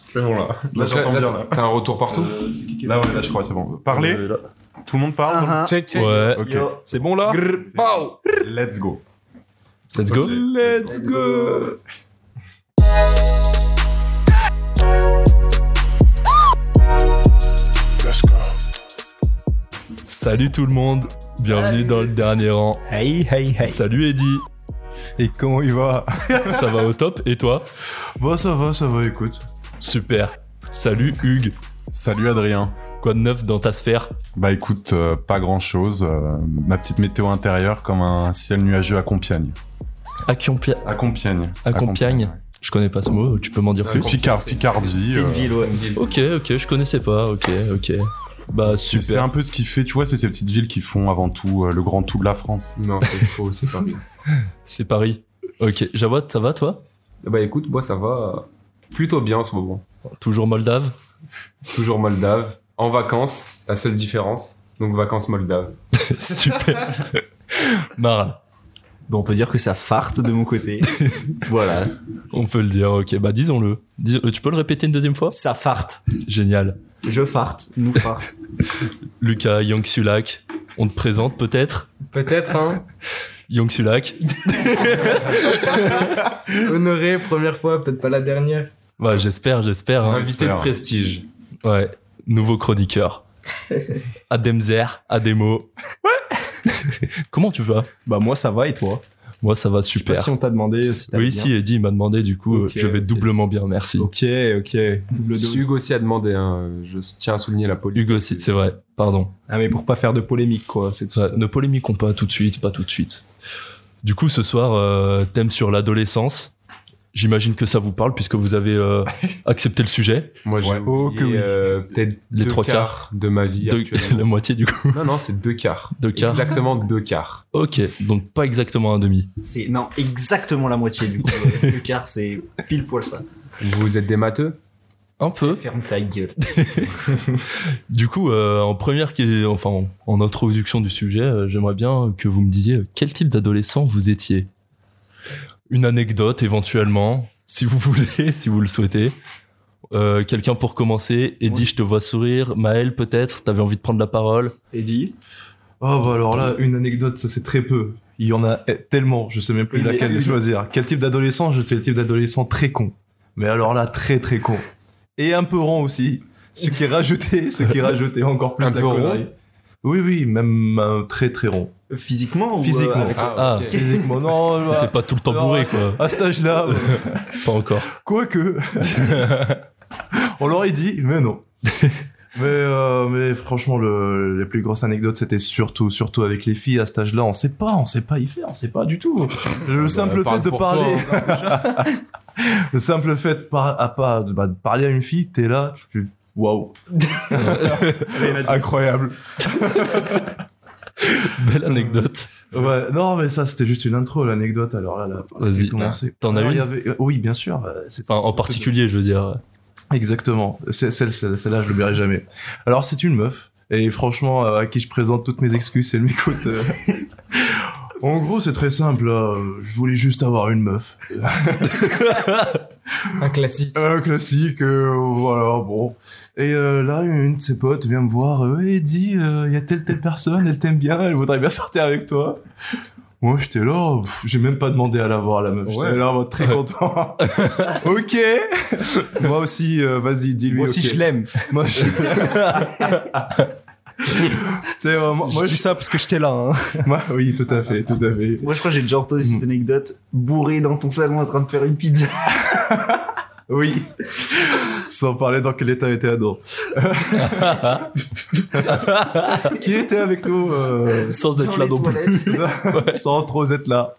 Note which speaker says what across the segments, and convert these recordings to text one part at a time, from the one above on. Speaker 1: C'est bon là. Là
Speaker 2: Donc
Speaker 1: j'entends bien
Speaker 2: t'as-
Speaker 1: là.
Speaker 2: T'as un retour partout
Speaker 1: Là ouais, là je crois c'est bon. Parlez. Tout le monde parle.
Speaker 3: Ah, ah.
Speaker 4: Check, check.
Speaker 5: Ouais.
Speaker 1: Ok.
Speaker 3: Yo.
Speaker 5: C'est bon là
Speaker 1: C'est-
Speaker 2: Pow
Speaker 1: Let's go.
Speaker 5: Let's go.
Speaker 1: Ok.
Speaker 5: Let's
Speaker 3: go.
Speaker 5: Salut tout le monde. Bienvenue dans le dernier rang.
Speaker 4: Hey, hey, hey.
Speaker 5: Salut Eddy.
Speaker 4: Et comment il va
Speaker 5: Ça va Bah, au top et toi
Speaker 1: Bon ça va, ça va, écoute.
Speaker 5: Super. Salut Hugues.
Speaker 1: Salut Adrien.
Speaker 5: Quoi de neuf dans ta sphère
Speaker 1: Bah écoute, euh, pas grand chose. ma petite météo intérieure comme un ciel nuageux à Compiègne.
Speaker 5: À Compiègne.
Speaker 1: À Compiègne.
Speaker 5: À Compiègne. Je connais pas ce mot, tu peux m'en dire
Speaker 1: C'est
Speaker 5: plus
Speaker 1: Picard,
Speaker 2: C'est-
Speaker 1: Picardie.
Speaker 3: C'est une
Speaker 1: euh,
Speaker 3: ville, ouais.
Speaker 5: Ok, ok, je connaissais pas, ok, ok. Bah
Speaker 1: mais C'est
Speaker 5: super.
Speaker 1: un peu ce qui fait, tu vois, c'est ces petites villes qui font avant tout euh, le grand tout de la France.
Speaker 2: Non, c'est faux, c'est pas
Speaker 5: C'est Paris. Ok, Jawad, ça va toi
Speaker 2: Bah écoute, moi ça va euh, plutôt bien en ce moment.
Speaker 5: Toujours moldave
Speaker 2: Toujours Moldave, en vacances, la seule différence, donc vacances Moldave.
Speaker 5: Super. Mara,
Speaker 3: Bon, on peut dire que ça farte de mon côté. voilà.
Speaker 5: on peut le dire, ok, bah disons-le. Dis- tu peux le répéter une deuxième fois
Speaker 3: Ça farte.
Speaker 5: Génial.
Speaker 3: Je farte. Nous farte.
Speaker 5: Lucas, Young Sulak, on te présente peut-être
Speaker 2: Peut-être, hein
Speaker 5: Young Sulak.
Speaker 2: Honoré, première fois, peut-être pas la dernière.
Speaker 5: Ouais, j'espère, j'espère. hein.
Speaker 2: Invité de
Speaker 1: j'espère.
Speaker 2: prestige.
Speaker 5: Ouais, nouveau chroniqueur. Ademzer, Ademo. Comment tu vas
Speaker 4: Bah, moi, ça va et toi
Speaker 5: Moi, ça va
Speaker 4: Je sais pas
Speaker 5: super.
Speaker 4: si on t'a demandé si t'allais
Speaker 5: Oui,
Speaker 4: bien.
Speaker 5: si, Eddie il m'a demandé, du coup, euh,
Speaker 4: Ok,
Speaker 5: je vais
Speaker 4: ok.
Speaker 5: doublement bien, merci.
Speaker 4: Ok, ok. Double dose.
Speaker 2: Hugues aussi a demandé, hein, je tiens à souligner la police.
Speaker 5: Hugo aussi, c'est vrai, pardon.
Speaker 4: Ah, mais pour pas faire de polémique, quoi. C'est tout.
Speaker 5: Ouais, ne polémiquons pas tout de suite, pas tout de suite. Du coup, ce soir, euh, thème sur l'adolescence. J'imagine que ça vous parle puisque vous avez euh, accepté le sujet,
Speaker 2: Moi j'ai
Speaker 1: Ouais.
Speaker 2: oublié,
Speaker 4: Oh, que oui.
Speaker 2: euh, peut-être
Speaker 5: Les
Speaker 2: deux
Speaker 5: trois
Speaker 2: quarts de ma vie
Speaker 5: de, la
Speaker 2: actuellement.
Speaker 5: moitié du coup.
Speaker 2: Non, non, c'est deux quarts.
Speaker 5: Deux quarts.
Speaker 2: Exactement deux quarts.
Speaker 5: Ok, donc pas exactement un demi.
Speaker 3: C'est non exactement la moitié du coup. Le quart c'est pile poil ça.
Speaker 2: Vous êtes des matheux
Speaker 5: Un peu.
Speaker 3: Ferme ta gueule.
Speaker 5: Du coup, euh, en première, qui- enfin, en- en introduction du sujet, euh, j'aimerais bien que vous me disiez euh, quel type d'adolescent vous étiez. Une anecdote éventuellement, si vous voulez, si vous le souhaitez. Euh, Quelqu'un pour commencer. Eddie, je te vois sourire. Maël, peut-être, t'avais envie de prendre la parole.
Speaker 4: Ellie
Speaker 6: Oh bah alors là, une anecdote, ça c'est très peu. Il y en a tellement, je sais même plus
Speaker 4: Oui,
Speaker 6: laquelle
Speaker 4: oui.
Speaker 6: choisir. Quel type d'adolescent J'étais le type d'adolescent très con. Mais alors là, très très con. Et un peu rond aussi. Ce qui rajoutait, ce qui rajoutait encore plus
Speaker 2: Un
Speaker 6: la
Speaker 2: peu rond
Speaker 6: connerie. Oui, oui, même euh, très très rond.
Speaker 3: Physiquement ou
Speaker 6: Physiquement.
Speaker 3: euh, avec-
Speaker 5: Ah,
Speaker 2: ok.
Speaker 6: Physiquement, non,
Speaker 5: T'étais
Speaker 6: bah,
Speaker 5: pas tout le temps
Speaker 6: alors,
Speaker 5: bourré,
Speaker 6: ouais,
Speaker 5: quoi.
Speaker 6: à cet âge-là, bah,
Speaker 5: Pas encore.
Speaker 6: quoique. On l'aurait dit, mais non. Mais, euh, mais franchement, le, les plus grosses anecdotes, c'était surtout, surtout avec les filles à cet âge-là. On sait pas, on sait pas y faire, on sait pas du tout. Le simple
Speaker 2: parle
Speaker 6: fait de
Speaker 2: pour toi,
Speaker 6: parler, le simple fait de, par- à pas, de, bah, de parler à une fille, t'es là, tu waouh, incroyable.
Speaker 5: Belle anecdote.
Speaker 6: Ouais, non, mais ça, c'était juste une intro, l'anecdote. Alors là, là,
Speaker 5: Vas-y.
Speaker 6: commencer.
Speaker 5: T'en as
Speaker 6: Alors,
Speaker 5: une
Speaker 6: il y avait- Oui, bien sûr. euh, c'est-
Speaker 5: Enfin, en particulier, je veux dire.
Speaker 6: Exactement. C'est- Celle, celle- celle-là, je l'oublierai jamais. Alors, c'est une meuf. Et franchement, euh, à qui je présente toutes mes excuses, elle m'écoute. euh. En gros, c'est très simple. là. Euh, Je voulais juste avoir une meuf.
Speaker 2: Un classique.
Speaker 6: Un classique, euh, voilà, bon. Et euh, là, une de ses potes vient me voir euh, et dit il y a telle, telle personne, elle t'aime bien, elle voudrait bien sortir avec toi. Moi, j'étais là, pff, j'ai même pas demandé à la voir, la meuf.
Speaker 5: Ouais.
Speaker 6: J'étais là, en mode très content. ok Moi aussi, euh, vas-y, dis-lui.
Speaker 4: Moi aussi,
Speaker 6: ok.
Speaker 4: je l'aime.
Speaker 6: Moi, je... C'est vraiment.
Speaker 4: Moi,
Speaker 6: Moi,
Speaker 4: je dis ça parce que j'étais là. Hein.
Speaker 6: je- moi, oui, tout à fait, tout à fait.
Speaker 3: Moi je crois que j'ai déjà entendu cette anecdote bourré dans ton salon en train de faire une pizza.
Speaker 6: Oui. Sans parler dans quel état était Adam. Qui était avec nous euh,
Speaker 5: Sans
Speaker 3: dans
Speaker 5: être là
Speaker 3: les
Speaker 5: non plus.
Speaker 3: toilettes.
Speaker 6: sans trop être là.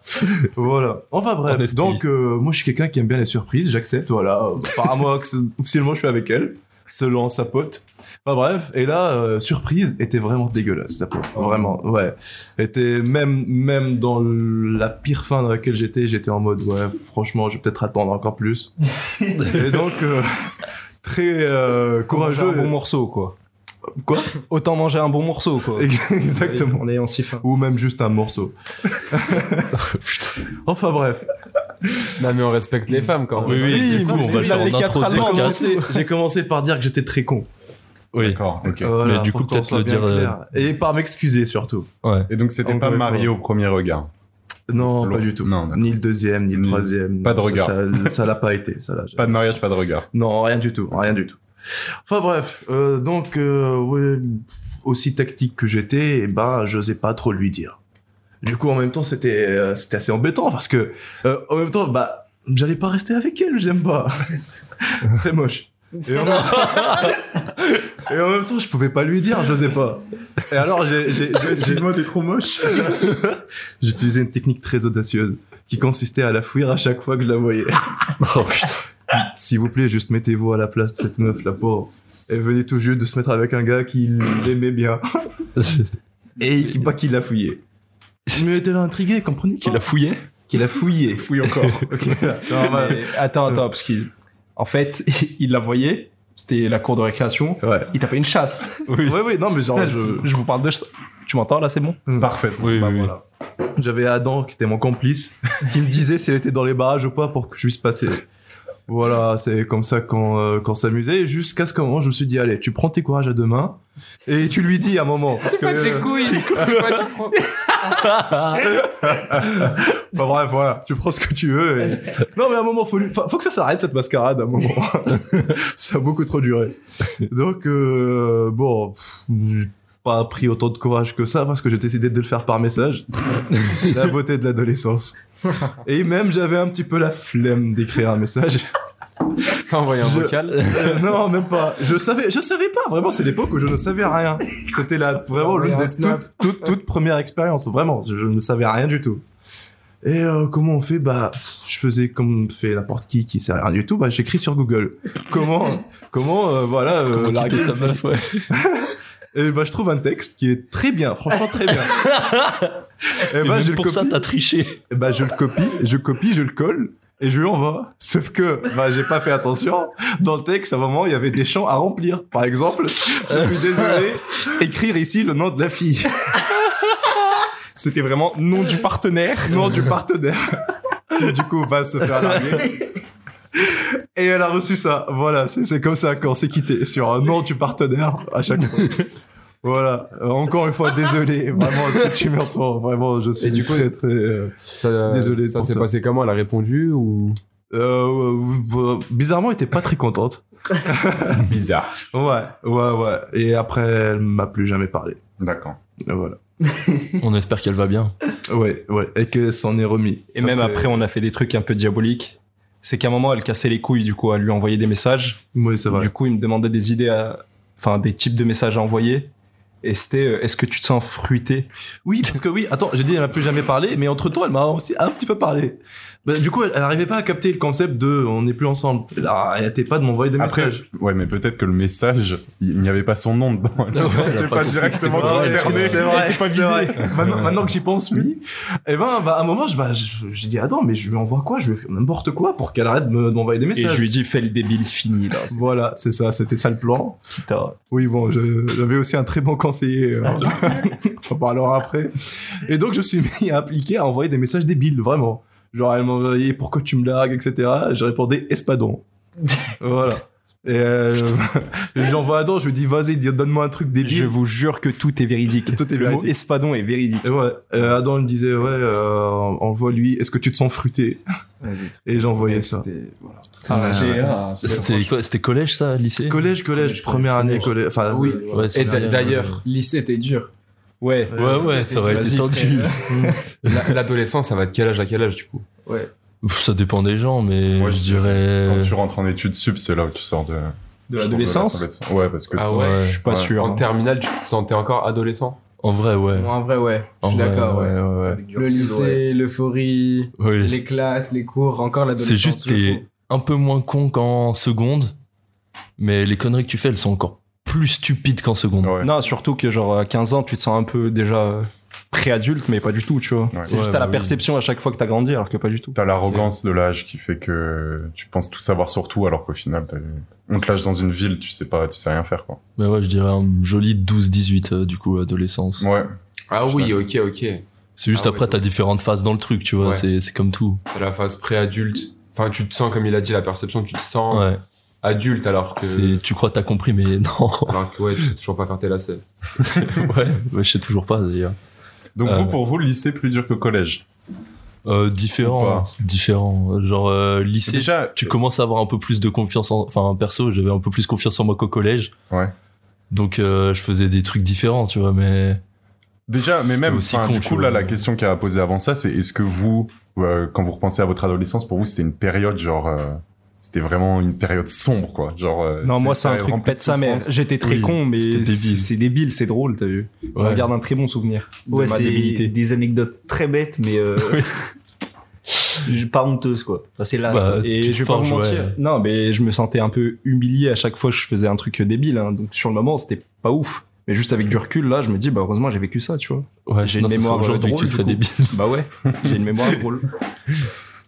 Speaker 6: Voilà. Enfin
Speaker 5: En
Speaker 6: bref.
Speaker 5: esprit.
Speaker 6: Donc, euh, moi, je suis quelqu'un qui aime bien les surprises. J'accepte. Voilà. Apparemment, officiellement, je suis avec elle. Selon sa pote. Enfin bref. Et là, euh, surprise était vraiment dégueulasse, sa pote. Vraiment. Ouais. Était même, même dans la pire fin dans laquelle j'étais, j'étais en mode, ouais, franchement, je vais peut-être attendre encore plus. Et donc, euh, très euh,
Speaker 4: Manger un
Speaker 6: courageux.
Speaker 4: bon morceau, quoi.
Speaker 6: Quoi
Speaker 4: Autant manger un bon morceau, quoi.
Speaker 6: Exactement
Speaker 4: On est en si fin.
Speaker 6: ou même juste un morceau. enfin bref.
Speaker 2: Non, mais on respecte Ah, les femmes quand même.
Speaker 5: Oui, oui, du coup, on va le faire en intro
Speaker 6: J'ai
Speaker 5: de podcast.
Speaker 6: commencé, j'ai commencé par dire que j'étais très con.
Speaker 3: Euh,
Speaker 5: Oui.
Speaker 1: D'accord, ok.
Speaker 6: Euh, Voilà,
Speaker 5: Mais du
Speaker 6: pour
Speaker 5: coup,
Speaker 6: qu'on
Speaker 5: peut-être
Speaker 6: soit
Speaker 5: le
Speaker 6: bien
Speaker 5: dire, euh,
Speaker 6: clair. Et par m'excuser surtout.
Speaker 5: Ouais.
Speaker 1: Et donc, c'était
Speaker 6: Encore
Speaker 1: pas
Speaker 6: une
Speaker 1: marié
Speaker 6: fois.
Speaker 1: au premier regard.
Speaker 6: Non,
Speaker 1: Long.
Speaker 6: pas du tout.
Speaker 1: Non, d'accord.
Speaker 6: ni le deuxième, ni le
Speaker 1: Ni-
Speaker 6: troisième.
Speaker 1: pas de
Speaker 6: Ça-
Speaker 1: regard.
Speaker 6: Ça ça l'a pas été. Ça l'a.
Speaker 1: Pas de mariage, pas de regard.
Speaker 6: Non, rien du tout, rien du tout. Enfin bref, euh, donc euh, ouais, aussi tactique que j'étais, eh ben j'osais pas trop lui dire. Du coup, en même temps, c'était euh, c'était assez embêtant parce que euh, en même temps, bah j'allais pas rester avec elle, j'aime pas. Très moche. Et en, même temps, Et en même temps, je pouvais pas lui dire, j'osais pas. Et alors, j'ai- j'ai- j'ai- j'ai-
Speaker 1: t'es trop moche.
Speaker 6: j'utilisais une technique très audacieuse qui consistait à la fuir à chaque fois que je la voyais.
Speaker 5: Oh putain.
Speaker 6: S'il vous plaît, juste mettez-vous à la place de cette meuf, la pauvre. Elle venait tout juste de se mettre avec un gars qui l'aimait bien. Et qui, pas qui l'a fouillé. Mais était intrigué, comprenez
Speaker 5: Qu'il a fouillé
Speaker 6: Qui l'a fouillé.
Speaker 1: Fouille encore.
Speaker 6: Ok. Non, bah,
Speaker 3: Mais attends, attends, parce qu'il. En fait, il la voyait. C'était la cour de récréation.
Speaker 6: Ouais.
Speaker 3: Il tapait une chasse.
Speaker 6: Oui. Ouais, ouais, non, mais genre, je-
Speaker 3: Je vous parle de ça. Tu m'entends là, c'est bon
Speaker 1: Parfaitement.
Speaker 5: Mm. Oui,
Speaker 1: Bah,
Speaker 5: oui, oui.
Speaker 1: voilà.
Speaker 6: j'avais Adam, qui était mon complice, qui me disait si elle était dans les barrages ou pas pour que je puisse passer. Voilà, c'est comme ça qu'on euh, qu'on s'amusait. Jusqu'à ce moment, je me suis dit, allez, tu prends tes courages à deux mains et tu lui dis à un moment. Parce
Speaker 2: Pas
Speaker 6: que-
Speaker 2: tes couilles. Pas tes pro-
Speaker 6: Bah bref, voilà, tu prends ce que tu veux. et- Non, mais à un moment, faut, lui- enfin, faut que ça s'arrête cette mascarade, à un moment. ça a beaucoup trop duré. Donc, euh, bon, pff, j'ai pas pris autant de courage que ça parce que j'ai décidé de le faire par message. la beauté de l'adolescence. Et même, j'avais un petit peu la flemme d'écrire un message.
Speaker 2: T'as envoyé un
Speaker 6: Je-
Speaker 2: vocal.
Speaker 6: Euh, non, même pas. Je savais, je savais pas. Vraiment, c'est l'époque où je ne savais rien. C'était là, vraiment, l'une des toutes, toutes, toutes premières expériences. Vraiment, je, je ne savais rien du tout. Et euh, comment on fait Bah, je faisais comme fait n'importe qui qui sait rien du tout. Bah, j'écris sur Google. Comment, comment, euh, voilà, euh, larguer
Speaker 5: sa meuf,
Speaker 3: Eh
Speaker 5: ouais.
Speaker 6: Et bah, je trouve un texte qui est très bien, franchement très bien.
Speaker 3: ben,
Speaker 6: Et
Speaker 5: Et
Speaker 6: bah,
Speaker 5: même
Speaker 6: je le
Speaker 5: pour ça,
Speaker 6: copie.
Speaker 5: t'as triché.
Speaker 6: Et bah, je le copie, je copie, je le colle et je lui envoie. Sauf que, bah, j'ai pas fait attention. Dans le texte, à un moment, il y avait des champs à remplir. Par exemple, je suis désolé, écrire ici le nom de la fille.
Speaker 3: C'était vraiment nom du partenaire.
Speaker 6: Nom du partenaire. Qui, du coup, va se faire larguer. Et elle a reçu ça. Voilà, c'est c'est comme ça qu'on s'est quitté sur un nom du partenaire à chaque fois. Voilà, Euh, encore une fois, désolé, vraiment, si tu m'entends, vraiment, je suis
Speaker 2: Et du coup,
Speaker 6: très, très, euh,
Speaker 2: Ça,
Speaker 6: Désolé
Speaker 2: Ça
Speaker 6: pour
Speaker 2: s'est
Speaker 6: ça.
Speaker 2: passé comment Elle a répondu ou
Speaker 6: Euh, euh, euh, bizarrement, elle était pas très contente.
Speaker 2: bizarre
Speaker 6: Ouais, ouais, ouais. Et après, elle m'a plus jamais parlé.
Speaker 1: D'accord.
Speaker 6: Et Voilà.
Speaker 5: On espère qu'elle va bien.
Speaker 6: Ouais, ouais. Et qu'elle s'en est remis.
Speaker 3: Et
Speaker 6: Ça,
Speaker 3: même
Speaker 6: c'est-
Speaker 3: après, on a fait des trucs un peu diaboliques. C'est qu'à un moment, elle cassait les couilles, du coup, elle lui envoyait des messages.
Speaker 6: Oui, c'est vrai.
Speaker 3: Du coup, il me demandait des idées, à- enfin, des types de messages à envoyer. Et c'était, euh, est-ce que tu te sens fruité
Speaker 6: Oui, parce que oui, attends, j'ai dit elle m'a plus jamais parlé, mais entre temps, elle m'a aussi un petit peu parlé. Bah, du coup, elle, elle arrivait pas à capter le concept de on n'est plus ensemble. Elle arrêtait pas de m'envoyer des
Speaker 1: Après,
Speaker 6: messages.
Speaker 1: ouais, mais peut-être que le message, il n'y avait pas son nom dedans.
Speaker 5: Ouais, elle a
Speaker 1: C'était
Speaker 5: pas
Speaker 1: pas
Speaker 5: compris,
Speaker 1: directement
Speaker 5: c'était pas elle,
Speaker 1: concerné.
Speaker 5: c'est
Speaker 1: Elle était pas visée.
Speaker 6: Maintenant, maintenant que j'y pense, oui. Et ben, bah, à un moment, je- bah, je- j'ai dit, attends, mais je lui envoie quoi Je lui fais n'importe quoi pour qu'elle arrête de me- de m'envoyer des
Speaker 3: Et
Speaker 6: messages.
Speaker 3: je lui ai dit, fais le débile, fini, là.
Speaker 6: Voilà, c'est ça, c'était ça le plan. Oui, bon, je- j'avais aussi un très bon conseiller. euh,
Speaker 3: Ah.
Speaker 6: On en parlera après. Et donc, je me suis mis à appliquer, à envoyer des messages débiles, vraiment. Genre, elle m'envoyait pourquoi tu me largues, etc. Je répondais espadon. voilà. Et euh, et je l'envoie à Dan, je lui dis vas-y, dis- donne-moi un truc débile.
Speaker 3: Je vous jure que tout est véridique.
Speaker 6: Tout est
Speaker 3: Le mot
Speaker 6: véridique.
Speaker 3: espadon est véridique.
Speaker 6: Et ouais, euh, Adam il me disait ouais, euh, envoie-lui, est-ce que tu te sens fruité Et j'envoyais ça.
Speaker 5: Ah, C'était quoi C'était collège, ça, lycée
Speaker 6: Collège, collège, première année, collège. Enfin,
Speaker 2: Ah Oui.
Speaker 5: Ouais, c'est
Speaker 2: Et
Speaker 5: ça,
Speaker 2: d'a- d'ailleurs, lycée, était dur.
Speaker 3: Ouais.
Speaker 5: Ouais, ouais, ça aurait été
Speaker 3: Vas-y,
Speaker 5: tendu.
Speaker 2: La- L'adolescence, ça va de quel âge à quel âge du coup
Speaker 5: Ouf, Ça dépend des gens, mais
Speaker 1: Moi,
Speaker 5: je
Speaker 1: je Quand
Speaker 5: dirais.
Speaker 1: tu rentres en études sup, c'est là où tu sors de.
Speaker 3: De l'adolescence
Speaker 1: Ouais, parce que.
Speaker 2: Ah ouais.
Speaker 5: Ouais.
Speaker 3: Je suis pas
Speaker 1: Ouais.
Speaker 3: sûr.
Speaker 2: En
Speaker 3: hein.
Speaker 2: terminale, tu te sentais encore adolescent
Speaker 5: En vrai, ouais.
Speaker 7: En vrai, ouais. Je
Speaker 5: En
Speaker 7: suis
Speaker 5: vrai,
Speaker 7: d'accord, ouais.
Speaker 5: ouais, ouais.
Speaker 7: Le lycée, l'euphorie,
Speaker 5: Oui.
Speaker 7: les classes, les cours, encore l'adolescence.
Speaker 5: C'est juste
Speaker 7: je
Speaker 5: t'es
Speaker 7: trouve.
Speaker 5: un peu moins con qu'en seconde, mais les conneries que tu fais, elles sont encore plus stupides qu'en seconde.
Speaker 1: Ouais.
Speaker 3: Non, surtout que genre à 15 ans, tu te sens un peu déjà euh, pré-adulte, mais pas du tout, tu vois.
Speaker 1: Ouais.
Speaker 3: C'est
Speaker 5: Ouais,
Speaker 3: juste à la
Speaker 5: bah oui.
Speaker 3: perception à chaque fois que t'as grandi, alors que pas du tout.
Speaker 1: T'as l'arrogance de l'âge qui fait que tu penses tout savoir sur tout, alors qu'au final, t'as- on te lâche dans une ville, tu sais pas, tu sais rien faire, quoi.
Speaker 5: Mais ouais, je dirais un joli 12-18, euh, du coup, adolescence.
Speaker 1: Ouais.
Speaker 2: Ah
Speaker 1: Je
Speaker 2: oui, ok, ok.
Speaker 5: C'est juste
Speaker 2: Ah ouais,
Speaker 5: après,
Speaker 2: de
Speaker 5: t'as
Speaker 2: ouf.
Speaker 5: différentes phases dans le truc, tu vois.
Speaker 2: Ouais.
Speaker 5: C'est c'est comme tout.
Speaker 2: C'est la phase pré-adulte. Enfin, tu te sens, comme il a dit, la perception, tu te sens
Speaker 5: Ouais.
Speaker 2: adulte alors que.
Speaker 5: C'est- Tu crois que t'as compris, mais non.
Speaker 2: Alors que, ouais, tu sais toujours pas faire tes lacets.
Speaker 5: ouais, ouais, je sais toujours pas d'ailleurs.
Speaker 1: Donc
Speaker 5: Euh.
Speaker 1: vous, pour vous, le lycée plus dur que collège.
Speaker 5: Euh,
Speaker 1: Ou
Speaker 5: différent,
Speaker 1: pas.
Speaker 5: hein, différent. Genre euh, lycée,
Speaker 1: Déjà,
Speaker 5: tu commences à avoir un peu plus de confiance en enfin perso j'avais un peu plus confiance en moi qu'au collège
Speaker 1: Ouais.
Speaker 5: donc euh, je faisais des trucs différents tu vois mais
Speaker 1: déjà, mais
Speaker 5: C'était
Speaker 1: même,
Speaker 5: aussi
Speaker 1: enfin,
Speaker 5: con,
Speaker 1: du
Speaker 5: tu
Speaker 1: coup,
Speaker 5: vois.
Speaker 1: là, la question qu'il a posée avant ça, c'est est-ce que vous, euh, quand vous repensez à votre adolescence, pour vous, c'était une période genre, euh, c'était vraiment une période sombre, quoi. Genre. euh,
Speaker 3: Non, moi, c'est un
Speaker 1: période
Speaker 3: truc
Speaker 1: remplie de
Speaker 3: pète sa mère.
Speaker 1: souffrance.
Speaker 3: J'étais très
Speaker 5: Oui,
Speaker 3: con, mais
Speaker 5: c'était
Speaker 3: c'est
Speaker 5: débile.
Speaker 3: c'est débile, c'est drôle, t'as vu. On
Speaker 5: Ouais.
Speaker 3: garde un très bon souvenir de
Speaker 6: Ouais,
Speaker 3: ma
Speaker 6: c'est
Speaker 3: débilité.
Speaker 6: des anecdotes très bêtes, mais euh, pas honteuses, quoi. Enfin, c'est là.
Speaker 5: bah, tu
Speaker 3: Et
Speaker 5: te
Speaker 3: je vais pas vous
Speaker 5: forges,
Speaker 3: mentir.
Speaker 5: ouais.
Speaker 3: Non, mais je me sentais un peu humilié à chaque fois que je faisais un truc débile. hein. Donc sur le moment, c'était pas ouf. Mais juste avec du recul, là, je me dis, bah heureusement, j'ai vécu ça, tu vois.
Speaker 5: ouais
Speaker 3: J'ai une
Speaker 5: sinon, ça serait
Speaker 3: mémoire, euh,
Speaker 5: aujourd'hui que
Speaker 3: drôle,
Speaker 5: tu
Speaker 3: du
Speaker 5: serais
Speaker 3: coup.
Speaker 5: débile
Speaker 3: Bah ouais, j'ai une mémoire drôle.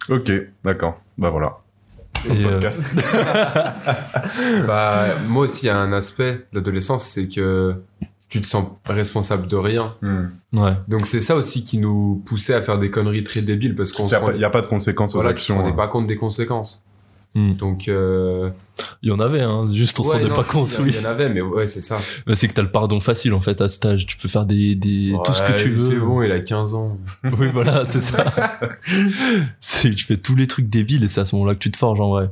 Speaker 1: Ok, d'accord. Bah voilà.
Speaker 5: Et, euh,
Speaker 1: Podcast.
Speaker 2: Bah, moi aussi, il y a un aspect de l'adolescence, c'est que tu te sens responsable de rien.
Speaker 1: Hmm.
Speaker 5: ouais
Speaker 2: Donc, c'est ça aussi qui nous poussait à faire des conneries très débiles parce qu'on
Speaker 1: Il
Speaker 2: se rend-
Speaker 1: n'y a pas de conséquences aux
Speaker 2: voilà, tu te
Speaker 1: actions.
Speaker 2: rendais
Speaker 1: hein.
Speaker 2: pas compte des conséquences.
Speaker 5: Hmm.
Speaker 2: Donc, euh,
Speaker 5: il y en avait hein juste on
Speaker 2: ouais,
Speaker 5: s'en rendait
Speaker 2: non,
Speaker 5: pas
Speaker 2: si,
Speaker 5: compte
Speaker 2: il y en-
Speaker 5: oui
Speaker 2: Il y en avait, mais ouais, c'est ça.
Speaker 5: Bah, c'est que t'as le pardon facile en fait à cet âge tu peux faire des, des tout ce que
Speaker 2: Ouais,
Speaker 5: tu veux
Speaker 2: C'est bon, il a 15 ans.
Speaker 5: oui voilà c'est ça c'est tu fais tous les trucs débiles et c'est à ce moment là que tu te forges en vrai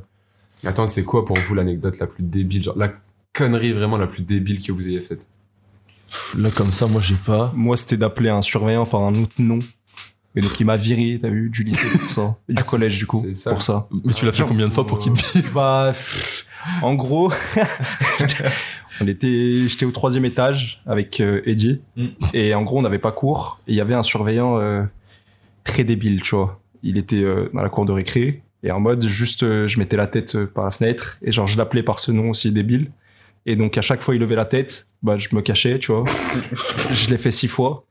Speaker 2: Attends, c'est quoi pour vous l'anecdote la plus débile Genre, la connerie vraiment la plus débile que vous ayez faite
Speaker 5: Pff, là comme ça moi j'ai pas
Speaker 3: Moi, c'était d'appeler un surveillant par un autre nom. Et donc, il m'a viré, t'as vu, du lycée pour ça. Et du
Speaker 2: Ah, c'est-
Speaker 3: collège, du coup,
Speaker 2: c'est ça.
Speaker 3: pour ça.
Speaker 5: mais tu l'as fait
Speaker 3: Genre,
Speaker 5: combien de fois pour qu'il te dise
Speaker 3: Bah, pff, en gros, on était, j'étais au troisième étage avec euh, Eddie, et en gros, on n'avait pas cours. Et il y avait un surveillant euh, très débile, tu vois. Il était euh, dans la cour de récré et en mode juste, euh, je mettais la tête euh, par la fenêtre et genre je l'appelais par ce nom aussi débile. Et donc à chaque fois il levait la tête, bah je me cachais, tu vois. je l'ai fait six fois.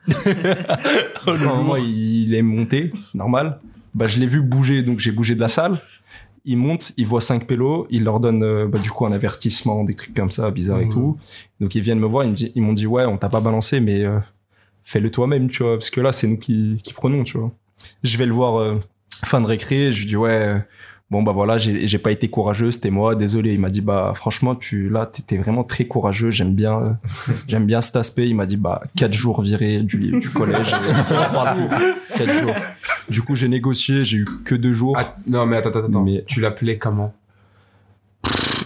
Speaker 3: Au bout d'un moment, il est monté, normal. Bah je l'ai vu bouger, donc j'ai bougé de la salle ils montent, ils voient cinq pélos, ils leur donnent euh, bah, du coup un avertissement, des trucs comme ça, bizarre et
Speaker 2: Mhm.
Speaker 3: tout. Donc ils viennent me voir, ils me di- ils m'ont dit, ouais, on t'a pas balancé, mais euh, fais-le toi-même, tu vois, parce que là c'est nous qui, qui prenons, tu vois. Je vais le voir euh, fin de récré, je lui dis ouais, euh, bon bah voilà, j'ai j'ai pas été courageux, c'était moi, désolé. Il m'a dit bah franchement tu là t'étais vraiment très courageux, j'aime bien, euh, j'aime bien cet aspect. Il m'a dit bah quatre jours viré du, du collège, quatre jours. Du coup j'ai négocié, j'ai eu que deux jours.
Speaker 2: Ah, Non, mais attends, attends, attends.
Speaker 3: Oh. Mais-
Speaker 2: Tu l'appelais comment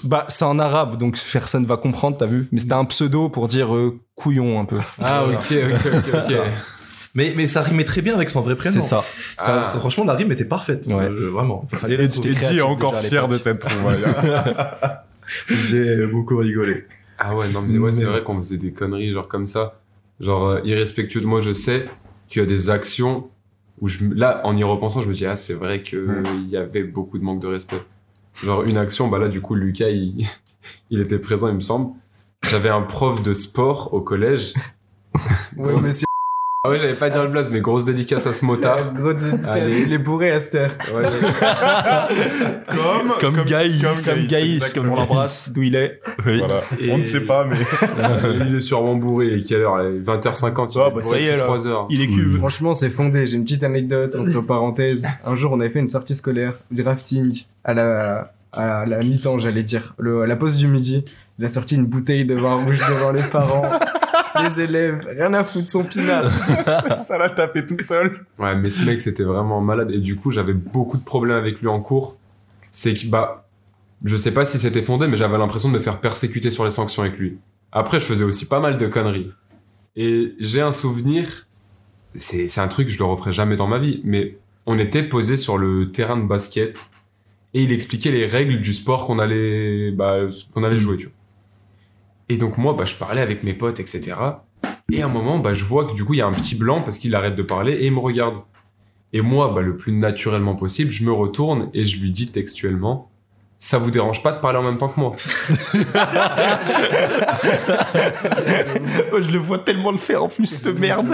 Speaker 3: Bah, c'est en arabe, donc personne va comprendre, t'as vu. Mais c'était un pseudo pour dire euh, couillon un peu.
Speaker 2: Ah, ok, ok, ok. ok.
Speaker 8: Mais, mais ça rimait très bien avec son vrai prénom.
Speaker 3: C'est ça.
Speaker 8: Ça-
Speaker 2: Ah.
Speaker 8: ça- Franchement, la rime était parfaite.
Speaker 3: Ouais.
Speaker 8: Euh, vraiment. Fallait la
Speaker 1: hein. Et
Speaker 8: trouver.
Speaker 1: Eddie est
Speaker 3: créatif
Speaker 1: encore
Speaker 3: déjà à
Speaker 1: fier de cette trouvaille.
Speaker 8: J'ai beaucoup rigolé.
Speaker 2: Ah ouais, non, mais ouais, c'est
Speaker 8: Mais-
Speaker 2: vrai qu'on faisait des conneries, genre comme ça. Genre, euh, irrespectueux de moi, je sais qu'il y a des actions où je. me- Là, en y repensant, je me dis, ah, c'est vrai que
Speaker 3: Hmm.
Speaker 1: Mm.
Speaker 2: il y avait beaucoup de manque de respect. Genre, une action, bah là, du coup, Lucas, il, il était présent, il me semble. J'avais un prof de sport au collège.
Speaker 9: Ouais, monsieur.
Speaker 2: Ah ouais, j'allais pas dire le blaze, mais grosse dédicace à ce motard.
Speaker 9: Gros dédicace,
Speaker 2: Allez.
Speaker 9: il est bourré à cette heure.
Speaker 2: Ouais, j'ai-
Speaker 1: comme,
Speaker 5: comme Gaïs
Speaker 3: Comme Gaïs, comme
Speaker 1: exactement.
Speaker 3: on l'embrasse, d'où il est.
Speaker 5: Oui.
Speaker 1: Voilà.
Speaker 2: Et-
Speaker 1: On ne sait pas, mais
Speaker 2: il est sûrement bourré. Il est quelle heure là 20h50. il
Speaker 3: Ah,
Speaker 2: est
Speaker 3: bah,
Speaker 2: bourré
Speaker 3: ça y est,
Speaker 2: depuis
Speaker 3: là.
Speaker 2: 3 heures.
Speaker 3: Il est cuve.
Speaker 9: Franchement, c'est fondé. J'ai une petite anecdote entre parenthèses. Un jour, on avait fait une sortie scolaire, du rafting, à la, à la mi-temps, j'allais dire, le, à la pause du midi. Il a sorti une bouteille de vin rouge devant les parents, les élèves. Rien à foutre, son pinard.
Speaker 5: Ah.
Speaker 1: ça l'a tapé tout seul.
Speaker 2: Ouais, mais ce mec, c'était vraiment malade. Et du coup, j'avais beaucoup de problèmes avec lui en cours. C'est que, bah, je sais pas si c'était fondé, mais j'avais l'impression de me faire persécuter sur les sanctions avec lui. Après, je faisais aussi pas mal de conneries. Et j'ai un souvenir, c'est c'est un truc que je le referai jamais dans ma vie, mais on était posé sur le terrain de basket et il expliquait les règles du sport qu'on allait, bah, qu'on allait jouer, tu vois. Et donc, moi, bah, je parlais avec mes potes, etc. Et à un moment, bah, je vois que du coup, il y a un petit blanc parce qu'il arrête de parler et il me regarde. Et moi, bah, le plus naturellement possible, je me retourne et je lui dis textuellement Ça vous dérange pas de parler en même temps que moi
Speaker 3: je le vois tellement le faire en plus, cette merde.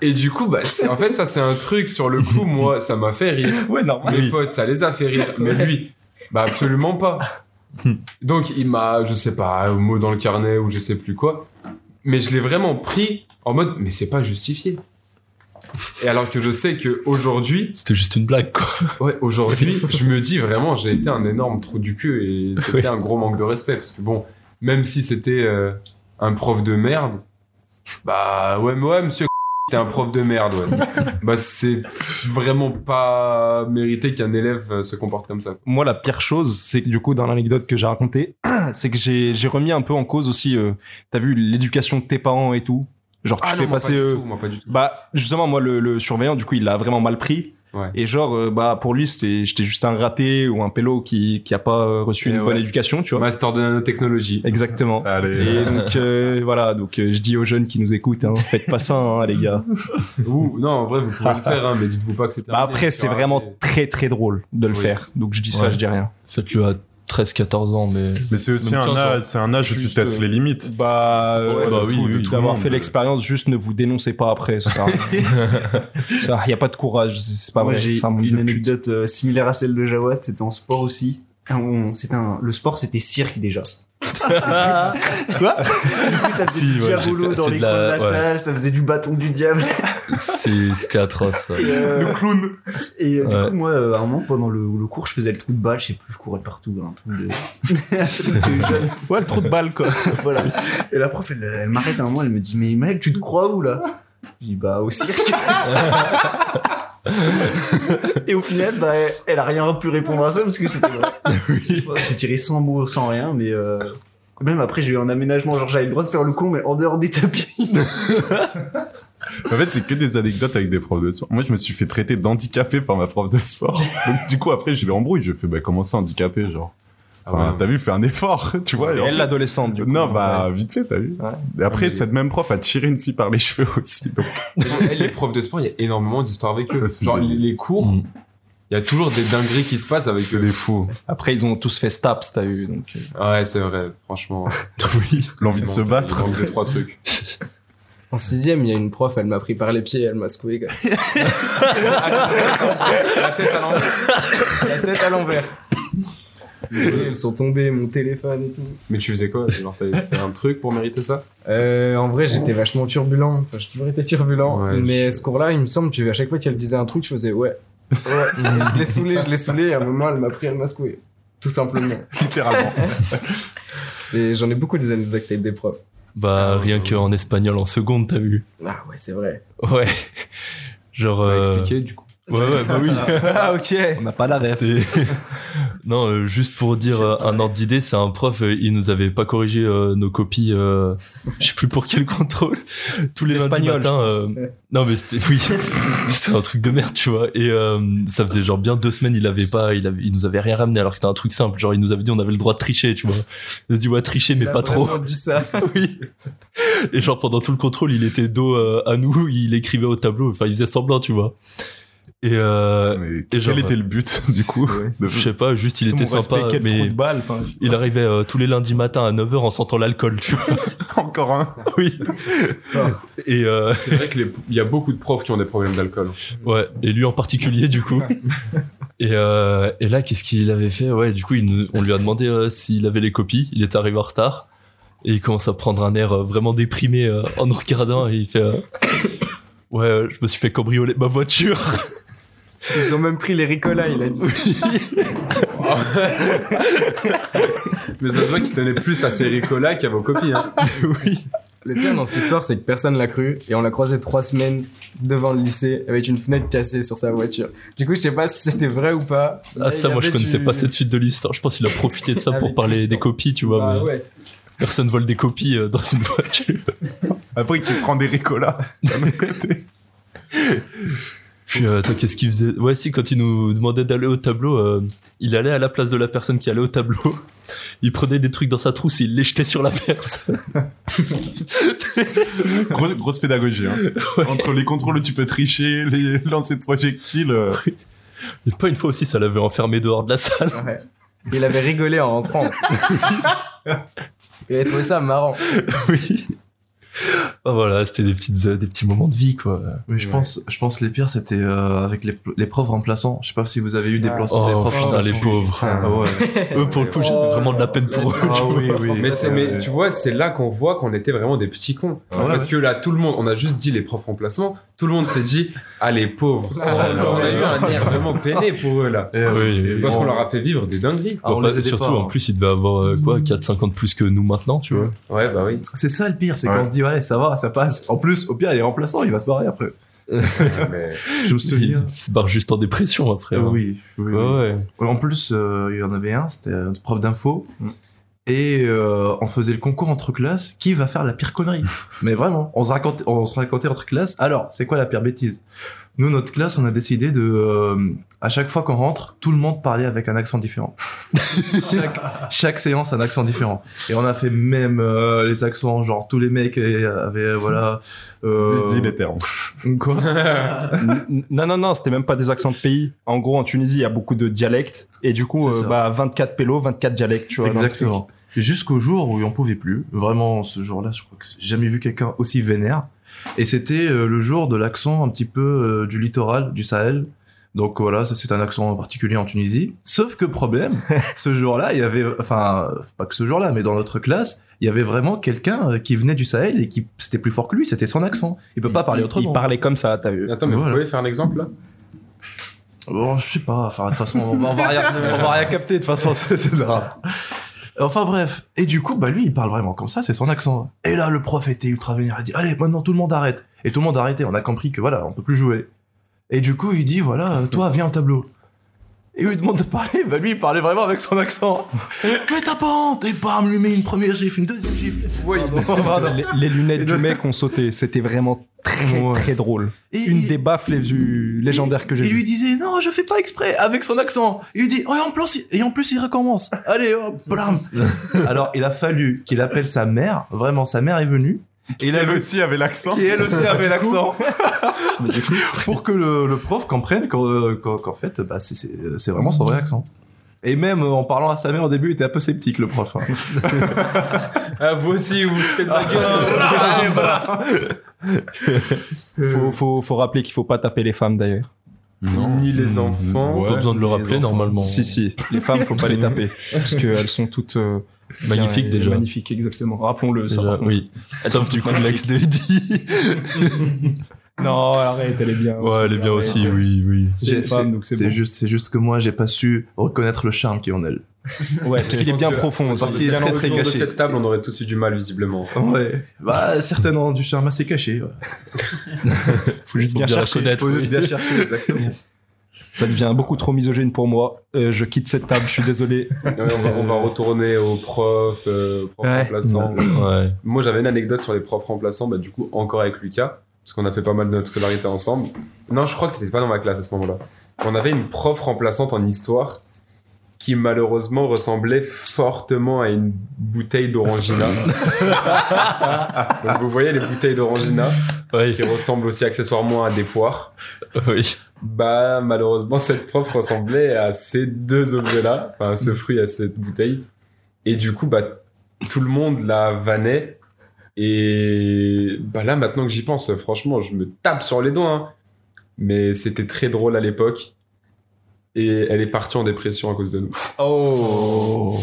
Speaker 2: Et du coup, bah, c'est- en fait, ça, c'est un truc sur le coup, moi, ça m'a fait rire.
Speaker 3: Ouais, normal.
Speaker 2: Mes potes, ça les a fait rire. Mais lui, bah, absolument pas. Donc, il m'a, je sais pas, un mot dans le carnet ou je sais plus quoi. Mais je l'ai vraiment pris en mode Mais c'est pas justifié. Et alors que je sais que aujourd'hui,
Speaker 5: C'était juste une blague, quoi.
Speaker 2: ouais, aujourd'hui, je me dis vraiment, j'ai été un énorme trou du cul et c'était un gros manque de respect parce que bon, même si c'était euh, un prof de merde, bah ouais, mais ouais, monsieur, t'es un prof de merde, ouais. bah c'est vraiment pas mérité qu'un élève euh, se comporte comme ça.
Speaker 3: moi, la pire chose, c'est que du coup, dans l'anecdote que j'ai racontée, c'est que j'ai j'ai remis un peu en cause aussi, euh, t'as vu, l'éducation de tes parents et tout. Genre, tu
Speaker 2: Ah non,
Speaker 3: fais
Speaker 2: moi,
Speaker 3: passer...
Speaker 2: pas du
Speaker 3: euh,
Speaker 2: tout, moi, pas du tout.
Speaker 3: bah, justement, moi, le, le surveillant, du coup, il l'a vraiment mal pris.
Speaker 2: Ouais.
Speaker 3: Et genre, euh, bah, pour lui, c'était j'étais juste un raté ou un pélo qui, qui a pas euh, reçu
Speaker 2: Et
Speaker 3: une
Speaker 2: ouais.
Speaker 3: bonne éducation, tu vois.
Speaker 2: Master de nanotechnologie.
Speaker 3: Exactement.
Speaker 1: Allez.
Speaker 3: Et donc, euh, voilà, donc euh, je dis aux jeunes qui nous écoutent, hein, faites pas ça, hein, les gars.
Speaker 2: Ou, non, en vrai, vous pouvez le faire, hein, mais dites-vous pas que c'était.
Speaker 3: Bah, après, c'est vraiment très, très drôle de le
Speaker 2: Oui.
Speaker 3: faire. Donc, je dis ça,
Speaker 5: Ouais.
Speaker 3: je dis rien.
Speaker 5: Faites-le à 13-14 ans, mais.
Speaker 1: Mais c'est aussi
Speaker 5: Donc,
Speaker 1: un
Speaker 5: ça,
Speaker 1: âge, c'est un âge où tu
Speaker 5: juste,
Speaker 1: testes
Speaker 5: euh,
Speaker 1: les limites.
Speaker 3: Bah,
Speaker 5: Ouais, bah oui, oui, tout le
Speaker 3: d'avoir
Speaker 1: monde.
Speaker 3: fait l'expérience, juste ne vous dénoncez pas après, ça. ça, il y a pas de courage, c'est c'est pas
Speaker 6: Moi,
Speaker 3: vrai.
Speaker 6: j'ai
Speaker 3: c'est un monde
Speaker 6: une
Speaker 3: de pute.
Speaker 6: anecdote euh, similaire à celle de Jawad, c'était en sport aussi. Ah, On- c'était un, le sport, c'était cirque déjà. Quoi Du coup, ça faisait
Speaker 5: Si,
Speaker 6: du
Speaker 5: ouais, j'ai
Speaker 6: diabolo
Speaker 5: fait-
Speaker 6: dans
Speaker 5: c'est
Speaker 6: les
Speaker 5: de la-
Speaker 6: coins de la
Speaker 5: ouais.
Speaker 6: salle, ça faisait du bâton du diable.
Speaker 5: C'est- C'était atroce. ça.
Speaker 6: le clown. Et euh,
Speaker 5: Ouais.
Speaker 6: du coup, moi, euh, à un moment, pendant le, le cours, je faisais le trou de balle, je sais plus, je courais partout, hein, un truc de, un truc de jeune.
Speaker 3: Ouais, le trou de balle, quoi.
Speaker 6: voilà. Et la prof, elle, elle m'arrête à un moment, elle me dit, mais mec, tu te crois où là Je dis, bah, au cirque. Et au final, bah, elle a rien pu répondre à ça parce que c'était vrai. J'ai tiré sans mots, sans rien, mais euh, même après, j'ai eu un aménagement, genre j'avais le droit de faire le con, mais en dehors des tapis.
Speaker 1: En fait, c'est que des anecdotes avec des profs de sport. Moi, je me suis fait traiter d'handicapé par ma prof de sport. Donc, du coup, après, je l'ai embrouille. Je fais, bah, comment ça, handicapé, genre
Speaker 2: Ah
Speaker 1: Enfin, T'as vu, fais un effort, tu vois. et en
Speaker 3: elle,
Speaker 1: fait-
Speaker 3: l'adolescente, du coup. hein,
Speaker 1: non, bah, vite fait, t'as vu.
Speaker 3: Ouais.
Speaker 1: Et après,
Speaker 2: Mais-
Speaker 1: cette même prof a tiré une fille par les cheveux aussi. Donc,
Speaker 2: Elle, les profs de sport, il y a énormément d'histoires avec eux.
Speaker 1: Ouais, c'est
Speaker 2: Genre,
Speaker 1: des-
Speaker 2: les cours,
Speaker 5: Mm.
Speaker 2: il y a toujours des dingueries qui se passent avec
Speaker 1: c'est
Speaker 2: eux.
Speaker 1: des fous.
Speaker 3: Après, ils ont tous fait Staps, t'as eu. Donc, euh,
Speaker 2: Ouais, c'est vrai, franchement.
Speaker 1: Oui, l'envie de se battre.
Speaker 2: Il manque deux, trois trucs.
Speaker 9: En sixième, il y a une prof, elle m'a pris par les pieds et elle m'a secoué. comme ça.
Speaker 2: La tête à l'envers.
Speaker 9: La tête à l'envers. Les pieds, Elles sont tombées, mon téléphone et tout.
Speaker 2: Mais tu faisais quoi Genre, t'avais fait un truc pour mériter ça
Speaker 9: Euh, en vrai, j'étais vachement turbulent. Enfin, j'ai toujours été turbulent.
Speaker 2: Ouais,
Speaker 9: mais ce cours-là, il me semble, tu, à chaque fois qu'elle disait un truc, je faisais ouais. Ouais. je l'ai saoulé, je l'ai saoulé. Et à un moment, elle m'a pris, elle m'a secoué. Tout simplement.
Speaker 1: Littéralement.
Speaker 9: Et j'en ai beaucoup des anecdotes avec des profs.
Speaker 5: Bah, rien qu'en espagnol en seconde, t'as vu.
Speaker 9: Ah ouais, c'est vrai.
Speaker 5: Ouais. Genre.
Speaker 2: On va
Speaker 5: euh,
Speaker 2: expliquer, du coup.
Speaker 5: Ouais, ouais, bah oui.
Speaker 3: Ah, ok. On n'a pas la ref.
Speaker 5: C'était- non, euh, juste pour dire euh, un ordre d'idée, c'est un prof, euh, il nous avait pas corrigé euh, nos copies, euh, je sais plus pour quel contrôle, tous les lundis
Speaker 3: L'espagnol,
Speaker 5: matins.
Speaker 3: je
Speaker 5: euh, non, mais c'était, oui, c'est un truc de merde, tu vois. Et euh, ça faisait genre bien deux semaines, il avait pas, il, avait- il nous avait rien ramené alors que c'était un truc simple. Genre, il nous avait dit on avait le droit de tricher, tu vois. Il nous dit ouais, tricher, mais
Speaker 9: Elle a
Speaker 5: pas trop.
Speaker 9: vraiment dit ça.
Speaker 5: Oui. Et genre pendant tout le contrôle, il était dos euh, à nous, il écrivait au tableau, enfin il faisait semblant, tu vois. Et euh,
Speaker 1: Mais
Speaker 5: Et
Speaker 1: quel
Speaker 5: genre,
Speaker 1: était le but, du coup de-
Speaker 5: je sais pas, juste il
Speaker 3: Tout
Speaker 5: était
Speaker 3: mon respect,
Speaker 5: sympa,
Speaker 3: quel trou
Speaker 5: mais
Speaker 3: de balle. enfin,
Speaker 5: il arrivait euh, tous les lundis matin à 9h en sentant l'alcool, tu vois.
Speaker 1: Encore un.
Speaker 5: Oui.
Speaker 9: Fort.
Speaker 5: Et euh,
Speaker 2: C'est vrai qu'il y a beaucoup de profs qui ont des problèmes d'alcool.
Speaker 5: ouais, et lui en particulier du coup. Et, euh, et là, qu'est-ce qu'il avait fait Ouais, du coup, il nous- on lui a demandé euh, s'il avait les copies. Il est arrivé en retard. Et il commence à prendre un air euh, vraiment déprimé euh, en nous regardant. Et il fait euh, Ouais, euh, je me suis fait cambrioler ma voiture.
Speaker 9: Ils ont même pris les Ricola, il a dit.
Speaker 2: Mais ça se voit qu'ils tenaient plus à ces Ricola qu'à vos copies. Hein.
Speaker 9: Le pire dans cette histoire, c'est que personne l'a cru et on l'a croisé trois semaines devant le lycée avec une fenêtre cassée sur sa voiture. Du coup, je sais pas si c'était vrai ou pas.
Speaker 5: Ah,
Speaker 9: Mais
Speaker 5: ça,
Speaker 9: il y
Speaker 5: moi, je
Speaker 9: avait
Speaker 5: connaissais
Speaker 9: du-
Speaker 5: pas cette suite de l'histoire. Je pense qu'il a profité de ça pour
Speaker 9: Avec
Speaker 5: parler
Speaker 9: Tristan.
Speaker 5: des copies, tu vois.
Speaker 9: Ah
Speaker 5: mais
Speaker 9: ouais.
Speaker 5: Personne vole des copies euh, dans une voiture.
Speaker 1: Après, tu prends des ricolas.
Speaker 5: Puis, euh, attends, qu'est-ce qu'il faisait Ouais, si, quand il nous demandait d'aller au tableau, euh, il allait à la place de la personne qui allait au tableau. Il prenait des trucs dans sa trousse et il les jetait sur la personne.
Speaker 1: Grosse, grosse pédagogie. Hein. Entre les contrôles où tu peux tricher, les lancers de projectiles. euh,
Speaker 5: Et pas une fois aussi, ça l'avait enfermé dehors de la salle.
Speaker 9: Ouais. Il avait rigolé en rentrant. Il avait trouvé ça marrant.
Speaker 5: oui. Ah, voilà, c'était des, petites, euh, des petits moments de vie, quoi.
Speaker 8: Oui, je pense, je pense les pires c'était euh, avec les, les profs remplaçants. Je sais pas si vous avez eu des
Speaker 9: Ah.
Speaker 8: plans sur
Speaker 5: Oh,
Speaker 8: des profs.
Speaker 5: putain, les pauvres.
Speaker 8: Ah ouais.
Speaker 5: Eux, pour le coup, j'avais vraiment de la peine pour eux.
Speaker 8: Ah oui, oui.
Speaker 2: Mais, c'est- mais
Speaker 8: Ouais.
Speaker 2: tu vois, c'est là qu'on voit qu'on était vraiment des petits cons.
Speaker 8: Ah Ouais,
Speaker 2: Parce
Speaker 8: ouais.
Speaker 2: que là, tout le monde, on a juste dit les profs remplacements, tout le monde s'est dit, ah les pauvres. on a eu un air vraiment peiné pour eux
Speaker 8: Eh
Speaker 2: là.
Speaker 5: Oui,
Speaker 2: Parce qu'on leur a fait vivre des dingueries.
Speaker 8: Ah, on les aidait
Speaker 5: surtout,
Speaker 8: pas, hein. Mmh.
Speaker 5: en plus, il devait avoir euh, quoi 4-50 plus que nous maintenant, tu vois.
Speaker 2: Ouais, bah oui.
Speaker 8: C'est ça le pire, c'est
Speaker 1: Ouais.
Speaker 8: qu'on se dit, ouais, ça va, ça passe. En plus, au pire, il est remplaçant, il va se barrer après.
Speaker 2: Mais
Speaker 8: Je me
Speaker 5: Il, il se barre juste en dépression après. hein.
Speaker 8: Eh oui, oui, oui.
Speaker 5: Ouais, ouais.
Speaker 8: En plus, euh, il y en avait un, c'était euh, notre prof d'info.
Speaker 3: Mm.
Speaker 8: Et euh, on faisait le concours entre classes, qui va faire la pire connerie Mais vraiment, on se, racontait, on se racontait entre classes, alors, c'est quoi la pire bêtise Nous, notre classe, on a décidé de... euh, à chaque fois qu'on rentre, tout le monde parlait avec un accent différent. chaque, chaque séance, un accent différent. Et on a fait même euh, les accents, genre tous les mecs euh, avaient, euh, voilà... euh,
Speaker 1: Dis, dis les termes.
Speaker 8: quoi
Speaker 3: N- non, non, non, c'était même pas des accents de pays. En gros, en Tunisie, il y a beaucoup de dialectes. Et du coup,
Speaker 8: C'est
Speaker 3: euh,
Speaker 8: ça.
Speaker 3: bah, 24 pélos, 24 dialectes, tu vois. dans le truc.
Speaker 8: Exactement. Jusqu'au jour où on pouvait plus. Vraiment, ce jour-là, je crois que j'ai jamais vu quelqu'un aussi vénère. Et c'était euh, le jour de l'accent un petit peu euh, du littoral, du Sahel. Donc voilà, ça, c'est un accent particulier en Tunisie. Sauf que problème, ce jour-là, il y avait, enfin, euh, pas que ce jour-là, mais dans notre classe, il y avait vraiment quelqu'un euh, qui venait du Sahel et qui, c'était plus fort que lui, c'était son accent. Il peut pas parler
Speaker 3: Il-
Speaker 8: autrement.
Speaker 3: Il parlait comme ça, t'as vu.
Speaker 2: attends, mais
Speaker 8: Voilà.
Speaker 2: vous pouvez faire un exemple là
Speaker 8: Bon, je sais pas. Enfin, de toute façon, on va, on va rien, on va rien capter. De toute façon, c'est c'est grave. Enfin bref. Et du coup, bah lui, il parle vraiment comme ça. C'est son accent. Et là, le prof était ultra vénère. Il dit allez, maintenant tout le monde arrête. Et tout le monde a arrêté. On a compris que voilà, on peut plus jouer. Et du coup, il dit voilà, toi, viens au tableau. Et il lui demande de parler. Bah lui, il parlait vraiment avec son accent. Mais t'as pas honte Et bam, lui met une première gifle, une deuxième gifle. Pardon, pardon.
Speaker 3: Les, les lunettes
Speaker 8: Et
Speaker 3: du
Speaker 8: de-
Speaker 3: mec ont sauté. C'était vraiment très,
Speaker 8: Ouais.
Speaker 3: très drôle.
Speaker 8: Et
Speaker 3: Une
Speaker 8: il-
Speaker 3: des baffes les plus légendaires que j'ai
Speaker 8: Il lui
Speaker 3: vues.
Speaker 8: disait non, je fais pas exprès avec son accent. Il lui dit oh, et en plus, et en plus il recommence. Allez, hop, blam. Alors il a fallu qu'il appelle sa mère. Vraiment, sa mère est venue. Et il a
Speaker 1: Elle
Speaker 8: vu
Speaker 1: aussi avait l'accent.
Speaker 8: qui elle aussi avait l'accent. pour que le, le prof comprenne qu'en qu'en- qu'en fait, bah, c'est- c'est c'est vraiment son vrai accent. Et même euh, en parlant à sa mère au début, il était un peu sceptique le prof. hein.
Speaker 2: Ah, vous aussi, vous vous foutez de ma gueule.
Speaker 3: Faut, faut, faut rappeler qu'il faut pas taper les femmes d'ailleurs.
Speaker 2: Ni
Speaker 8: Mm,
Speaker 2: les enfants.
Speaker 5: Pas besoin de le rappeler normalement.
Speaker 3: Si, si, les femmes, faut pas les taper. Parce qu'elles sont toutes euh, bien
Speaker 5: Magnifiques,
Speaker 3: et
Speaker 5: déjà.
Speaker 3: Magnifiques, exactement. Rappelons-le, ça.
Speaker 5: Déjà,
Speaker 3: par contre.
Speaker 5: oui. Sauf du coup, l'ex d'Eddie.
Speaker 3: Non, arrête, elle est bien.
Speaker 5: Ah Ouais, elle est bien aussi, oui, oui.
Speaker 3: C'est une
Speaker 8: J'ai-
Speaker 3: femme, donc c'est bon.
Speaker 8: juste, c'est juste que moi, j'ai pas su reconnaître le charme qui est en elle.
Speaker 3: Ouais, parce qu'il est bien
Speaker 2: Parce que-
Speaker 3: profond. hein.
Speaker 8: parce
Speaker 3: aussi.
Speaker 8: qu'il est
Speaker 2: Bien
Speaker 8: très, très
Speaker 2: autour de
Speaker 8: caché.
Speaker 2: cette table, on aurait tous eu du mal, visiblement.
Speaker 8: Ouais, bah certainement du charme assez caché. ouais.
Speaker 5: Faut juste
Speaker 3: bien chercher.
Speaker 5: reconnaître.
Speaker 8: Faut
Speaker 5: oui.
Speaker 8: bien chercher exactement.
Speaker 3: Ça devient beaucoup trop misogyne pour moi. Euh, je quitte cette table, je suis désolé.
Speaker 2: Ouais, on, va, on va retourner aux profs, euh, profs
Speaker 3: Ouais.
Speaker 2: remplaçants.
Speaker 8: Mm.
Speaker 5: Ouais.
Speaker 2: Moi, j'avais une anecdote sur les profs remplaçants, bah, du coup, encore avec Lucas, parce qu'on a fait pas mal de notre scolarité ensemble. Non, je crois que t'étais pas dans ma classe à ce moment-là. On avait une prof remplaçante en histoire qui, malheureusement, ressemblait fortement à une bouteille d'orangina. Donc, vous voyez les bouteilles d'orangina
Speaker 5: Ouais.
Speaker 2: qui ressemblent aussi accessoirement à des poires.
Speaker 5: Oui.
Speaker 2: Bah, malheureusement, cette prof ressemblait à ces deux objets-là, enfin, à ce fruit, à cette bouteille. Et du coup, bah, tout le monde la vannait. Et bah là, maintenant que j'y pense, franchement, je me tape sur les doigts. hein. Mais c'était très drôle à l'époque. Et elle est partie en dépression à cause de nous.
Speaker 3: Oh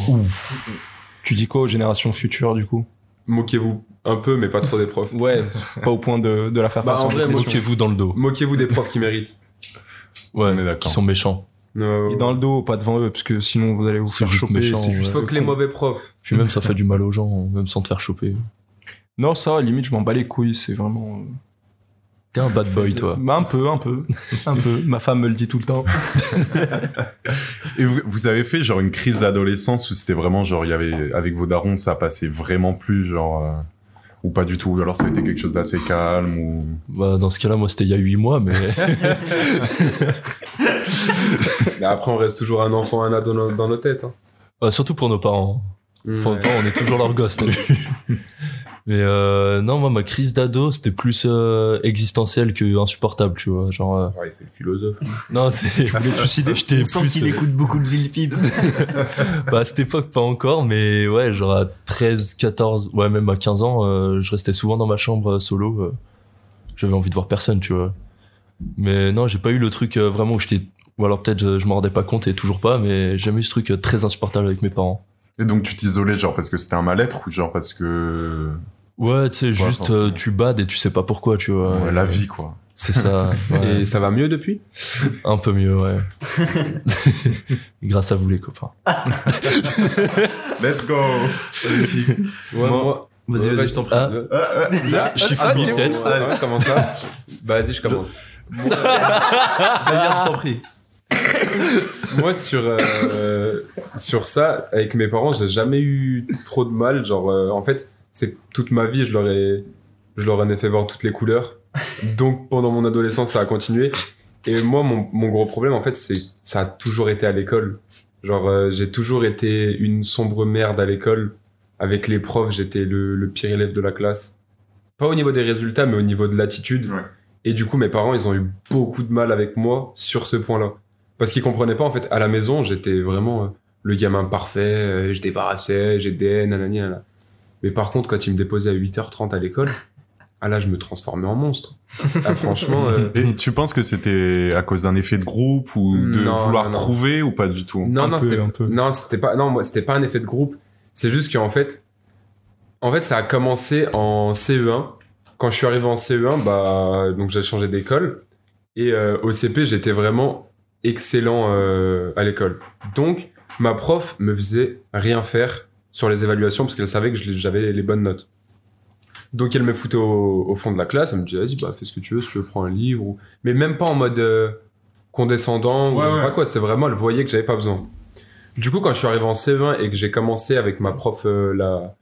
Speaker 3: Tu dis quoi aux générations futures du coup
Speaker 2: Moquez-vous un peu, mais pas trop des profs.
Speaker 3: Ouais, pas au point de, de la faire
Speaker 2: Bah,
Speaker 3: partir
Speaker 2: en
Speaker 3: en
Speaker 2: vrai,
Speaker 3: dépression.
Speaker 5: Moquez-vous dans le dos.
Speaker 2: Moquez-vous des profs qui méritent.
Speaker 1: On est
Speaker 5: Ouais.
Speaker 1: d'accord.
Speaker 5: Qui sont méchants.
Speaker 2: Euh,
Speaker 3: Et dans le dos, pas devant eux, parce que sinon vous allez vous
Speaker 5: C'est
Speaker 3: faire
Speaker 5: juste
Speaker 3: choper.
Speaker 5: méchant,
Speaker 3: bah, c'est juste
Speaker 2: Faut que les
Speaker 3: con.
Speaker 2: mauvais profs.
Speaker 5: Puis même, ça fait du mal aux gens, même sans te faire choper.
Speaker 3: Non, ça, limite, je m'en bats les couilles, c'est vraiment.
Speaker 5: T'es un bad boy, toi.
Speaker 3: Bah, un peu, un peu. Un peu. Ma femme me le dit tout le temps.
Speaker 1: Et vous, vous avez fait genre une crise d'adolescence où c'était vraiment genre il y avait avec vos darons ça passait vraiment plus genre euh, ou pas du tout ou alors ça a été quelque chose d'assez calme ou
Speaker 5: Bah, dans ce cas-là, moi, c'était il y a 8 mois, mais
Speaker 2: Mais après, on reste toujours un enfant, un ado dans- dans nos têtes. hein.
Speaker 5: Bah, surtout pour nos parents. hein. Pour
Speaker 2: Ouais.
Speaker 5: le temps, on est toujours leur gosse. t'as vu. Mais euh, non, moi, ma crise d'ado, c'était plus euh, existentielle que insupportable, tu vois. Genre, euh,
Speaker 2: Ah, il fait le philosophe.
Speaker 5: non, c'est. Je voulais te suicider. J'étais
Speaker 6: On sent
Speaker 5: plus.
Speaker 6: qu'il
Speaker 5: euh,
Speaker 6: écoute beaucoup de Villepip.
Speaker 5: bah, à cette époque, pas encore, mais ouais, genre à 13, 14, ouais, même à 15 ans, euh, je restais souvent dans ma chambre euh, solo. euh, J'avais envie de voir personne, tu vois. Mais non, j'ai pas eu le truc euh, vraiment où j'étais. Ou alors peut-être je, je m'en rendais pas compte et toujours pas, mais j'ai jamais eu ce truc euh, très insupportable avec mes parents.
Speaker 1: et donc tu t'isolais genre parce que c'était un mal-être ou genre parce que
Speaker 5: Ouais, tu sais, juste
Speaker 1: forcément.
Speaker 5: euh, tu bades et tu sais pas pourquoi, tu vois.
Speaker 1: ouais, la vie quoi
Speaker 5: C'est ça. ouais.
Speaker 2: Et ça va mieux depuis
Speaker 5: Un peu mieux, ouais. Grâce à vous, les copains.
Speaker 1: Let's go
Speaker 2: Ouais,
Speaker 5: Moi-
Speaker 2: moi.
Speaker 5: Vas-y,
Speaker 2: Ouais,
Speaker 5: vas-y,
Speaker 2: bah,
Speaker 5: je t'en Ah, prie.
Speaker 2: Euh, Là,
Speaker 5: Ah, je suis fatigué,
Speaker 2: bon,
Speaker 5: peut-être.
Speaker 2: ouais, ouais, ah, comment ça Bah, vas-y, je commence.
Speaker 5: D'ailleurs, je t'en prie.
Speaker 2: Moi, sur, euh, sur ça, avec mes parents, j'ai jamais eu trop de mal. Genre, euh, en fait, c'est toute ma vie, je leur, ai, je leur en ai fait voir toutes les couleurs. Donc, pendant mon adolescence, ça a continué. Et moi, mon, mon gros problème, en fait, c'est ça a toujours été à l'école. Genre, euh, j'ai toujours été une sombre merde à l'école. Avec les profs, j'étais le, le pire élève de la classe. Pas au niveau des résultats, mais au niveau de l'attitude.
Speaker 1: Ouais.
Speaker 2: Et du coup, mes parents, ils ont eu beaucoup de mal avec moi sur ce point-là. Parce qu'ils comprenaient pas, en fait, à la maison, j'étais vraiment euh, le gamin parfait, euh, je débarrassais, j'aidais, nanani, nanana. Mais par contre, quand ils me déposaient à 8h30 à l'école, ah là, je me transformais en monstre. Ah, franchement, euh,
Speaker 1: Et tu penses que c'était à cause d'un effet de groupe ou de
Speaker 2: Hmm. Non,
Speaker 1: vouloir
Speaker 2: non, non.
Speaker 1: prouver ou pas du tout
Speaker 2: Non,
Speaker 3: Un
Speaker 2: non,
Speaker 3: peu,
Speaker 2: c'était
Speaker 3: un peu.
Speaker 2: non, c'était pas, non, moi, c'était pas un effet de groupe. C'est juste qu'en fait, en fait, ça a commencé en CE1. Quand je suis arrivé en CE1, bah, donc j'ai changé d'école. Et euh, au CP, j'étais vraiment excellent euh, à l'école. Donc, ma prof me faisait rien faire sur les évaluations parce qu'elle savait que je- j'avais les bonnes notes. Donc, elle me foutait au, au fond de la classe. Elle me disait, vas-y, bah, fais ce que tu veux, si tu veux, prends un livre. ou- Mais même pas en mode euh, condescendant ou
Speaker 1: Ouais,
Speaker 2: je sais
Speaker 1: ouais.
Speaker 2: pas quoi. C'est vraiment, elle voyait que j'avais pas besoin. Du coup, quand je suis arrivé en C20 et que j'ai commencé avec ma prof, euh, la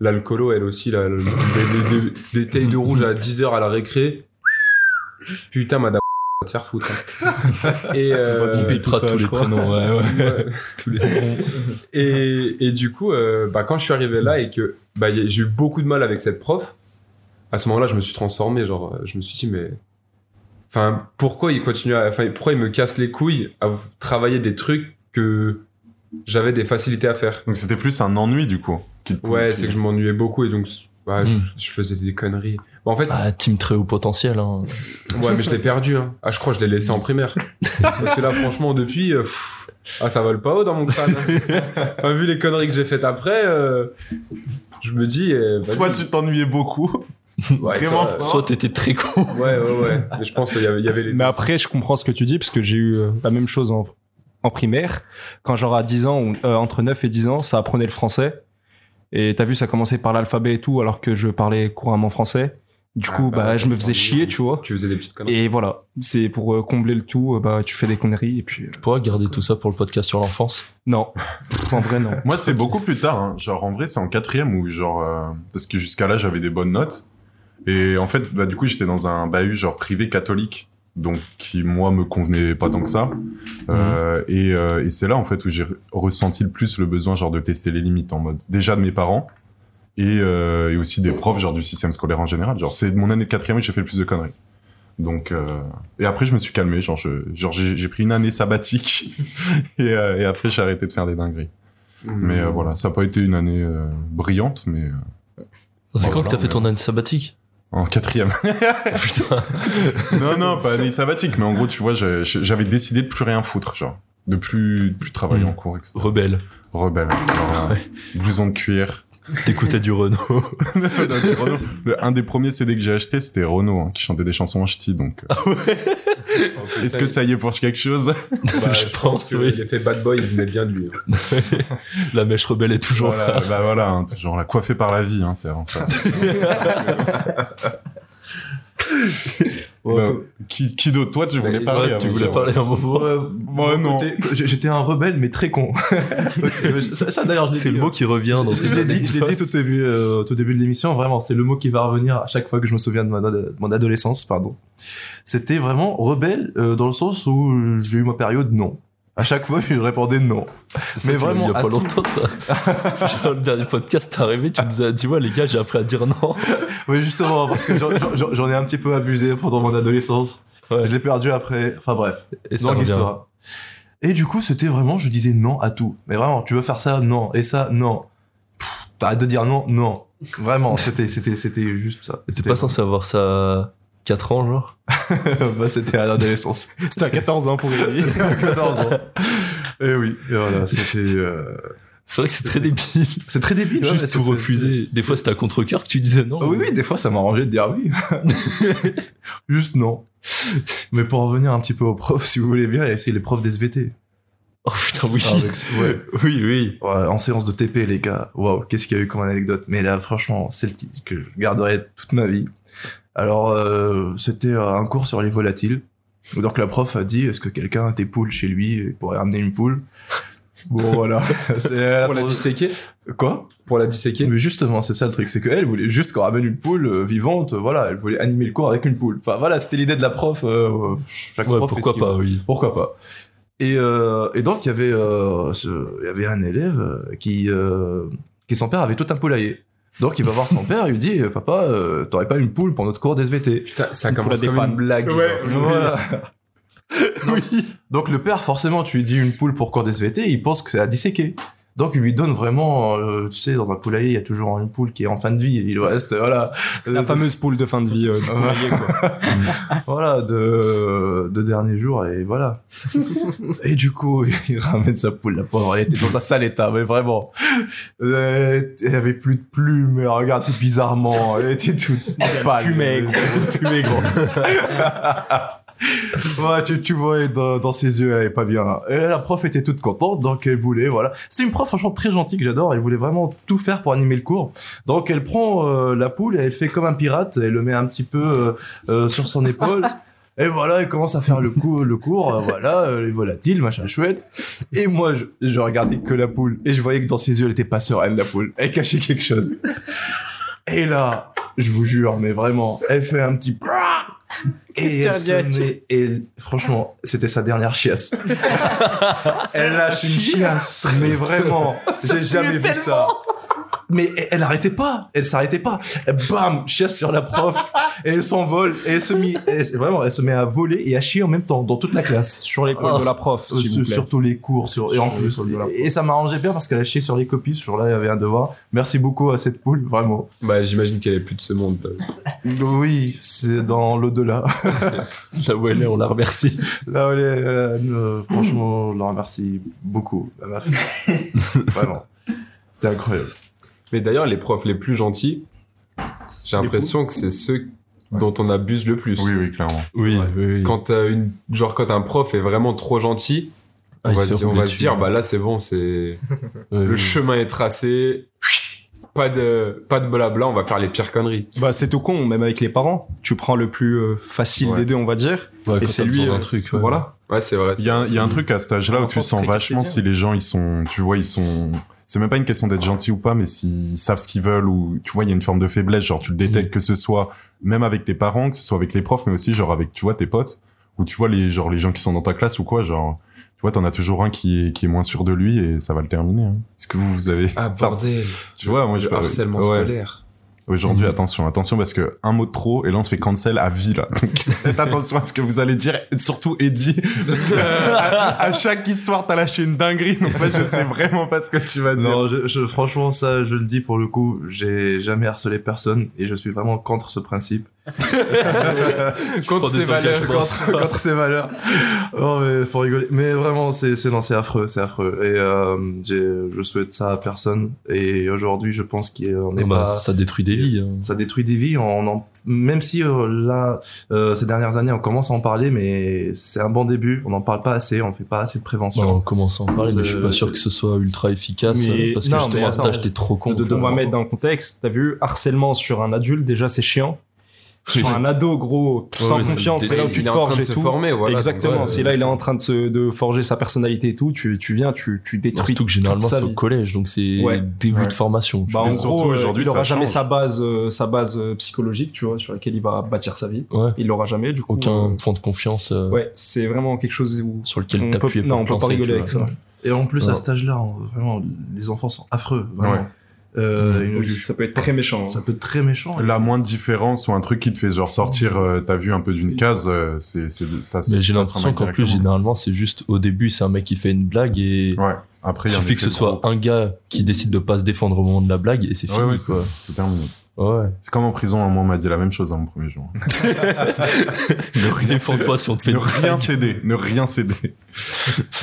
Speaker 2: l'alcoolo, elle aussi, la, le- des, des- des- des tailles de rouge à 10h à la récré, putain, madame, va te faire foutre. hein. Et,
Speaker 5: On
Speaker 2: euh,
Speaker 5: va biper tous les prénoms, ouais, ouais.
Speaker 2: ouais.
Speaker 5: tous les prénoms.
Speaker 2: et, et du coup, euh, bah, quand je suis arrivé là et que bah, y a- j'ai eu beaucoup de mal avec cette prof, à ce moment-là, je me suis transformé. Genre, euh, je me suis dit, mais. Enfin, pourquoi il continue à. Enfin, pourquoi il me casse les couilles à v- travailler des trucs que j'avais des facilités à faire
Speaker 1: Donc c'était plus un ennui du coup. qui te-
Speaker 2: Ouais,
Speaker 1: qui-
Speaker 2: c'est que je m'ennuyais beaucoup et donc. ouais,
Speaker 5: Mm.
Speaker 2: je, je faisais des conneries. Bah, en fait,
Speaker 5: Ah, team très haut potentiel, hein.
Speaker 2: ouais, mais je l'ai perdu. hein. Ah, je crois que je l'ai laissé en primaire. Parce que là, franchement, depuis, euh, pff, ah, ça vole pas haut dans mon crâne. hein. Enfin, vu les conneries que j'ai faites après, euh, je me dis. euh, vas-y.
Speaker 1: Soit tu t'ennuyais beaucoup,
Speaker 2: Ouais, ça-
Speaker 1: vraiment fort.
Speaker 5: Soit t'étais très con.
Speaker 2: Ouais, ouais, ouais. Mais je pense qu'il y avait, il y avait les.
Speaker 3: Mais après, je comprends ce que tu dis, parce que j'ai eu euh, la même chose en, en primaire. Quand genre à 10 ans, on- euh, entre 9 et 10 ans, ça apprenait le français. Et t'as vu, ça commençait par l'alphabet et tout, alors que je parlais couramment français. Du
Speaker 2: Ah,
Speaker 3: coup,
Speaker 2: bah
Speaker 3: bah,
Speaker 2: ouais,
Speaker 3: je me
Speaker 2: t'as
Speaker 3: faisais
Speaker 2: entendu,
Speaker 3: chier,
Speaker 2: hein.
Speaker 3: tu vois.
Speaker 2: Tu faisais des petites conneries.
Speaker 3: Et voilà, c'est pour euh, combler le tout, euh, bah, tu fais des conneries et puis... euh,
Speaker 5: Tu pourras garder tout ça pour le podcast sur l'enfance.
Speaker 3: non, en vrai, non.
Speaker 1: Moi, c'est beaucoup plus tard. hein. Genre, en vrai, c'est en quatrième où, genre, euh, parce que jusqu'à là, j'avais des bonnes notes. Et en fait, bah, du coup, j'étais dans un bahut, genre, privé catholique. Donc, qui, moi, me convenait pas tant que ça. Euh, et euh, et c'est là, en fait, où j'ai re- ressenti le plus le besoin, genre, de tester les limites en mode, déjà de mes parents. Et, euh, et aussi des profs, genre, du système scolaire en général. Genre, c'est mon année de quatrième où j'ai fait le plus de conneries. Donc, euh, et après, je me suis calmé. Genre, je- genre, j'ai j'ai pris une année sabbatique. et, euh, et après, j'ai arrêté de faire des dingueries. Mais
Speaker 5: Hmm.
Speaker 1: euh, voilà, ça n'a pas été une année euh, brillante, mais euh,
Speaker 5: C'est
Speaker 1: Bah,
Speaker 5: quand
Speaker 1: voilà,
Speaker 5: que t'as
Speaker 1: mais-
Speaker 5: fait ton année sabbatique
Speaker 1: en quatrième. non, non, pas année sabbatique, mais en gros, tu vois, j'ai- j'avais décidé de plus rien foutre, genre. De plus, de plus travailler
Speaker 5: Mm.
Speaker 1: en cours, etc.
Speaker 5: Rebelle.
Speaker 1: Rebelle. Alors, euh, blouson de cuir.
Speaker 5: T'écoutais du Renault.
Speaker 1: Non, c'est Renaud. Le- un des premiers CD que j'ai acheté, c'était Renaud, hein, qui chantait des chansons en ch'ti, donc. euh,
Speaker 2: Oh,
Speaker 1: Est-ce que ça y est pour quelque chose
Speaker 5: je pense,
Speaker 2: bah, que
Speaker 5: oui.
Speaker 2: L'effet bad boy, il venait bien de lui. hein.
Speaker 5: La mèche rebelle est toujours
Speaker 1: voilà, Bah voilà, hein, toujours la coiffée par la vie, hein, c'est vraiment ça.
Speaker 8: Ouais,
Speaker 1: Bah, qui qui d'autre Toi, tu voulais
Speaker 2: Ouais,
Speaker 5: là.
Speaker 1: parler
Speaker 5: Ouais, tu
Speaker 1: avant,
Speaker 5: voulais
Speaker 1: genre.
Speaker 5: parler un moment.
Speaker 1: Moi, non.
Speaker 8: Côté- j'- J'étais un rebelle, mais très con. ça, ça, d'ailleurs, je l'ai
Speaker 5: C'est le
Speaker 8: dit, hein.
Speaker 5: mot qui revient dans tes
Speaker 8: Je l'ai dit, je l'ai dit
Speaker 5: anecdotes.
Speaker 8: tout au début, euh, tout au début de l'émission. Vraiment, c'est le mot qui va revenir à chaque fois que je me souviens de, ma- de mon adolescence. Pardon. C'était vraiment rebelle euh, dans le sens où j'ai eu ma période non. À chaque fois, je répondais non.
Speaker 5: Ça,
Speaker 8: Mais
Speaker 5: tu l'as
Speaker 8: vraiment,
Speaker 5: dit Il y a
Speaker 8: à
Speaker 5: pas
Speaker 8: tout-
Speaker 5: longtemps, ça. Genre, le dernier podcast, t'es arrivé, tu nous as dit, ouais, les gars, j'ai appris à dire non.
Speaker 8: Oui, justement, parce que j'en- j'en j'en ai un petit peu abusé pendant mon adolescence.
Speaker 5: Ouais.
Speaker 8: Je l'ai perdu après. Enfin bref,
Speaker 5: Et ça
Speaker 8: longue
Speaker 5: revient.
Speaker 8: histoire. Et du coup, c'était vraiment, je disais non à tout. Mais vraiment, tu veux faire ça Non. Et ça Non. Pff, T'arrêtes de dire non Non. Vraiment, c'était c'était c'était juste ça.
Speaker 5: T'es pas censé avoir ça à 4 ans, genre
Speaker 8: bah, c'était à l'adolescence.
Speaker 3: C'était à 14 ans pour Eh éveiller.
Speaker 8: 14 ans. Et oui, et voilà, c'était. euh,
Speaker 5: C'est vrai que c'est très débile.
Speaker 8: C'est très débile, ouais, mais
Speaker 5: Juste
Speaker 8: c'est-
Speaker 5: tout
Speaker 8: c'est-
Speaker 5: refuser. Des fois, c'était à contre-coeur que tu disais non.
Speaker 8: Ah oui, oui, des fois ça m'arrangeait de dire oui. Juste non.
Speaker 3: Mais pour en revenir un petit peu aux profs, si vous voulez bien, il y a aussi les profs d'SVT.
Speaker 5: Oh putain, oui.
Speaker 8: Ah,
Speaker 3: ouais.
Speaker 5: oui, oui.
Speaker 3: Ouais, en séance de TP, les gars, waouh, qu'est-ce qu'il y a eu comme anecdote Mais là, franchement, celle qui- que je garderai toute ma vie. Alors, euh, c'était euh, un cours sur les volatiles. Donc, la prof a dit est-ce que quelqu'un a des poules chez lui et pourrait ramener une poule Bon, voilà. C'est- elle a
Speaker 2: Pour la
Speaker 3: tendu-
Speaker 2: disséquer
Speaker 3: Quoi
Speaker 2: Pour la disséquer
Speaker 3: Mais justement, c'est ça le truc, c'est qu'elle voulait juste qu'on ramène une poule euh, vivante, euh, voilà, elle voulait animer le cours avec une poule. Enfin, voilà, c'était l'idée de la prof. euh, chaque
Speaker 5: Ouais,
Speaker 3: prof fait ce
Speaker 5: pourquoi
Speaker 3: qu'il veut.
Speaker 5: pas, oui.
Speaker 3: Pourquoi pas et, euh, et donc, il y avait, euh, ce- il y avait un élève euh, qui, euh, qui son père avait tout un poulailler. Donc, il va voir son père, il lui dit « Papa, euh, t'aurais pas une poule pour notre cours d'SVT
Speaker 2: Putain, ça
Speaker 8: Pour
Speaker 2: commence
Speaker 8: la
Speaker 2: comme une
Speaker 8: dépanne.
Speaker 2: blague. ?»
Speaker 3: Voilà. oui. Donc, le père, forcément, tu lui dis une poule pour cours d'SVT, il pense que c'est à disséquer. Donc, il lui donne vraiment, euh, tu sais, dans un poulailler, il y a toujours une poule qui est en fin de vie, et il reste, voilà.
Speaker 8: La
Speaker 3: Euh,
Speaker 8: fameuse poule de fin de vie. euh, du poulailler, quoi.
Speaker 3: voilà, de, de dernier jour, et voilà. et du coup, il ramène sa poule, la pauvre, elle était dans un sale état, mais vraiment. Euh, Elle avait plus de plumes, elle regardait bizarrement, elle était toute pâle.
Speaker 8: fumait, gros.
Speaker 3: fumée, gros. Ouais, tu, tu voyais dans, dans ses yeux, elle est pas bien. Et la prof était toute contente, donc elle voulait, voilà. C'est une prof franchement très gentille que j'adore, elle voulait vraiment tout faire pour animer le cours. Donc elle prend euh, la poule et elle fait comme un pirate, elle le met un petit peu euh, euh, sur son épaule. Et voilà, elle commence à faire le, coup, le cours, euh, voilà, euh, les volatiles, machin chouette. Et moi, je, je regardais que la poule, et je voyais que dans ses yeux, elle était pas sereine, la poule. Elle cachait quelque chose. Et là, je vous jure, mais vraiment, elle fait un petit... brrrr. Et, elle se met- et elle- franchement, c'était sa dernière chiasse. elle lâche une chiasse, mais vraiment, j'ai jamais vu ça. Mais elle, elle arrêtait pas, elle s'arrêtait pas. Elle, bam, chiasse sur la prof, et elle s'envole, et elle se met, elle- vraiment, elle se met à voler et à chier en même temps dans toute la classe.
Speaker 8: Sur l'épaule
Speaker 3: Oh.
Speaker 8: de la prof,
Speaker 3: Euh,
Speaker 8: s'il vous
Speaker 3: sur-
Speaker 8: plaît.
Speaker 3: surtout les cours sur, et en
Speaker 8: Sur-
Speaker 3: plus
Speaker 8: sur le-
Speaker 3: et ça m'arrangeait bien parce qu'elle a chié sur les copies ce jour-là il y avait un devoir merci beaucoup à cette poule vraiment
Speaker 2: Bah, j'imagine qu'elle est plus de ce monde.
Speaker 3: oui c'est dans l'au-delà
Speaker 5: Là où elle est, on la remercie.
Speaker 3: là elle est, euh, euh, franchement je la remercie beaucoup Elle m'a fait- vraiment c'était incroyable
Speaker 2: Mais d'ailleurs, les profs les plus gentils, j'ai l'impression que c'est ceux dont on abuse le plus.
Speaker 1: oui, clairement.
Speaker 5: Oui, oui, oui.
Speaker 2: Quand t'as une, genre quand un prof est vraiment trop gentil, on
Speaker 5: Ah, il
Speaker 2: va,
Speaker 5: se
Speaker 2: se, dire- on
Speaker 5: roule
Speaker 2: va
Speaker 5: dessus. Mm.
Speaker 2: se dire, bah là c'est bon, c'est
Speaker 5: Ouais,
Speaker 2: le
Speaker 5: ouais.
Speaker 2: chemin est tracé, pas de pas de blabla, on va faire les pires conneries.
Speaker 8: Bah, c'est tout con, même avec les parents. Tu prends le plus euh, facile
Speaker 1: Ouais.
Speaker 8: des deux, on va dire.
Speaker 5: Ouais,
Speaker 8: Et
Speaker 5: quand
Speaker 8: c'est
Speaker 5: t'as
Speaker 8: lui,
Speaker 5: besoin d'un
Speaker 8: euh,
Speaker 5: truc. ouais.
Speaker 2: Voilà. Ouais, c'est vrai.
Speaker 1: Il y a, un- il y a un truc à cet âge-là où tu sens vachement si les gens, ils sont, tu vois, ils sont, c'est même pas une question d'être gentil ou pas, mais s'ils savent ce qu'ils veulent ou, tu vois, il y a une forme de faiblesse, genre, tu le
Speaker 2: Mm.
Speaker 1: détectes que ce soit même avec tes parents, que ce soit avec les profs, mais aussi, genre, avec, tu vois, tes potes, ou tu vois les, genre, les gens qui sont dans ta classe ou quoi, genre, tu vois, t'en as toujours un qui est, qui est moins sûr de lui et ça va le terminer. hein. Est-ce que vous, vous avez,
Speaker 2: Ah bordel,
Speaker 1: tu vois, moi, je
Speaker 2: le harcèlement
Speaker 1: ouais.
Speaker 2: scolaire.
Speaker 5: Mhm.
Speaker 1: Aujourd'hui, attention, attention, parce que un mot de trop, et là, on se fait cancel à vie, là. Donc, faites attention à ce que vous allez dire, et surtout Eddie, parce que euh, à, à chaque histoire, t'as lâché une dinguerie, donc là, je sais vraiment pas ce que tu vas dire.
Speaker 3: non je, je- franchement ça je le dis pour le coup j'ai jamais harcelé personne et je suis vraiment contre ce principe
Speaker 2: Contre
Speaker 5: des
Speaker 2: ses valeurs,
Speaker 5: engagements.
Speaker 2: contre-
Speaker 3: contre ses valeurs. Non, mais faut rigoler. Mais vraiment, c'est, c'est, non, c'est affreux, c'est affreux. Et euh, j'ai- je souhaite ça à personne. Et aujourd'hui, je pense qu'on est
Speaker 5: Ah bah,
Speaker 3: pas.
Speaker 5: Ça détruit des vies. hein.
Speaker 3: Ça détruit des vies. On en... Même si euh, là, euh, ces dernières années, on commence à en parler, mais c'est un bon début. On n'en parle pas assez, on fait pas assez de
Speaker 5: Ouais,
Speaker 3: prévention.
Speaker 5: on commence à en parler, mais je suis pas
Speaker 3: Euh,
Speaker 5: sûr que ce soit ultra efficace.
Speaker 8: Mais-
Speaker 5: Parce que
Speaker 3: non, mais
Speaker 5: justement, à cet
Speaker 3: attends.
Speaker 5: âge, t'es trop con.
Speaker 8: de, de moi mettre dans le contexte. T'as vu, harcèlement sur un adulte, déjà, c'est chiant. Sur un ado, gros, sans
Speaker 5: ouais, ça me
Speaker 8: confiance, c'est là où tu
Speaker 2: Il
Speaker 8: te
Speaker 2: est en train
Speaker 8: forges
Speaker 2: de
Speaker 8: et
Speaker 2: se
Speaker 8: tout.
Speaker 2: former, voilà.
Speaker 8: Exactement,
Speaker 5: ouais,
Speaker 8: c'est
Speaker 5: ouais.
Speaker 8: là il est en train de, se- de forger sa personnalité et tout, tu, tu viens, tu, tu
Speaker 5: Surtout
Speaker 8: détruis
Speaker 5: que
Speaker 8: toute
Speaker 5: généralement,
Speaker 8: sa
Speaker 5: c'est au
Speaker 8: vie.
Speaker 5: collège, donc c'est
Speaker 8: Ouais.
Speaker 5: début
Speaker 1: Ouais.
Speaker 5: de formation.
Speaker 8: Bah, en
Speaker 1: Mais
Speaker 8: gros,
Speaker 1: surtout,
Speaker 8: euh,
Speaker 1: aujourd'hui,
Speaker 8: il aura
Speaker 1: ça
Speaker 8: jamais
Speaker 1: change.
Speaker 8: sa base, euh, sa base euh, psychologique, tu vois, sur laquelle il va bâtir sa vie.
Speaker 5: Ouais.
Speaker 8: Il l'aura jamais, du coup.
Speaker 5: Aucun point de confiance euh,
Speaker 8: euh, ouais, c'est vraiment quelque chose où
Speaker 5: sur
Speaker 8: on
Speaker 5: lequel
Speaker 8: peut,
Speaker 5: t'appuyer.
Speaker 8: non,
Speaker 5: pour
Speaker 8: on peut pas
Speaker 5: te lancer,
Speaker 8: rigoler
Speaker 5: tu
Speaker 8: avec ça.
Speaker 5: vois.
Speaker 3: Et en plus, à
Speaker 5: Non.
Speaker 3: cet âge-là, on- vraiment, les enfants sont affreux. Vraiment.
Speaker 1: Ouais.
Speaker 3: Euh,
Speaker 8: Oui,
Speaker 3: une-
Speaker 8: Ça peut être très méchant. hein.
Speaker 3: Ça peut être très méchant.
Speaker 1: La moindre différence ou un truc qui te fait, genre, sortir, euh, t'as vu, un peu d'une case, euh, c'est, c'est, de- ça, c'est,
Speaker 5: Mais j'ai
Speaker 1: ça se
Speaker 5: l'impression
Speaker 1: remarque
Speaker 5: qu'en plus,
Speaker 1: directement.
Speaker 5: généralement, c'est juste au début, c'est un mec qui fait une blague et
Speaker 1: Ouais. Après,
Speaker 5: il
Speaker 1: y a un
Speaker 5: suffit que
Speaker 1: effet
Speaker 5: ce soit
Speaker 1: trop.
Speaker 5: un gars qui décide de pas se défendre au moment de la blague et c'est
Speaker 1: Ouais,
Speaker 5: fini.
Speaker 1: ouais, c'est,
Speaker 5: quoi.
Speaker 1: c'est terminé.
Speaker 5: Ouais.
Speaker 1: C'est comme en prison, hein, moi, on m'a dit la même chose, hein, mon premier jour. ne rien
Speaker 5: Défends-toi si on te fait
Speaker 1: ne
Speaker 5: une
Speaker 1: rien céder, ne rien céder.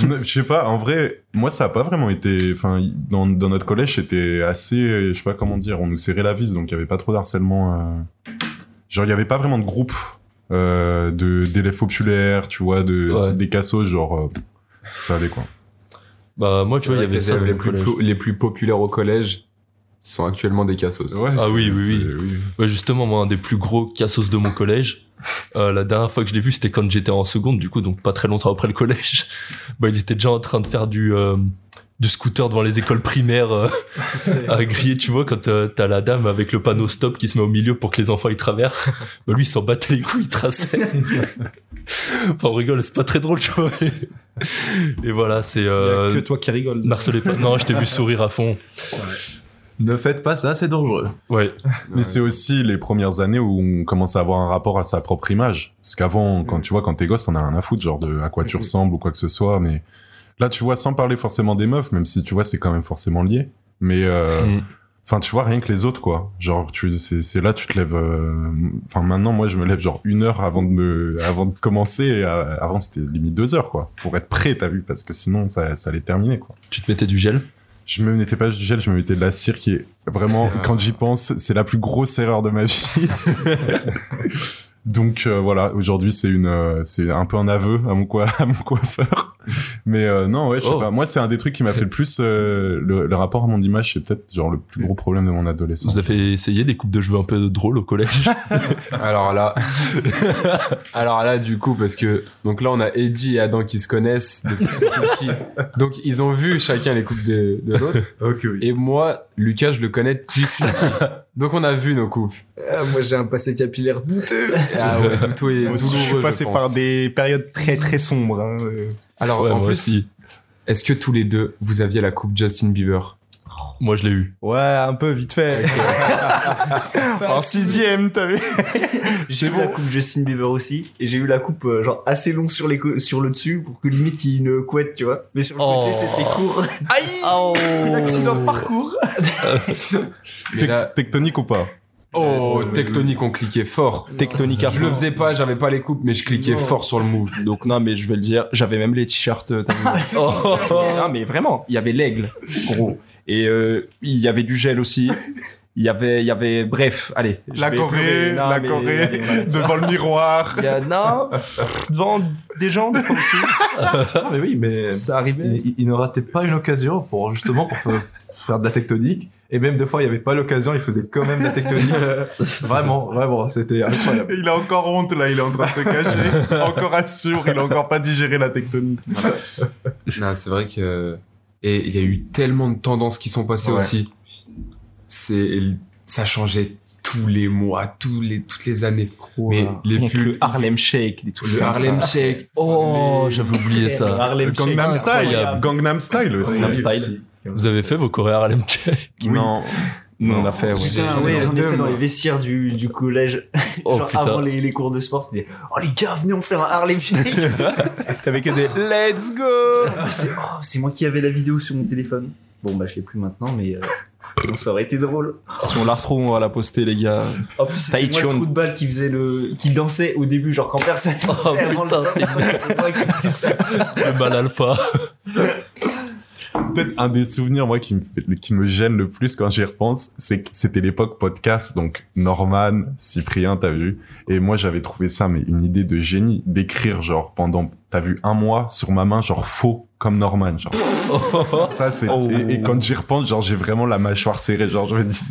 Speaker 1: Ne- je sais pas, en vrai, moi ça a pas vraiment été. Enfin, y- dans, dans notre collège, c'était assez, euh, je sais pas comment dire, on nous serrait la vis, donc il y avait pas trop d'harcèlement. euh. Genre, il y avait pas vraiment de groupe. euh, de- d'élèves populaires, tu vois, de,
Speaker 5: Ouais.
Speaker 1: des cassos, genre, euh, pff, ça allait quoi.
Speaker 5: Bah, moi, tu vois, il y
Speaker 2: les
Speaker 5: avait ça.
Speaker 2: élèves
Speaker 5: dans
Speaker 2: les
Speaker 5: mon
Speaker 2: plus,
Speaker 5: collège.
Speaker 2: po- les plus populaires au collège sont actuellement des cassos.
Speaker 5: Ah oui, oui, oui.
Speaker 1: c'est-
Speaker 5: Ouais, justement, moi, un des plus gros cassos de mon collège. euh, la dernière fois que je l'ai vu, c'était quand j'étais en seconde, du coup, donc pas très longtemps après le collège. Bah, il était déjà en train de faire du, euh, du scooter devant les écoles primaires euh, à griller, tu vois, quand euh, t'as la dame avec le panneau stop qui se met au milieu pour que les enfants y traversent. Bah, lui, il s'en battait les couilles, il traçait. enfin, on rigole, c'est pas très drôle, tu vois. Et, et voilà, c'est.
Speaker 3: que
Speaker 5: Euh,
Speaker 3: toi qui rigoles.
Speaker 5: n'harcelez pas. Non, je t'ai vu sourire à fond.
Speaker 8: Ne faites pas ça, c'est dangereux.
Speaker 5: Ouais.
Speaker 1: Mais c'est aussi les premières années où on commence à avoir un rapport à sa propre image. Parce
Speaker 5: Mm.
Speaker 1: qu'avant, quand tu vois, quand t'es gosse, t'en as rien à foutre, genre de à quoi tu ressembles ou quoi que ce soit. Mais là, tu vois, sans parler forcément des meufs, même si tu vois, c'est quand même forcément lié. Mais euh,
Speaker 5: Mm.
Speaker 1: enfin, tu vois, rien que les autres, quoi. Genre, tu, c'est, c'est là, tu te lèves. euh, Enfin, maintenant, moi, je me lève genre une heure avant de me, avant de commencer. Et, euh, avant, c'était limite deux heures, quoi, pour être prêt, t'as vu, parce que sinon, ça, ça allait terminer, quoi.
Speaker 5: Tu te mettais du gel
Speaker 1: Je me mettais pas du gel, je me mettais de la cire qui est vraiment, quand j'y pense, c'est la plus grosse erreur de ma vie. Donc euh, voilà, aujourd'hui c'est une, euh, c'est un peu un aveu à mon, coi- à mon coiffeur. Mais euh, non, ouais, je sais
Speaker 5: Oh.
Speaker 1: pas. Moi, c'est un des trucs qui m'a fait le plus euh, le, le rapport à mon image, c'est peut-être genre le plus gros problème de mon adolescence.
Speaker 5: Vous avez essayé des coupes de cheveux un peu drôles au collège
Speaker 2: Alors là, alors là, du coup, parce que donc là, on a Eddie et Adam qui se connaissent depuis qu'ils sont tout petits. Donc ils ont vu chacun les coupes de, de l'autre.
Speaker 8: Ok, oui.
Speaker 2: Et moi, Lucas, je le connais depuis que je suis petit. Donc on a vu nos coupes.
Speaker 9: Ah, moi, j'ai un passé capillaire douteux.
Speaker 2: Ah ouais, douteux et
Speaker 8: Moi
Speaker 2: douloureux.
Speaker 8: aussi, je suis passé
Speaker 2: pense.
Speaker 8: par
Speaker 6: Des périodes très très sombres. hein, euh.
Speaker 2: Alors
Speaker 5: Ouais,
Speaker 2: en
Speaker 5: moi
Speaker 2: plus,
Speaker 5: aussi.
Speaker 2: est-ce que tous les deux vous aviez la coupe Justin Bieber
Speaker 5: Moi, je l'ai eu.
Speaker 6: Ouais, un peu vite fait. en sixième, t'as vu J'ai eu la coupe Justin Bieber aussi, et j'ai eu la coupe euh, genre assez longue sur, les co- sur le dessus pour que limite il y ait une couette, tu vois. Mais sur le
Speaker 5: Oh.
Speaker 6: côté, c'était court. Aïe L'accident de parcours
Speaker 5: Eh
Speaker 2: Mais là-
Speaker 1: Tec- Tectonique ou pas
Speaker 2: Oh, Tectonique, on cliquait fort.
Speaker 3: Tectonique à
Speaker 2: Je le
Speaker 3: fond.
Speaker 2: faisais pas, j'avais pas les coupes, mais je cliquais fort sur le move.
Speaker 3: Donc non, mais je vais le dire, j'avais même les t-shirts. euh, t'as vu.
Speaker 8: Oh.
Speaker 3: non, mais vraiment, il y avait l'aigle, gros. Et euh, il y avait du gel aussi. Il y avait, il y avait, bref, allez. je
Speaker 1: La
Speaker 3: vais
Speaker 1: Corée,
Speaker 3: pleurer. Non,
Speaker 1: la
Speaker 3: mais-
Speaker 1: Corée.
Speaker 3: allez, on va mettre ça.
Speaker 1: Devant le miroir.
Speaker 3: Il y a, non, devant des gens aussi.
Speaker 8: mais oui, mais
Speaker 3: Ça arrivait.
Speaker 8: il, il ne ratait pas une occasion pour justement pour se- faire de la tectonique. Et même des fois, il n'y avait pas l'occasion, il faisait quand même de la tectonique. vraiment, vraiment, c'était incroyable.
Speaker 1: Il a encore honte là, il est en train de se cacher. encore à suivre, il a encore pas digéré la tectonique.
Speaker 2: Non, c'est vrai que. Et il y a eu tellement de tendances qui sont passées
Speaker 8: Ouais.
Speaker 2: aussi. C'est. Ça changeait tous les mois, tous les, toutes les années. Mais les
Speaker 3: Rien que
Speaker 2: pulls.
Speaker 3: le Harlem Shake, des trucs
Speaker 2: Le
Speaker 3: comme
Speaker 2: Harlem
Speaker 3: ça.
Speaker 2: Shake.
Speaker 5: Oh, j'avais oublié
Speaker 8: Euh,
Speaker 6: Le
Speaker 5: ça.
Speaker 6: Harlem Shake.
Speaker 1: Euh, Gangnam Style,
Speaker 6: incroyable.
Speaker 1: Gangnam Style aussi.
Speaker 3: Gangnam Style.
Speaker 5: Vous avez fait vos choréas à l'MK
Speaker 1: Non,
Speaker 3: Nous, on a fait, ouais.
Speaker 2: Putain,
Speaker 6: Putain,
Speaker 2: j'en ai
Speaker 6: ouais,
Speaker 2: fait
Speaker 6: j'en ai
Speaker 2: deux,
Speaker 6: fait dans
Speaker 2: moi.
Speaker 6: les vestiaires du, du collège.
Speaker 5: Oh
Speaker 6: genre avant
Speaker 5: putain.
Speaker 6: les, les cours de sport, c'était Oh les gars, venez, on fait un Harlem Shake
Speaker 8: T'avais que des.
Speaker 6: Let's go C'est oh, c'est moi qui avais la vidéo sur mon téléphone. Bon, bah, je l'ai plus maintenant, mais euh, bon, ça aurait été drôle.
Speaker 3: Si on la retrouve, on va la poster, les gars.
Speaker 6: En plus, c'était moi le
Speaker 3: iTunes.
Speaker 6: trou de balle qui faisait le. qui dansait au début, genre quand personne dansait avant
Speaker 5: Oh, putain,
Speaker 6: le c'est toi qui faisais ça.
Speaker 5: Le mal alpha.
Speaker 1: peut-être un des souvenirs moi qui me, fait- qui me gêne le plus quand j'y repense, c'est que c'était l'époque podcast, donc Norman, Cyprien, t'as vu, et moi j'avais trouvé ça mais une idée de génie d'écrire genre pendant t'as vu un mois sur ma main genre faux comme Norman, genre ça c'est et, et quand j'y repense genre j'ai vraiment la mâchoire serrée, genre je me dis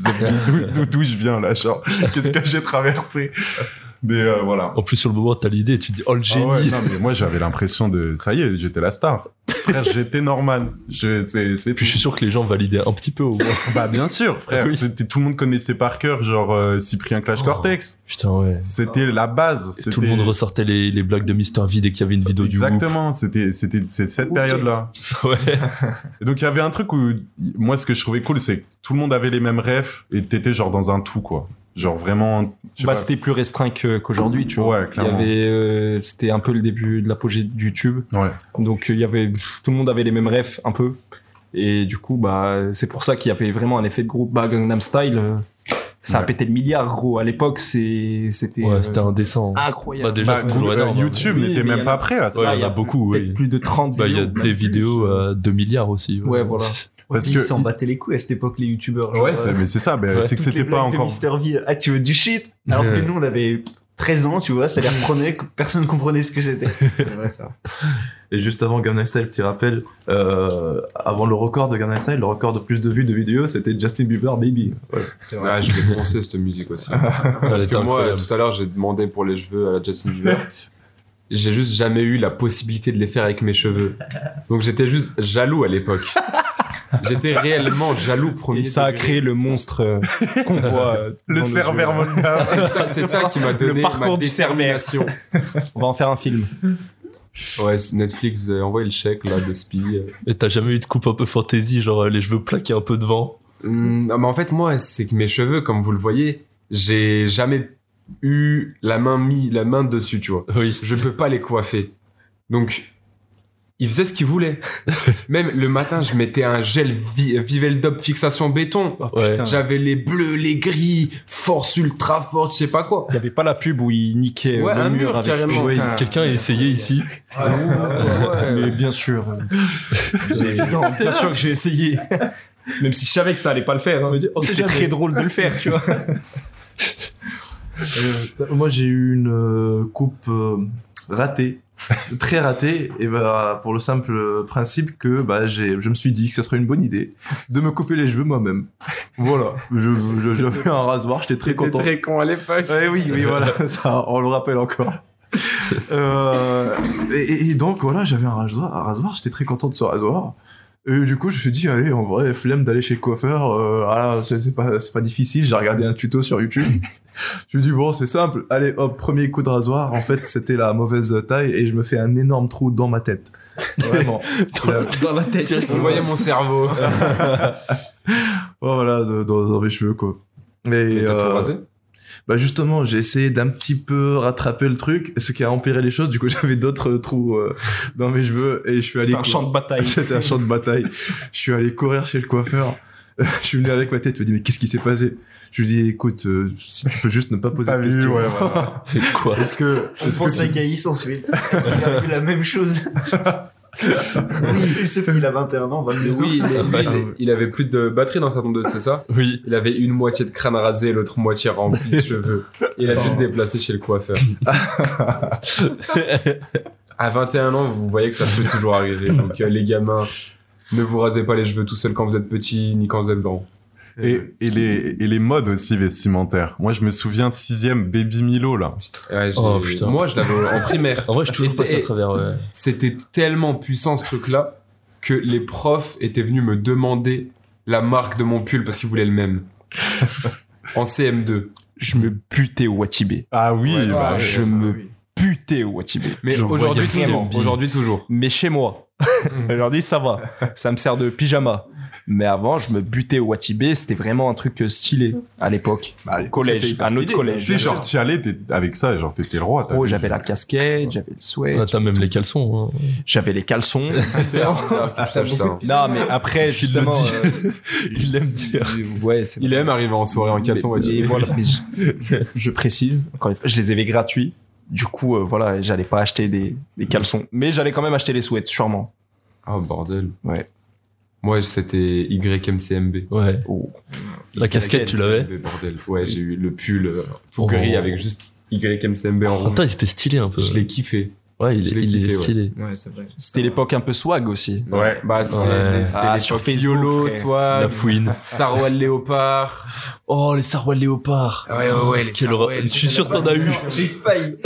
Speaker 1: d'où d'où- d'où je viens là, genre qu'est-ce que j'ai traversé, mais euh, voilà.
Speaker 5: En plus, sur le moment, t'as l'idée, tu te dis, oh le génie.
Speaker 1: Ah ouais, non, mais moi j'avais l'impression de ça y est, j'étais la star. Frère, j'étais Norman. Je, c'est, c'est
Speaker 5: Puis je suis sûr que les gens validaient un petit peu au moins.
Speaker 1: bah bien sûr, frère.
Speaker 5: Ah oui.
Speaker 1: C'était tout le monde connaissait par cœur genre euh, Cyprien Clash
Speaker 5: Oh.
Speaker 1: Cortex.
Speaker 5: Putain, ouais.
Speaker 1: C'était la base. C'était
Speaker 5: Tout le monde ressortait les, les blagues de Mister V dès qu'il y avait une vidéo
Speaker 1: Exactement, c'était c'était c'est cette période là.
Speaker 5: du groupe. Ouais.
Speaker 1: Et donc il y avait un truc où moi ce que je trouvais cool c'est que tout le monde avait les mêmes refs et t'étais genre dans un tout quoi. Genre vraiment je sais
Speaker 3: Bah,
Speaker 1: pas.
Speaker 3: c'était plus restreint que- qu'aujourd'hui, tu vois.
Speaker 1: Ouais,
Speaker 3: il y
Speaker 1: clairement.
Speaker 3: avait, euh, c'était un peu le début de l'apogée de YouTube.
Speaker 1: Ouais.
Speaker 3: Donc euh, il y avait pff, tout le monde avait les mêmes refs un peu. Et du coup, bah c'est pour ça qu'il y avait vraiment un effet de groupe. Bah, Gangnam Style, euh, ça a
Speaker 1: Ouais.
Speaker 3: pété le milliard, gros. À l'époque, c'est c'était
Speaker 5: Ouais,
Speaker 3: euh,
Speaker 5: c'était indécent.
Speaker 3: incroyable.
Speaker 5: Bah, déjà,
Speaker 1: Bah,
Speaker 5: c'est toujours
Speaker 1: euh,
Speaker 5: énorme. hein.
Speaker 1: YouTube
Speaker 3: Oui,
Speaker 1: n'était
Speaker 3: mais
Speaker 1: même
Speaker 3: il y en
Speaker 1: pas
Speaker 3: a-
Speaker 1: prêt à ça.
Speaker 5: Ouais, il y en
Speaker 3: y
Speaker 5: a
Speaker 3: a
Speaker 5: beaucoup,
Speaker 3: Peut-être
Speaker 5: oui.
Speaker 3: plus de 30
Speaker 5: Bah, il y a
Speaker 3: vidéos.
Speaker 5: des vidéos
Speaker 8: euh,
Speaker 5: à 2 milliards aussi.
Speaker 3: Ouais, voilà.
Speaker 1: Parce
Speaker 6: Ils
Speaker 1: que-
Speaker 6: s'en battaient les couilles à cette époque, les youtubeurs. genre,
Speaker 1: Ouais, c'est-
Speaker 6: euh,
Speaker 1: mais c'est ça, ben,
Speaker 5: Ouais.
Speaker 1: c'est que
Speaker 6: toutes les
Speaker 1: c'était pas
Speaker 6: blagues de
Speaker 1: encore
Speaker 6: Mr. V, ah, tu veux du shit Alors que nous, on avait 13 ans, tu vois, ça les reprenait, que personne ne comprenait ce que c'était.
Speaker 9: C'est vrai ça.
Speaker 8: Et juste avant Gangnam Style, petit rappel, euh, avant le record de Gangnam Style, le record de plus de vues de vidéos, c'était Justin Bieber Baby.
Speaker 2: Ah, je l'ai pensé cette musique aussi. Parce que moi, tout à l'heure, j'ai demandé pour les cheveux à la Justin Bieber. J'ai juste jamais eu la possibilité de les faire avec mes cheveux. Donc j'étais juste jaloux à l'époque. J'étais réellement jaloux premier.
Speaker 3: Et ça a
Speaker 2: degré.
Speaker 3: créé le monstre euh, qu'on voit. euh,
Speaker 1: Le
Speaker 3: dans nos
Speaker 1: cervère
Speaker 3: yeux.
Speaker 1: Moldav.
Speaker 2: C'est ça, c'est ça qui m'a donné
Speaker 3: Le parcours
Speaker 2: ma
Speaker 3: du Cerber.
Speaker 2: détermination.
Speaker 3: On va en faire un film.
Speaker 2: Ouais, c'est Netflix, vous avez envoyé le chèque là de Spi.
Speaker 5: Et t'as jamais eu de coupe un peu fantaisie, genre euh, les cheveux plaqués un peu devant
Speaker 2: Hum, non, mais en fait, moi, c'est que mes cheveux, comme vous le voyez, j'ai jamais eu la main mis, la main dessus, tu vois.
Speaker 5: Oui.
Speaker 2: Je peux pas les coiffer. Donc, ils faisaient ce qu'ils voulaient. Même le matin, je mettais un gel vi Vivel Dub fixation béton.
Speaker 5: Ouais.
Speaker 3: Oh, Putain.
Speaker 2: J'avais les bleus, les gris, force ultra forte, je sais pas quoi.
Speaker 3: Il n'y avait pas la pub où il niquait euh,
Speaker 2: Ouais,
Speaker 3: le
Speaker 2: un
Speaker 3: mur, Ah,
Speaker 2: mur,
Speaker 3: avec
Speaker 2: carrément.
Speaker 3: Oui,
Speaker 2: Putain.
Speaker 5: Quelqu'un a essayé ici.
Speaker 3: Mais bien sûr. euh, c'est évident, bien sûr que j'ai essayé. Même si je savais que ça allait pas le faire. hein. Mais C'était très drôle de le faire, tu vois.
Speaker 8: Moi, j'ai eu une euh, coupe euh, ratée, très ratée, et bah, pour le simple principe que bah, j'ai- je me suis dit que ce serait une bonne idée de me couper les cheveux moi-même. Voilà, je- je- j'avais un rasoir, j'étais très
Speaker 2: J'étais
Speaker 8: content.
Speaker 2: très con à l'époque.
Speaker 8: Ouais, oui, oui, voilà, ça, on le rappelle encore. Euh, et, et donc, voilà, j'avais un rasoir, un rasoir, j'étais très content de ce rasoir. Et du coup, je me suis dit, allez, en vrai, flemme d'aller chez le coiffeur, euh, ah, c'est c'est pas, c'est pas difficile, j'ai regardé un tuto sur YouTube. je me dis, bon, c'est simple, allez, hop, premier coup de rasoir, en fait, c'était la mauvaise taille et je me fais un énorme trou dans ma tête. Vraiment. La-
Speaker 3: Dans la tête.
Speaker 2: Vous voyez mon cerveau.
Speaker 8: oh, voilà, de- dans, dans mes cheveux, quoi. Et,
Speaker 2: Et t'as
Speaker 8: euh,
Speaker 3: hein.
Speaker 2: tout rasé
Speaker 8: Bah justement, j'ai essayé d'un petit peu rattraper le truc, ce qui a empiré les choses. Du coup, j'avais d'autres trous euh, dans mes cheveux et je suis allé.
Speaker 3: C'était un champ de bataille.
Speaker 8: C'était un champ de bataille. Je suis allé courir chez le coiffeur. Euh, Je suis venu avec ma tête. Je me dis mais qu'est-ce qui s'est passé Je lui dis écoute, euh, si tu peux juste ne pas poser
Speaker 1: T'as
Speaker 8: de
Speaker 1: vu,
Speaker 8: questions.
Speaker 1: ouais, voilà.
Speaker 5: Quoi
Speaker 8: Est-ce que
Speaker 6: On pense à Gaïs ensuite. Il a vu la même chose. oui, sauf qu'il a 21 ans, 22 ans.
Speaker 2: Oui, mais lui, il- il avait plus de batterie dans sa tondeuse, c'est ça
Speaker 5: Ah Oui.
Speaker 2: Il avait une moitié de crâne rasé, l'autre moitié remplie de cheveux. Et il a dû se déplacer chez le coiffeur. à 21 ans, vous voyez que ça peut toujours arriver. Donc euh, les gamins, ne vous rasez pas les cheveux tout seul quand vous êtes petit ni quand vous êtes grand.
Speaker 1: Et, et les, et les modes aussi vestimentaires. Moi, je me souviens de sixième Baby Milo, là.
Speaker 2: Ouais, j'ai-
Speaker 5: Oh, putain. Oh.
Speaker 2: Moi, je l'avais en primaire.
Speaker 5: En vrai, je suis toujours
Speaker 2: Et-
Speaker 5: passé à
Speaker 2: et-
Speaker 5: travers. euh,
Speaker 2: C'était tellement puissant ce truc-là que les profs étaient venus me demander la marque de mon pull parce qu'ils voulaient le même. en CM2.
Speaker 3: Je me butais au Watibé. Eh ben,
Speaker 1: Ah oui,
Speaker 2: Ouais,
Speaker 1: bah,
Speaker 2: ouais.
Speaker 3: Je me butais au Watibé.
Speaker 2: Mais
Speaker 3: Je
Speaker 2: aujourd'hui,
Speaker 3: voyais
Speaker 2: toujours.
Speaker 3: rien.
Speaker 2: Aujourd'hui, toujours.
Speaker 3: mais chez moi. Aujourd'hui, ça va. Ça me sert de pyjama. Mais avant, je me butais au Watibé. C'était vraiment un truc euh, stylé à l'époque. collège, un autre collège.
Speaker 1: Tu sais, genre, t'y allais t'es- avec ça, genre, t'étais le roi. t'as
Speaker 3: Gros,
Speaker 1: vu.
Speaker 3: j'avais la casquette, j'avais le
Speaker 5: ah,
Speaker 3: sweat,
Speaker 5: T'as même les caleçons. hein.
Speaker 3: j'avais les caleçons.
Speaker 2: Ah, tu saches ça.
Speaker 3: non, mais après,
Speaker 5: Il
Speaker 3: justement,
Speaker 5: le dit.
Speaker 3: euh,
Speaker 5: Il aime dire.
Speaker 3: ouais, c'est
Speaker 2: Il aime arriver en soirée en caleçon.
Speaker 3: Mais-
Speaker 2: ouais, tu-
Speaker 3: mais voilà, mais je, je- je précise, encore une fois, je les avais gratuits. Du coup, euh, voilà, j'allais pas acheter des, des caleçons. Mais j'allais quand même acheter les sweats, sûrement.
Speaker 2: Oh bordel.
Speaker 3: Ouais.
Speaker 2: Moi c'était YMCMB.
Speaker 5: Ouais.
Speaker 3: Oh.
Speaker 5: La casquette, tu l'avais
Speaker 2: YMCMB, bordel. Ouais, j'ai eu le pull euh, tout
Speaker 5: Oh.
Speaker 2: gris avec juste YMCMB en rouge.
Speaker 5: Attends, il était stylé un peu.
Speaker 2: Je l'ai kiffé.
Speaker 5: Ouais, il,
Speaker 2: je l'ai
Speaker 5: il est
Speaker 2: kiffé, ouais.
Speaker 5: stylé.
Speaker 9: Ouais, c'est vrai.
Speaker 3: C'était l'époque un peu swag aussi.
Speaker 1: Ouais.
Speaker 2: Bah c'est-
Speaker 5: Ouais.
Speaker 2: c'était
Speaker 3: Ah,
Speaker 2: l'époque
Speaker 3: sur Facebook,
Speaker 2: YOLO,
Speaker 3: frère.
Speaker 2: soit
Speaker 5: La fouine.
Speaker 2: Sarwell Léopard.
Speaker 5: Oh, les sarouels léopards.
Speaker 2: Ouais ouais ouais.
Speaker 5: Quel re- Je suis sûr que t'en as eu.
Speaker 6: J'ai failli.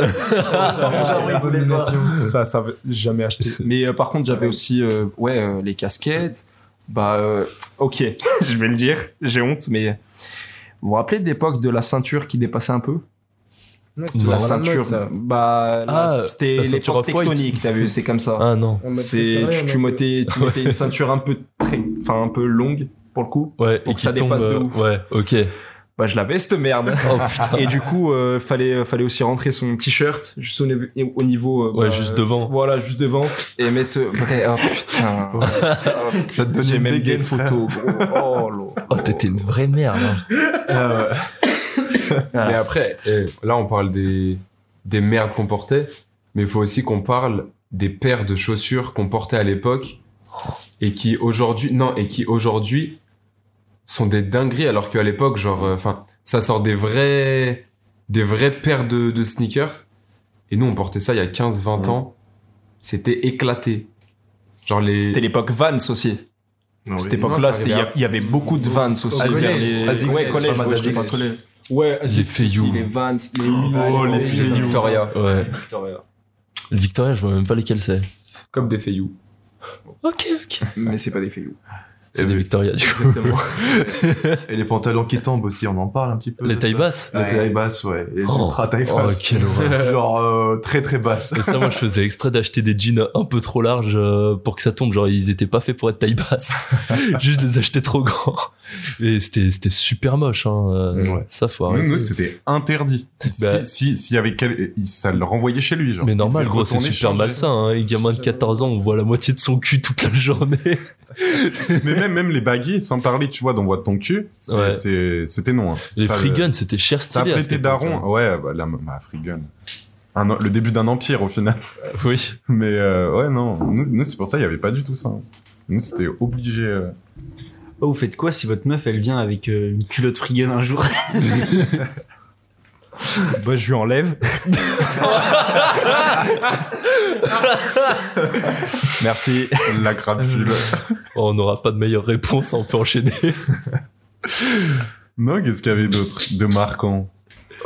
Speaker 6: Genre, il voulait pas.
Speaker 9: Ça, ça veut jamais acheter.
Speaker 3: Mais euh, par contre, j'avais aussi euh, ouais, euh, les casquettes. Bah, euh, ok, je vais le dire, j'ai honte, mais euh, vous vous rappelez de l'époque de la ceinture qui dépassait un peu
Speaker 5: Non.
Speaker 3: La
Speaker 5: Voilà,
Speaker 3: ceinture, bah, là,
Speaker 5: Ah,
Speaker 3: c'était
Speaker 5: la ceinture
Speaker 3: l'époque
Speaker 5: off-white.
Speaker 3: tectonique, t'as vu, c'est comme ça.
Speaker 5: Ah non.
Speaker 3: c'est, tu, tu mettais, tu mettais une ceinture un peu, très, enfin, un peu longue, pour le coup.
Speaker 5: Ouais,
Speaker 3: Pour
Speaker 5: et
Speaker 3: que
Speaker 5: qui
Speaker 3: ça
Speaker 5: tombe.
Speaker 3: dépasse de
Speaker 5: euh,
Speaker 3: ouf.
Speaker 5: Ouais, ok.
Speaker 3: Bah, je l'avais, cette merde.
Speaker 5: Oh putain.
Speaker 3: Et du coup, euh, fallait, fallait aussi rentrer son t-shirt, juste au, niveau- au niveau. euh,
Speaker 5: Ouais,
Speaker 3: bah,
Speaker 5: juste devant.
Speaker 3: Voilà, juste devant. Et mettre. Bref, oh putain. Ça te donne J'ai même des photos, gros. Oh, l'eau. Ah,
Speaker 5: Oh, t'étais une vraie merde. hein.
Speaker 2: Mais après, eh, là, on parle des, des merdes qu'on portait, mais il faut aussi qu'on parle des paires de chaussures qu'on portait à l'époque et qui aujourd'hui, non, et qui euh, aujourd'hui sont des dingueries alors qu'à l'époque, genre, enfin, ça sort des vrais, des vraies paires de, de sneakers. Et nous, on portait ça il y a 15-20
Speaker 3: Mm.
Speaker 6: Mhm.
Speaker 2: ans. C'était éclaté. Genre les.
Speaker 3: C'était l'époque Vans aussi. Cette
Speaker 2: Non, ça
Speaker 3: époque-là, c'était- il y a-
Speaker 2: arrivait
Speaker 3: il y, avait beaucoup de Vans aussi.
Speaker 9: Asics.
Speaker 3: Les-
Speaker 8: Asics,
Speaker 3: ouais,
Speaker 8: c'est
Speaker 3: collège,
Speaker 8: pas mal
Speaker 3: ouais, je sais
Speaker 8: d'Asics.
Speaker 3: pas trop les-
Speaker 9: Ouais,
Speaker 5: Les Feiyu.
Speaker 9: les Vans, les Wii,
Speaker 2: Oh, les
Speaker 9: Feiyu.
Speaker 2: Feiyu. Victoria.
Speaker 5: Ouais. Le Victoria, je vois même pas lesquels c'est.
Speaker 2: Comme des Feiyu.
Speaker 5: Ok, ok.
Speaker 9: Mais c'est pas des Feiyu.
Speaker 2: Eh
Speaker 5: C'est des Victoria, du coup.
Speaker 8: Exactement. Et les pantalons qui tombent aussi, on en parle un petit peu.
Speaker 5: Les
Speaker 8: de
Speaker 5: tailles
Speaker 8: ça.
Speaker 5: basses.
Speaker 8: Les
Speaker 9: Ouais.
Speaker 8: tailles basses, ouais. Les
Speaker 5: Oh.
Speaker 8: ultra tailles
Speaker 5: Oh,
Speaker 8: basses.
Speaker 5: quelle horreur.
Speaker 8: Genre euh, très très basses.
Speaker 5: Et ça, moi, je faisais exprès d'acheter des jeans un peu trop larges euh, pour que ça tombe. Genre, ils étaient pas faits pour être taille basse. Juste les achetais trop grands. Et c'était c'était super moche. Hein. euh,
Speaker 8: Ouais.
Speaker 5: Ça, faut
Speaker 1: Nous,
Speaker 5: arrêter.
Speaker 1: nous, c'était interdit.
Speaker 5: Bah.
Speaker 1: Si, si, s'il y avait quel... il- ça le renvoyait chez lui, genre.
Speaker 5: Mais normal,
Speaker 1: Il
Speaker 5: gros, c'est
Speaker 1: retournait
Speaker 5: super
Speaker 1: changer.
Speaker 5: malsain. Hein. Les gamins de 14 ans, on voit la moitié de son cul toute la journée.
Speaker 1: Mais même, même les baggy, sans parler, tu vois, d'envoi de ton cul, c'est-
Speaker 5: Ouais.
Speaker 1: c'est- c'était non. hein.
Speaker 5: Les
Speaker 1: Ça,
Speaker 5: free
Speaker 1: le-
Speaker 5: guns, c'était cher
Speaker 1: Ça
Speaker 5: stylé. à
Speaker 1: appelait
Speaker 5: cette
Speaker 1: tes
Speaker 5: époque, hein.
Speaker 1: darons. Ouais, bah, la, bah, free gun. Un an- le début d'un empire, au final.
Speaker 5: hein. Oui.
Speaker 1: Mais euh, ouais, non. Nous, nous, c'est pour ça, il n'y avait pas du tout ça. hein. Nous, c'était obligé. euh.
Speaker 6: Oh, vous faites quoi si votre meuf elle vient avec euh, une culotte frigaine un jour
Speaker 3: Bah, je lui enlève. Merci.
Speaker 1: La crapule.
Speaker 5: Oh, on n'aura pas de meilleure réponse, on peut enchaîner.
Speaker 1: non, qu'est-ce qu'il y avait d'autre de marquant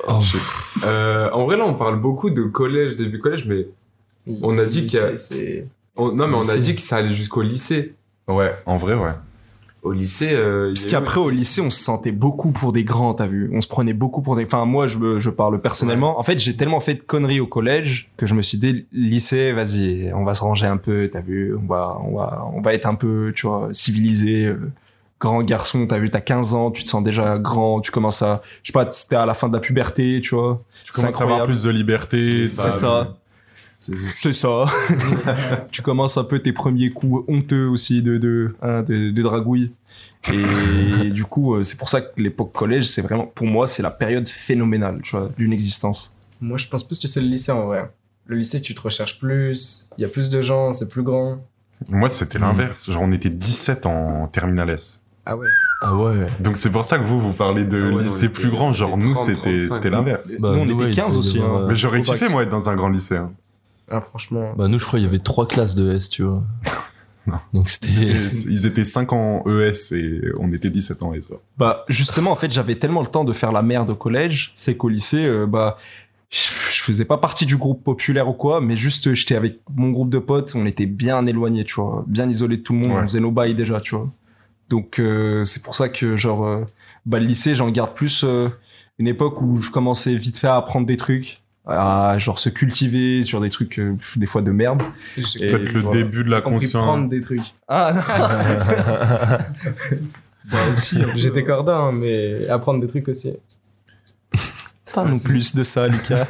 Speaker 5: Oh,
Speaker 2: Euh, en vrai, là, on parle beaucoup de collège, début collège, mais On a dit qu'il y a-
Speaker 9: C'est- c'est-
Speaker 2: on- non, mais on a
Speaker 5: Lycée.
Speaker 2: dit que ça allait jusqu'au lycée.
Speaker 1: Ouais, en vrai, ouais.
Speaker 2: Au lycée. Euh, il y
Speaker 3: Parce
Speaker 2: a eu
Speaker 3: qu'après, au lycée, on se sentait beaucoup pour des grands, t'as vu. On se prenait beaucoup pour des. Enfin, moi, je, me- je parle personnellement. En fait, j'ai tellement fait de conneries au collège que je me suis dit, lycée, vas-y, on va se ranger un peu, t'as vu. On va, on va, on va être un peu, tu vois, civilisé. euh, grand garçon, t'as vu, t'as 15 ans, tu te sens déjà grand, tu commences à. Je sais pas, t'es à la fin de la puberté, tu vois.
Speaker 1: Tu commences à avoir plus de liberté.
Speaker 3: C'est ça. C'est ça. tu commences un peu tes premiers coups honteux aussi de, de, hein, de, de dragouille. Et du coup, euh, c'est pour ça que l'époque collège, c'est vraiment, pour moi, c'est la période phénoménale, tu vois, d'une existence.
Speaker 9: Moi, je pense plus que c'est le lycée en vrai. Le lycée, tu te recherches plus, il y a plus de gens, c'est plus grand.
Speaker 1: Moi, c'était l'inverse. Genre, on était 17 en terminal S.
Speaker 9: Ah ouais.
Speaker 5: Ah ouais.
Speaker 1: Donc, c'est pour ça que vous, vous parlez de
Speaker 2: Ah ouais, on
Speaker 1: lycée
Speaker 2: était-
Speaker 1: plus grand. Genre,
Speaker 2: on était
Speaker 1: nous,
Speaker 2: 30,
Speaker 1: c'était
Speaker 2: 35,
Speaker 1: c'était l'inverse.
Speaker 3: Nous, on était
Speaker 5: Bah, ouais,
Speaker 3: 15
Speaker 5: il
Speaker 3: aussi,
Speaker 5: devait avoir,
Speaker 3: hein.
Speaker 5: euh,
Speaker 1: Mais j'aurais
Speaker 3: au bac.
Speaker 1: kiffé, moi, être dans un grand lycée. hein.
Speaker 9: Ah, franchement.
Speaker 5: Bah, nous, je crois, il y avait trois classes de S, tu vois.
Speaker 1: Non.
Speaker 5: Donc, c'était.
Speaker 1: Ils étaient 5 ans ES et on était 17 ans S. ouais.
Speaker 3: Bah, justement, en fait, j'avais tellement le temps de faire la merde au collège, c'est qu'au lycée, euh, bah, je faisais pas partie du groupe populaire ou quoi, mais juste, euh, j'étais avec mon groupe de potes, on était bien éloignés, tu vois, bien isolés de tout le monde,
Speaker 1: Ouais.
Speaker 3: on faisait nos bails déjà, tu vois. Donc, euh, c'est pour ça que, genre, euh, bah, le lycée, j'en garde plus euh, une époque où je commençais vite fait à apprendre des trucs, à, genre, se cultiver sur des trucs, euh, des fois de merde. Et
Speaker 1: Peut-être le
Speaker 3: voilà.
Speaker 1: début de la
Speaker 9: J'ai compris
Speaker 1: conscience.
Speaker 9: prendre des trucs.
Speaker 3: Ah, non. Ah, Bah, euh,
Speaker 9: J'étais corda, hein, mais apprendre des trucs aussi.
Speaker 3: pas non plus de ça, Lucas.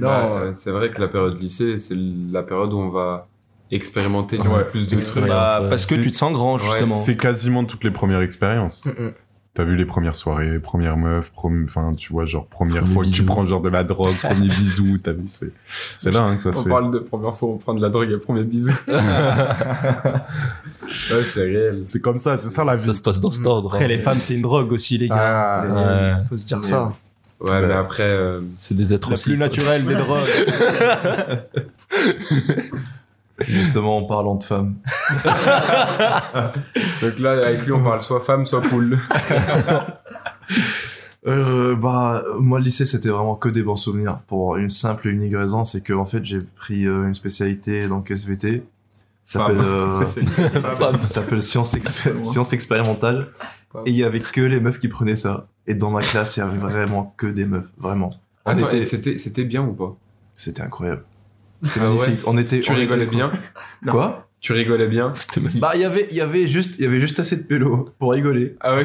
Speaker 9: Non,
Speaker 2: Ouais, euh, c'est vrai que la période lycée, c'est la période où on va expérimenter du
Speaker 1: Ouais,
Speaker 2: coup, plus de trucs.
Speaker 5: expérimenter.
Speaker 3: Bah,
Speaker 5: ouais.
Speaker 3: parce que
Speaker 1: C'est-
Speaker 3: tu te sens grand,
Speaker 2: Ouais,
Speaker 3: justement.
Speaker 1: C'est quasiment toutes les premières expériences.
Speaker 9: Mm-mm.
Speaker 1: T'as vu les premières soirées, premières meufs, prom- enfin, tu vois, genre, première
Speaker 5: Premier
Speaker 1: fois que tu
Speaker 5: bisou.
Speaker 1: prends genre de la drogue, premier bisou, t'as vu, c'est, c'est là, hein, que ça se
Speaker 2: On
Speaker 1: fait.
Speaker 2: parle de première fois, on prend de la drogue et premier bisou. ouais, c'est réel.
Speaker 1: C'est comme ça, c'est ça la vie.
Speaker 5: Ça se passe dans cet ordre.
Speaker 3: Après,
Speaker 5: hein.
Speaker 3: les femmes, c'est une drogue aussi, les gars.
Speaker 1: Ah,
Speaker 5: Ouais.
Speaker 3: Faut se dire ça.
Speaker 2: Ouais, mais après, euh,
Speaker 5: C'est des êtres
Speaker 3: La
Speaker 5: aussi,
Speaker 3: plus
Speaker 5: quoi.
Speaker 3: naturelle des drogues.
Speaker 8: Justement, en parlant de femmes.
Speaker 2: donc là, avec lui, on parle soit femme, soit poule.
Speaker 8: Euh, bah, moi, le lycée, c'était vraiment que des bons souvenirs. Pour une simple et unique raison, c'est que, en fait, j'ai pris euh, une spécialité, donc SVT. Ça
Speaker 1: Femme.
Speaker 8: s'appelle, euh,
Speaker 5: Femme.
Speaker 8: ça s'appelle sciences expé- sciences expérimentales. Et il y avait que les meufs qui prenaient ça. Et dans ma classe, il y avait vraiment que des meufs. Vraiment. On
Speaker 2: Attends,
Speaker 8: était-
Speaker 2: et c'était, c'était bien ou pas
Speaker 8: C'était incroyable. C'était
Speaker 2: Ah ouais
Speaker 8: magnifique. On était.
Speaker 2: Tu
Speaker 8: on
Speaker 2: rigolais
Speaker 8: était-
Speaker 2: bien
Speaker 8: Quoi
Speaker 2: Tu rigolais bien
Speaker 5: C'était magnifique.
Speaker 8: Bah, il y avait, il y avait juste, il y avait juste assez de pélo pour rigoler.
Speaker 2: Ah ouais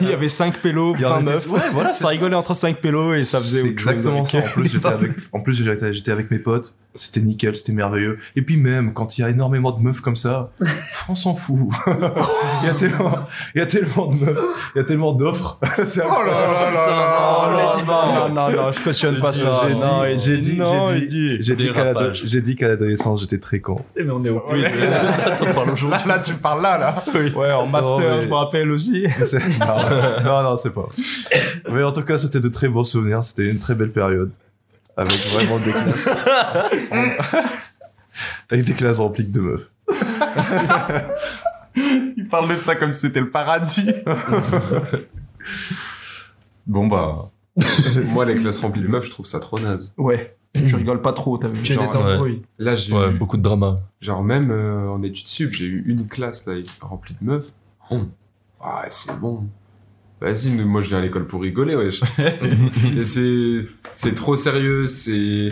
Speaker 3: Il y avait 5 pélos,
Speaker 8: Il y en
Speaker 3: 29.
Speaker 8: était- ouais, voilà,
Speaker 6: Oh,
Speaker 3: Ça rigolait entre 5 pélos et ça faisait
Speaker 8: C'est
Speaker 3: autre chose
Speaker 8: exactement
Speaker 3: avec-
Speaker 8: ça. En plus, j'étais avec, en plus, j'étais j'étais avec mes potes. C'était nickel, c'était merveilleux. Et puis même, quand il y a énormément de meufs comme ça, pff, on s'en fout. il, y a tellement, il y a tellement de meufs, il y a tellement d'offres. C'est
Speaker 1: Oh
Speaker 8: incroyable.
Speaker 3: non, non, non, non, je cautionne pas ça.
Speaker 8: J'ai dit-
Speaker 3: Non, et
Speaker 8: j'ai dit-
Speaker 3: non,
Speaker 8: j'ai
Speaker 3: et dit.
Speaker 8: J'ai dit qu'à l'ado-
Speaker 5: Dérapage.
Speaker 8: j'ai dit qu'à l'adolescence, j'étais très con.
Speaker 6: Eh, Mais on est au plus.
Speaker 1: Là, là, tu parles là, là.
Speaker 3: Ouais, en master,
Speaker 8: Non, mais-
Speaker 3: je me rappelle aussi.
Speaker 8: C'est- non, non, non, c'est pas. Mais en tout cas, c'était de très bons souvenirs. C'était une très belle période. Avec vraiment des classes. avec des classes remplies de meufs.
Speaker 1: Il parle de ça comme si c'était le paradis. bon, bah.
Speaker 2: Moi, les classes remplies de meufs, je trouve ça trop naze.
Speaker 3: Ouais. Tu rigoles pas trop, t'as vu. euh,
Speaker 9: Tu as des
Speaker 2: Genre,
Speaker 5: ouais.
Speaker 9: embrouilles.
Speaker 2: Là, j'ai
Speaker 5: Ouais,
Speaker 2: eu-
Speaker 5: beaucoup de drama.
Speaker 2: genre même euh, en études sup, j'ai eu une classe là, remplie de meufs. Hum. Ah, c'est bon. Vas-y, mais moi je viens à l'école pour rigoler, wesh. Et c'est, c'est trop sérieux, c'est.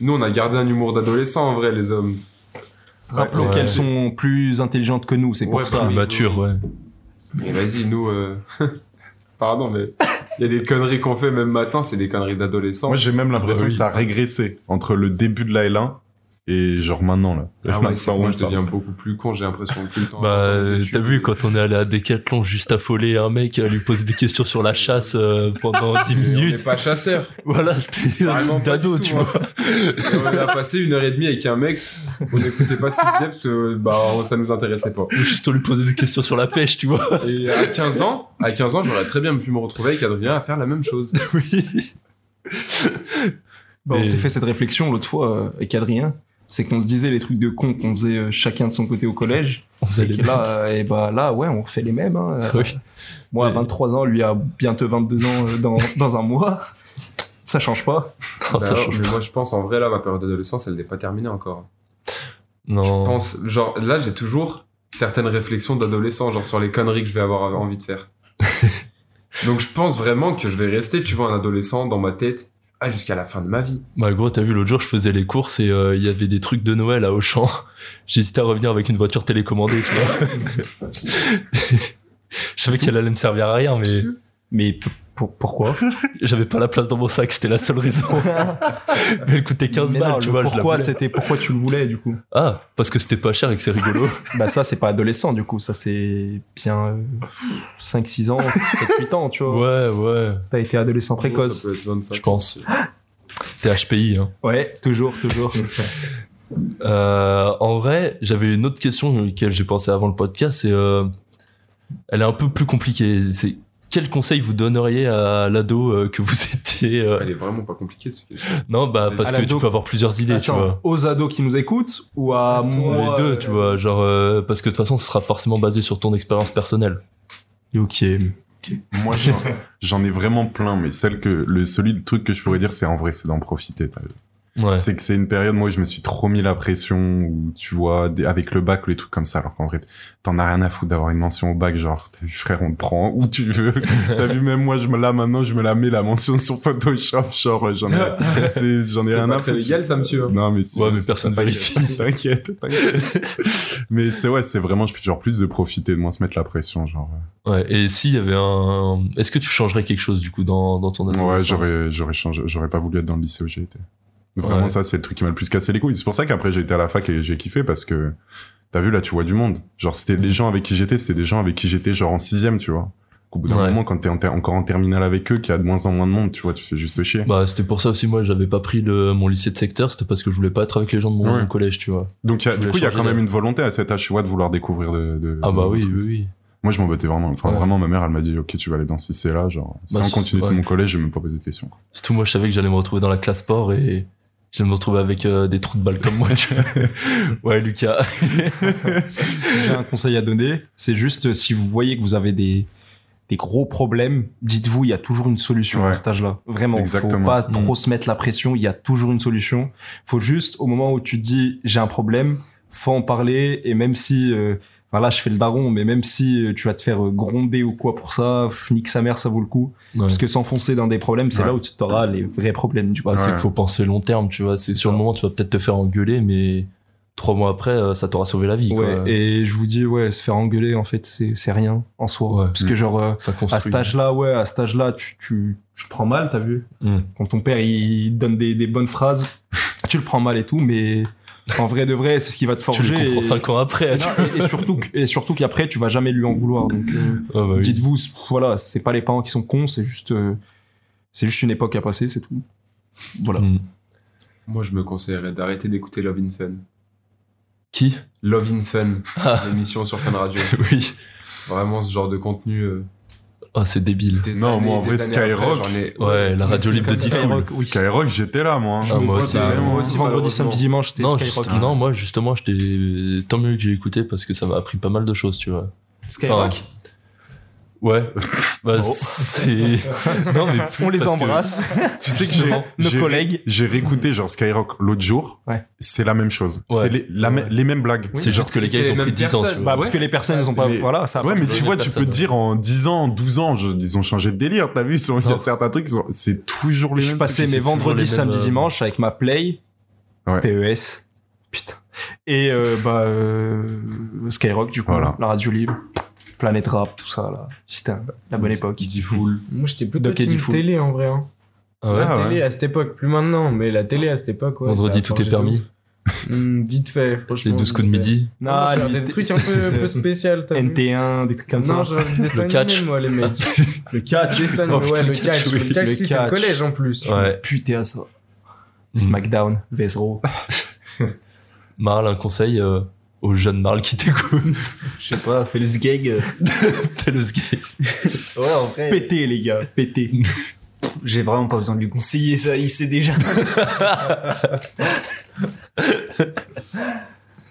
Speaker 2: Nous, on a gardé un humour d'adolescent en vrai, les hommes.
Speaker 3: Rappelons
Speaker 5: Ouais.
Speaker 3: qu'elles sont plus intelligentes que nous, c'est pour
Speaker 2: Ouais,
Speaker 3: ça.
Speaker 5: Plus
Speaker 2: Ah, oui,
Speaker 5: mature, ouais.
Speaker 2: Mais vas-y, nous. euh, Pardon, mais il y a des conneries qu'on fait même maintenant, c'est des conneries d'adolescents.
Speaker 1: Moi, j'ai même l'impression
Speaker 5: Bah oui.
Speaker 1: que ça a régressé entre le début de la L1 et genre maintenant, là.
Speaker 2: Ah
Speaker 1: Là,
Speaker 2: ouais, c'est
Speaker 1: ça,
Speaker 2: bon,
Speaker 1: on
Speaker 2: je
Speaker 1: parle.
Speaker 2: deviens beaucoup plus con, j'ai l'impression tout le temps.
Speaker 5: Bah,
Speaker 2: Ah, Les
Speaker 5: t'as
Speaker 2: études,
Speaker 5: vu quand on est allé à Decathlon juste affolé, un mec euh, lui pose des questions sur la chasse euh, pendant 10
Speaker 2: on n'est
Speaker 5: minutes.
Speaker 2: pas chasseur.
Speaker 5: Voilà, c'était un
Speaker 2: Vraiment
Speaker 5: truc
Speaker 2: pas
Speaker 5: d'ado,
Speaker 2: du
Speaker 5: tu
Speaker 2: tout, hein.
Speaker 5: vois.
Speaker 2: Et on a passé une heure et demie avec un mec, on n'écoutait pas ce qu'il disait parce que bah, on- ça nous intéressait pas.
Speaker 5: Juste on lui posait des questions sur la pêche, tu vois.
Speaker 2: Et à 15 ans, à 15 ans, j'aurais très bien pu me retrouver avec Adrien à faire la même chose.
Speaker 3: Bah, on
Speaker 5: Et-
Speaker 3: s'est fait cette réflexion l'autre fois euh, avec Adrien, c'est qu'on se disait les trucs de con qu'on faisait euh, chacun de son côté au collège.
Speaker 5: On faisait
Speaker 3: et
Speaker 5: les
Speaker 3: que là, euh, et bah là, ouais, on refait les mêmes. hein. Euh,
Speaker 5: Oui.
Speaker 3: Moi, à
Speaker 5: Et-
Speaker 3: 23 ans, lui a bientôt 22 ans euh, dans, dans un mois. Ça change pas.
Speaker 5: Non, Oh, ça
Speaker 2: Bah,
Speaker 5: change
Speaker 2: mais
Speaker 5: pas.
Speaker 2: moi, je pense en vrai là, ma période d'adolescence, elle n'est pas terminée encore. Je
Speaker 5: Non.
Speaker 2: pense, genre là, j'ai toujours certaines réflexions d'adolescent, genre sur les conneries que je vais avoir envie de faire. Donc je pense vraiment que je vais rester, tu vois, un adolescent dans ma tête ah, jusqu'à la fin de ma vie.
Speaker 5: Bah gros, t'as vu l'autre jour, je faisais les courses et euh, il y avait des trucs de Noël à Auchan. J'hésitais à revenir avec une voiture télécommandée, tu vois. je savais qu'elle allait me servir à rien, mais
Speaker 3: Mais p- pour- pourquoi
Speaker 5: j'avais pas la place dans mon sac, c'était la seule raison. mais elle coûtait 15
Speaker 3: Mais
Speaker 5: balles,
Speaker 3: non,
Speaker 5: tu
Speaker 3: le
Speaker 5: vois. je la
Speaker 3: pourquoi
Speaker 5: voulais.
Speaker 3: c'était pourquoi tu le voulais du coup
Speaker 5: Ah, parce que c'était pas cher et que c'est rigolo.
Speaker 3: Bah ça c'est pas adolescent du coup, ça c'est bien 5 6 ans, 7 8 ans, tu vois.
Speaker 5: ouais, ouais,
Speaker 3: T'as été adolescent précoce.
Speaker 2: Ça peut être 25.
Speaker 5: je pense. T'es HPI, hein.
Speaker 3: Ouais, toujours toujours.
Speaker 5: Euh, en vrai, j'avais une autre question auquel j'ai pensé avant le podcast, c'est euh, elle est un peu plus compliquée. C'est quel conseil vous donneriez à l'ado euh, que vous étiez euh,
Speaker 2: Elle est vraiment pas compliquée cette question.
Speaker 5: Non, bah parce
Speaker 3: À
Speaker 5: que tu
Speaker 3: l'ado-
Speaker 5: peux avoir plusieurs idées, tu
Speaker 3: Attends,
Speaker 5: vois.
Speaker 3: aux ados qui nous écoutent ou à moi
Speaker 5: Les deux, tu vois, genre euh, parce que de toute façon, ce sera forcément basé sur ton expérience personnelle.
Speaker 3: Ok.
Speaker 1: Moi, j'en- j'en ai vraiment plein, mais celle que, le, celui, le truc que je pourrais dire, c'est en vrai, c'est d'en profiter. t'as vu.
Speaker 5: Ouais.
Speaker 1: C'est que c'est une période, moi, où je me suis trop mis la pression, où tu vois, des- avec le bac ou les trucs comme ça, alors qu'en vrai, t'en as rien à foutre d'avoir une mention au bac, genre, t'as vu, frère, on te prend où tu veux. t'as vu, même moi, je me la, maintenant, je me la mets la mention sur Photoshop, genre, j'en ai, c'est- j'en ai
Speaker 2: C'est
Speaker 1: rien
Speaker 2: pas
Speaker 1: à
Speaker 2: très
Speaker 1: foutre.
Speaker 2: légal, ça, monsieur, hein.
Speaker 1: Non, mais si,
Speaker 5: Ouais, mais
Speaker 1: c'est-
Speaker 5: personne
Speaker 1: t'inquiète,
Speaker 5: vérifie.
Speaker 1: T'inquiète, t'inquiète. mais c'est, ouais, c'est vraiment, je peux genre plus de profiter, de moins se mettre la pression, genre.
Speaker 5: Ouais, Et s'il y avait un, est-ce que tu changerais quelque chose du coup dans, dans ton
Speaker 1: Ouais,
Speaker 5: adolescence
Speaker 1: j'aurais, j'aurais changé, j'aurais pas voulu être dans le lycée où j'ai été. Vraiment,
Speaker 5: Ouais.
Speaker 1: ça, c'est le truc qui m'a le plus cassé les couilles. C'est pour ça qu'après, j'ai été à la fac et j'ai kiffé parce que, t'as vu, là, tu vois du monde. Genre, c'était les gens avec qui j'étais, c'était des gens avec qui j'étais, genre, en sixième, tu vois. Au bout d'un
Speaker 5: Ouais.
Speaker 1: moment, quand t'es en ter- encore en terminale avec eux, qu'il y a de moins en moins de monde, tu vois, tu fais juste chier.
Speaker 5: Bah, c'était pour ça aussi, moi, j'avais pas pris le, mon lycée de secteur, c'était parce que je voulais pas être avec les gens de mon,
Speaker 1: Ouais.
Speaker 5: mon collège, tu vois.
Speaker 1: Donc, il y a-
Speaker 5: je
Speaker 1: du
Speaker 5: voulais
Speaker 1: coup, il y a
Speaker 5: changer
Speaker 1: quand même
Speaker 5: de-
Speaker 1: une volonté à cet âge, tu vois, de vouloir découvrir de, de-
Speaker 5: Ah,
Speaker 1: de-
Speaker 5: bah oui, oui, oui.
Speaker 1: Moi, je m'en battais vraiment. Enfin,
Speaker 5: Ouais.
Speaker 1: vraiment, ma mère, elle m'a dit, OK, tu vas aller dans ce lycée-là, genre. C'était
Speaker 5: Bah,
Speaker 1: en
Speaker 5: c'est-
Speaker 1: continuité de
Speaker 5: ouais.
Speaker 1: mon collège, j'ai même pas posé de questions. quoi.
Speaker 5: Surtout, moi, je savais que j'allais me retrouver dans la classe sport et j'allais me retrouver avec euh, des trous de balles comme moi, tu vois. Ouais, Lucas.
Speaker 3: si j'ai un conseil à donner, c'est juste euh, si vous voyez que vous avez des, des gros problèmes, dites-vous, il y a toujours une solution
Speaker 1: Ouais.
Speaker 3: à cet âge-là. Vraiment,
Speaker 1: Exactement.
Speaker 3: faut pas
Speaker 5: Mm.
Speaker 3: trop se mettre la pression, il y a toujours une solution. faut juste, au moment où tu te dis j'ai un problème, faut en parler et même si... euh, enfin là, je fais le daron, mais même si euh, tu vas te faire euh, gronder ou quoi pour ça, pff, nique sa mère, ça vaut le coup.
Speaker 5: Ouais.
Speaker 3: Parce que s'enfoncer dans des problèmes, c'est
Speaker 1: Ouais.
Speaker 3: là où tu t'auras les vrais problèmes, tu vois.
Speaker 5: Bah, c'est
Speaker 1: Ouais.
Speaker 5: qu'il faut penser long terme, tu vois. C'est sur le moment, tu vas peut-être te faire engueuler, mais trois mois après, euh, ça t'aura sauvé la vie,
Speaker 3: Ouais,
Speaker 5: quoi.
Speaker 3: et je vous dis, ouais, se faire engueuler, en fait, c'est c'est rien en soi.
Speaker 5: Ouais.
Speaker 1: Mm.
Speaker 3: Parce que genre, euh,
Speaker 5: Ça construit.
Speaker 3: à cet âge-là, ouais, à cet âge-là, tu, tu, tu te prends mal, t'as vu
Speaker 5: Mm.
Speaker 3: Quand ton père, il donne des, des bonnes phrases, tu le prends mal et tout, mais en vrai de vrai, c'est ce qui va te
Speaker 5: Tu le
Speaker 3: forger.
Speaker 5: comprends
Speaker 3: et- Ah,
Speaker 5: 5 ans après. Ah,
Speaker 3: et, non, et- et surtout, que- et surtout qu'après, tu vas jamais lui en vouloir. Donc, euh,
Speaker 5: Ah bah oui.
Speaker 3: dites-vous, c- voilà, c'est pas les parents qui sont cons, c'est juste, euh, c'est juste une époque à passer, c'est tout. Voilà.
Speaker 5: Mm.
Speaker 2: Moi, je me conseillerais d'arrêter d'écouter Love in Fun.
Speaker 5: Qui
Speaker 2: Love in Fun,
Speaker 5: Ah.
Speaker 2: l'émission sur Fun Radio.
Speaker 5: Oui.
Speaker 2: Vraiment, ce genre de contenu. euh,
Speaker 5: Ah, c'est débile.
Speaker 2: des
Speaker 1: Non,
Speaker 2: années
Speaker 1: moi, en
Speaker 2: et
Speaker 1: vrai,
Speaker 2: des années après,
Speaker 1: Skyrock.
Speaker 2: j'en ai-
Speaker 5: Ouais, la radio libre de Diffoul.
Speaker 3: Skyrock, oui.
Speaker 1: Skyrock, j'étais là, moi. hein.
Speaker 5: Ah, moi aussi.
Speaker 2: Vraiment,
Speaker 3: Moi
Speaker 2: aussi,
Speaker 3: vendredi,
Speaker 2: malheureusement.
Speaker 3: samedi, dimanche, c'était
Speaker 5: Non,
Speaker 3: Skyrock.
Speaker 5: juste- non, moi justement, je t'ai- tant mieux que j'ai écouté parce que ça m'a appris pas mal de choses, tu vois.
Speaker 3: Skyrock.
Speaker 5: Enfin, Ouais. Bah, c'est. Non, mais plus
Speaker 3: on les
Speaker 5: parce que-
Speaker 3: embrasse,
Speaker 1: Tu sais que j'ai-
Speaker 3: nos
Speaker 1: j'ai-
Speaker 3: collègues.
Speaker 1: J'ai réécouté genre Skyrock l'autre jour.
Speaker 3: Ouais.
Speaker 1: C'est la même chose.
Speaker 5: Ouais.
Speaker 1: C'est les, la me- les mêmes blagues.
Speaker 5: C'est genre que les gars,
Speaker 2: C'est
Speaker 5: ils
Speaker 2: les
Speaker 5: ont
Speaker 2: mêmes
Speaker 5: pris 10 ans, tu
Speaker 2: personnes.
Speaker 5: vois.
Speaker 3: Bah, parce que les personnes, elles ont pas.
Speaker 1: Mais-
Speaker 3: voilà, ça.
Speaker 1: Ouais, mais
Speaker 5: c'est
Speaker 1: tu
Speaker 5: les
Speaker 1: vois,
Speaker 5: mêmes
Speaker 1: tu peux
Speaker 5: personnes,
Speaker 1: te dire en 10 ans, 12 ans, je- ils ont changé de délire. T'as vu, ils sont- il y a
Speaker 5: Non.
Speaker 1: certains trucs, ils sont- c'est toujours les
Speaker 3: Je
Speaker 1: mêmes.
Speaker 3: passais
Speaker 5: trucs,
Speaker 3: mes
Speaker 5: c'est toujours les
Speaker 3: vendredis,
Speaker 5: mêmes,
Speaker 3: samedi,
Speaker 5: euh,
Speaker 3: dimanche avec ma Play,
Speaker 1: Ouais.
Speaker 3: PES, putain. Et euh, bah euh, Skyrock du coup,
Speaker 1: Voilà.
Speaker 3: la radio libre, Planète Rap, tout ça là. C'était un- la bonne époque.
Speaker 2: Diffoul.
Speaker 9: Moi, j'étais plutôt
Speaker 3: Doc et
Speaker 9: team
Speaker 3: Diffoul.
Speaker 9: télé en vrai. hein.
Speaker 5: Ah ouais.
Speaker 1: Ah
Speaker 9: la
Speaker 1: ouais.
Speaker 9: télé à cette époque, plus maintenant, mais la télé à cette époque. Ouais, ça
Speaker 5: Vendredi,
Speaker 9: a
Speaker 5: tout est
Speaker 9: forgé
Speaker 5: permis.
Speaker 9: de ouf.
Speaker 8: Mm,
Speaker 9: Hmm, vite fait, franchement.
Speaker 5: Les 12
Speaker 9: vite
Speaker 5: coups de
Speaker 9: fait.
Speaker 5: midi.
Speaker 9: Non,
Speaker 8: Ah,
Speaker 9: moi, je regardais
Speaker 3: les-
Speaker 9: des trucs un peu, peu spécial, t'as vu.
Speaker 3: NT1, des trucs comme ça.
Speaker 9: non, je regardais des dessins
Speaker 5: Le catch.
Speaker 9: animés, moi, les mecs.
Speaker 5: Le catch.
Speaker 9: Dessins animés, ouais, le catch. Le catch,
Speaker 3: Le
Speaker 9: si, c'est un
Speaker 3: catch.
Speaker 9: collège en plus.
Speaker 5: Ouais.
Speaker 3: Putain à ça. Smackdown, Vesro.
Speaker 5: Marl, un conseil euh, aux jeunes Marl qui t'écoutent.
Speaker 6: Je sais pas, fais le sgeg. euh.
Speaker 5: Fais le skate.
Speaker 6: Ouais, en vrai,
Speaker 3: Pété les gars, pété.
Speaker 6: j'ai vraiment pas besoin de lui conseiller ça, il sait déjà.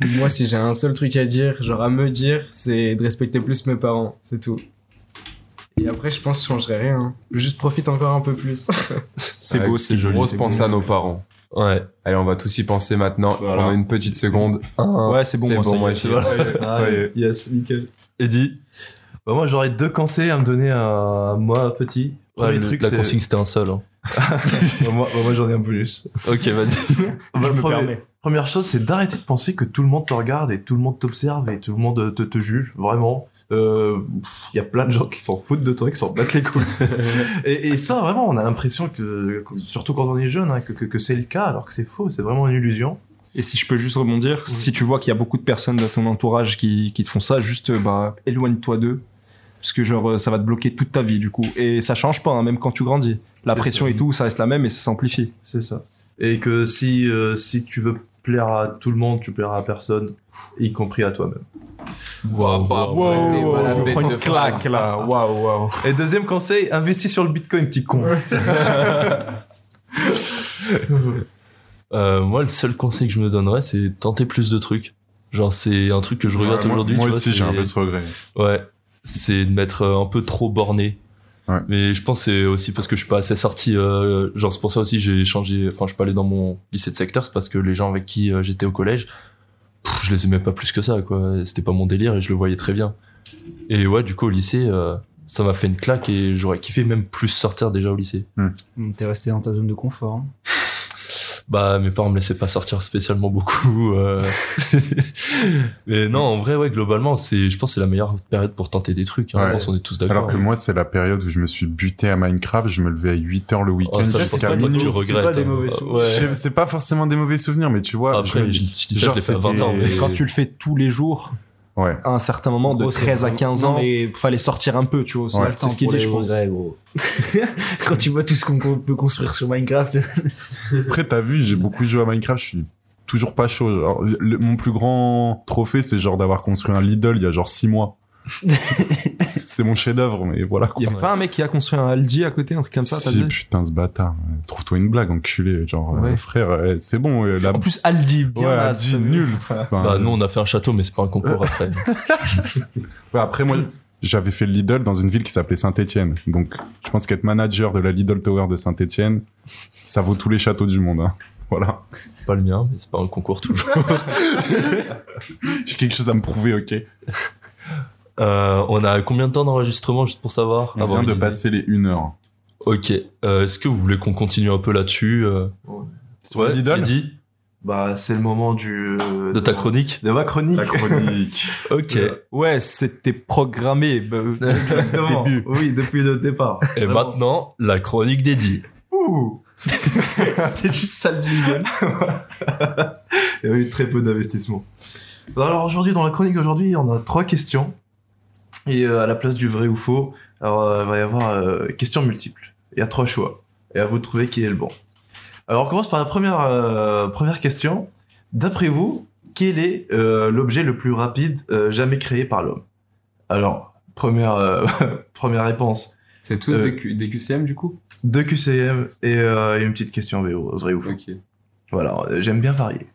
Speaker 9: Moi, si j'ai un seul truc à dire, genre à me dire, c'est de respecter plus mes parents, c'est tout. Et après, je pense que je changerai rien. Juste profite encore un peu plus.
Speaker 3: C'est
Speaker 2: Ouais,
Speaker 3: beau, c'est joli.
Speaker 2: Ah, Grosse pensée à nos parents.
Speaker 5: Ouais.
Speaker 2: Allez, on va tous y penser maintenant
Speaker 1: Voilà.
Speaker 2: pendant une petite seconde.
Speaker 3: Ouais, c'est bon,
Speaker 2: C'est
Speaker 3: moi,
Speaker 2: bon,
Speaker 3: ça y
Speaker 2: moi,
Speaker 3: est.
Speaker 2: je-
Speaker 1: Ça y est.
Speaker 8: Yes, nickel.
Speaker 5: Eddie.
Speaker 8: Bah, moi, j'aurais deux conseils à me donner à moi, petit.
Speaker 5: Ouais,
Speaker 8: Premier
Speaker 5: le-
Speaker 8: truc,
Speaker 5: la
Speaker 8: c'est-
Speaker 5: consigne, c'était un seul. hein.
Speaker 8: Bah, moi, bah, moi, j'en ai un bonus.
Speaker 5: Ok, vas-y.
Speaker 8: Bah,
Speaker 3: Je me
Speaker 8: premier-
Speaker 3: permets.
Speaker 8: Première chose, c'est d'arrêter de penser que tout le monde te regarde et tout le monde t'observe et tout le monde te, te juge. Vraiment. Il y a plein de gens qui s'en foutent de toi, qui s'en battent les couilles. et, et ça, vraiment, on a l'impression que, surtout quand on est jeune, hein, que, que- que c'est le cas, alors que c'est faux, c'est vraiment une illusion.
Speaker 3: Et si je peux juste rebondir, si tu vois qu'il y a beaucoup de personnes dans ton entourage qui, qui te font ça, juste euh, bah, éloigne-toi d'eux. Parce que genre, euh, ça va te bloquer toute ta vie du coup. Et ça change pas, hein, même quand tu grandis. La
Speaker 8: C'est
Speaker 3: pression
Speaker 8: ça.
Speaker 3: et tout, ça reste la même et ça s'amplifie.
Speaker 8: C'est ça. Et que si, euh, si tu veux plaire à tout le monde, tu plairas à personne, y compris à toi-même.
Speaker 2: Waouh,
Speaker 3: Wow, je me prends une claque là. Waouh, waouh.
Speaker 8: Et deuxième conseil, investis sur le bitcoin, petit con.
Speaker 5: Euh, moi, le seul conseil que je me donnerais, c'est tenter plus de trucs. Genre, c'est un truc que je regrette
Speaker 1: Ouais, moi-
Speaker 5: aujourd'hui.
Speaker 1: Moi
Speaker 5: tu vois,
Speaker 1: aussi, j'ai
Speaker 5: c'est-
Speaker 1: un peu ce regret.
Speaker 5: Ouais, c'est de m'être euh, un peu trop borné.
Speaker 1: Ouais.
Speaker 5: Mais je pense que c'est aussi parce que je suis pas assez sorti. euh, genre c'est pour ça aussi que j'ai changé. Enfin, je suis pas allé dans mon lycée de secteur, c'est parce que les gens avec qui euh, j'étais au collège, pff, je les aimais pas plus que ça. quoi. C'était pas mon délire et je le voyais très bien. Et ouais, du coup au lycée, euh, ça m'a fait une claque et j'aurais kiffé même plus sortir déjà au lycée.
Speaker 6: Hmm, T'es resté dans ta zone de confort. hein.
Speaker 5: Bah, mes parents me laissaient pas sortir spécialement beaucoup. euh. Mais non, en vrai, ouais, globalement, c'est, je pense, que c'est la meilleure période pour tenter des trucs. hein.
Speaker 1: Ouais.
Speaker 5: Je pense qu'on est tous d'accord.
Speaker 1: Alors que moi, c'est la période où je me suis buté à Minecraft. Je me levais à 8h le week-end
Speaker 5: Oh, ça, je pense
Speaker 1: jusqu'à
Speaker 5: pas que
Speaker 1: minuit.
Speaker 5: tu regrettes.
Speaker 6: pas des
Speaker 5: hein.
Speaker 6: mauvais
Speaker 5: Euh,
Speaker 6: souvenirs.
Speaker 5: ouais.
Speaker 1: Je- C'est pas forcément des mauvais souvenirs, mais tu vois,
Speaker 5: Après,
Speaker 1: je me
Speaker 5: je,
Speaker 1: dis-
Speaker 5: je dis ça,
Speaker 1: genre,
Speaker 5: je l'ai fait à
Speaker 1: c'était-
Speaker 5: 20 ans. Mais...
Speaker 3: Quand tu le fais tous les jours,
Speaker 1: Ouais.
Speaker 3: à un certain moment,
Speaker 6: En
Speaker 3: de
Speaker 6: gros, c'est
Speaker 3: 13 à
Speaker 6: vraiment-
Speaker 3: 15
Speaker 6: Non,
Speaker 3: ans,
Speaker 6: mais-
Speaker 3: fallait sortir un peu, tu vois. c'est- C'est ce qu'il dit, je pense.
Speaker 6: Quand tu vois tout ce qu'on peut construire sur Minecraft.
Speaker 1: Après, t'as vu, j'ai beaucoup joué à Minecraft, je suis toujours pas chaud. Alors, le- le- mon plus grand trophée, c'est genre d'avoir construit un Lidl il y a genre 6 mois. c'est mon chef-d'œuvre, mais voilà.
Speaker 3: Il y avait pas un mec qui a construit un Aldi à côté, un truc comme ça, t'as
Speaker 1: si,
Speaker 3: vu
Speaker 1: putain, ce bâtard. Trouve-toi une blague, enculé. Genre, euh,
Speaker 3: Ouais.
Speaker 1: frère, euh, c'est bon. euh, la...
Speaker 3: En plus, Aldi, bien
Speaker 1: ouais, elle
Speaker 3: naze,
Speaker 1: dit
Speaker 3: t'as vu
Speaker 1: nul. Enfin, euh,
Speaker 5: Bah, nous, on a fait un château, mais c'est pas un concours après.
Speaker 1: ouais, après, moi, j'avais fait le Lidl dans une ville qui s'appelait Saint-Etienne. Donc, je pense qu'être manager de la Lidl Tower de Saint-Etienne, ça vaut tous les châteaux du monde. hein. Voilà.
Speaker 5: pas le mien, mais c'est pas un concours toujours.
Speaker 1: J'ai quelque chose à me prouver, ok.
Speaker 5: Euh, on a combien de temps d'enregistrement, juste pour savoir
Speaker 1: On
Speaker 5: Avoir
Speaker 1: vient de
Speaker 5: une
Speaker 1: passer les 1 heure.
Speaker 5: idée. Ok. Euh, Est-ce que vous voulez qu'on continue un peu là-dessus euh...
Speaker 8: Ouais.
Speaker 5: Ouais,
Speaker 1: Lidl
Speaker 5: Eddie,
Speaker 8: Bah, c'est le moment du. euh,
Speaker 5: de ta chronique
Speaker 8: De ma chronique.
Speaker 1: La chronique.
Speaker 5: Ok.
Speaker 3: Ouais, c'était programmé. bah,
Speaker 8: Exactement.
Speaker 3: Début.
Speaker 8: Oui, depuis le départ.
Speaker 5: Et
Speaker 8: Vraiment.
Speaker 5: maintenant, la chronique d'Eddie.
Speaker 8: Ouh.
Speaker 6: c'est juste sale du gueule.
Speaker 8: Il y a eu très peu d'investissement. Alors aujourd'hui, dans la chronique d'aujourd'hui, on a trois questions. Et euh, à la place du vrai ou faux, alors, euh, il va y avoir euh, questions multiples. Il y a trois choix. Et à vous de trouver qui est le bon. Alors on commence par la première, euh, première question. D'après vous, quel est euh, l'objet le plus rapide euh, jamais créé par l'homme Alors, première, euh, première réponse,
Speaker 2: C'est tous
Speaker 8: Euh.
Speaker 2: des, Q- des QCM du coup
Speaker 8: 2 QCM et euh, une petite question VO, vrai ou faux.
Speaker 2: Ok.
Speaker 8: Voilà, euh, j'aime bien varier.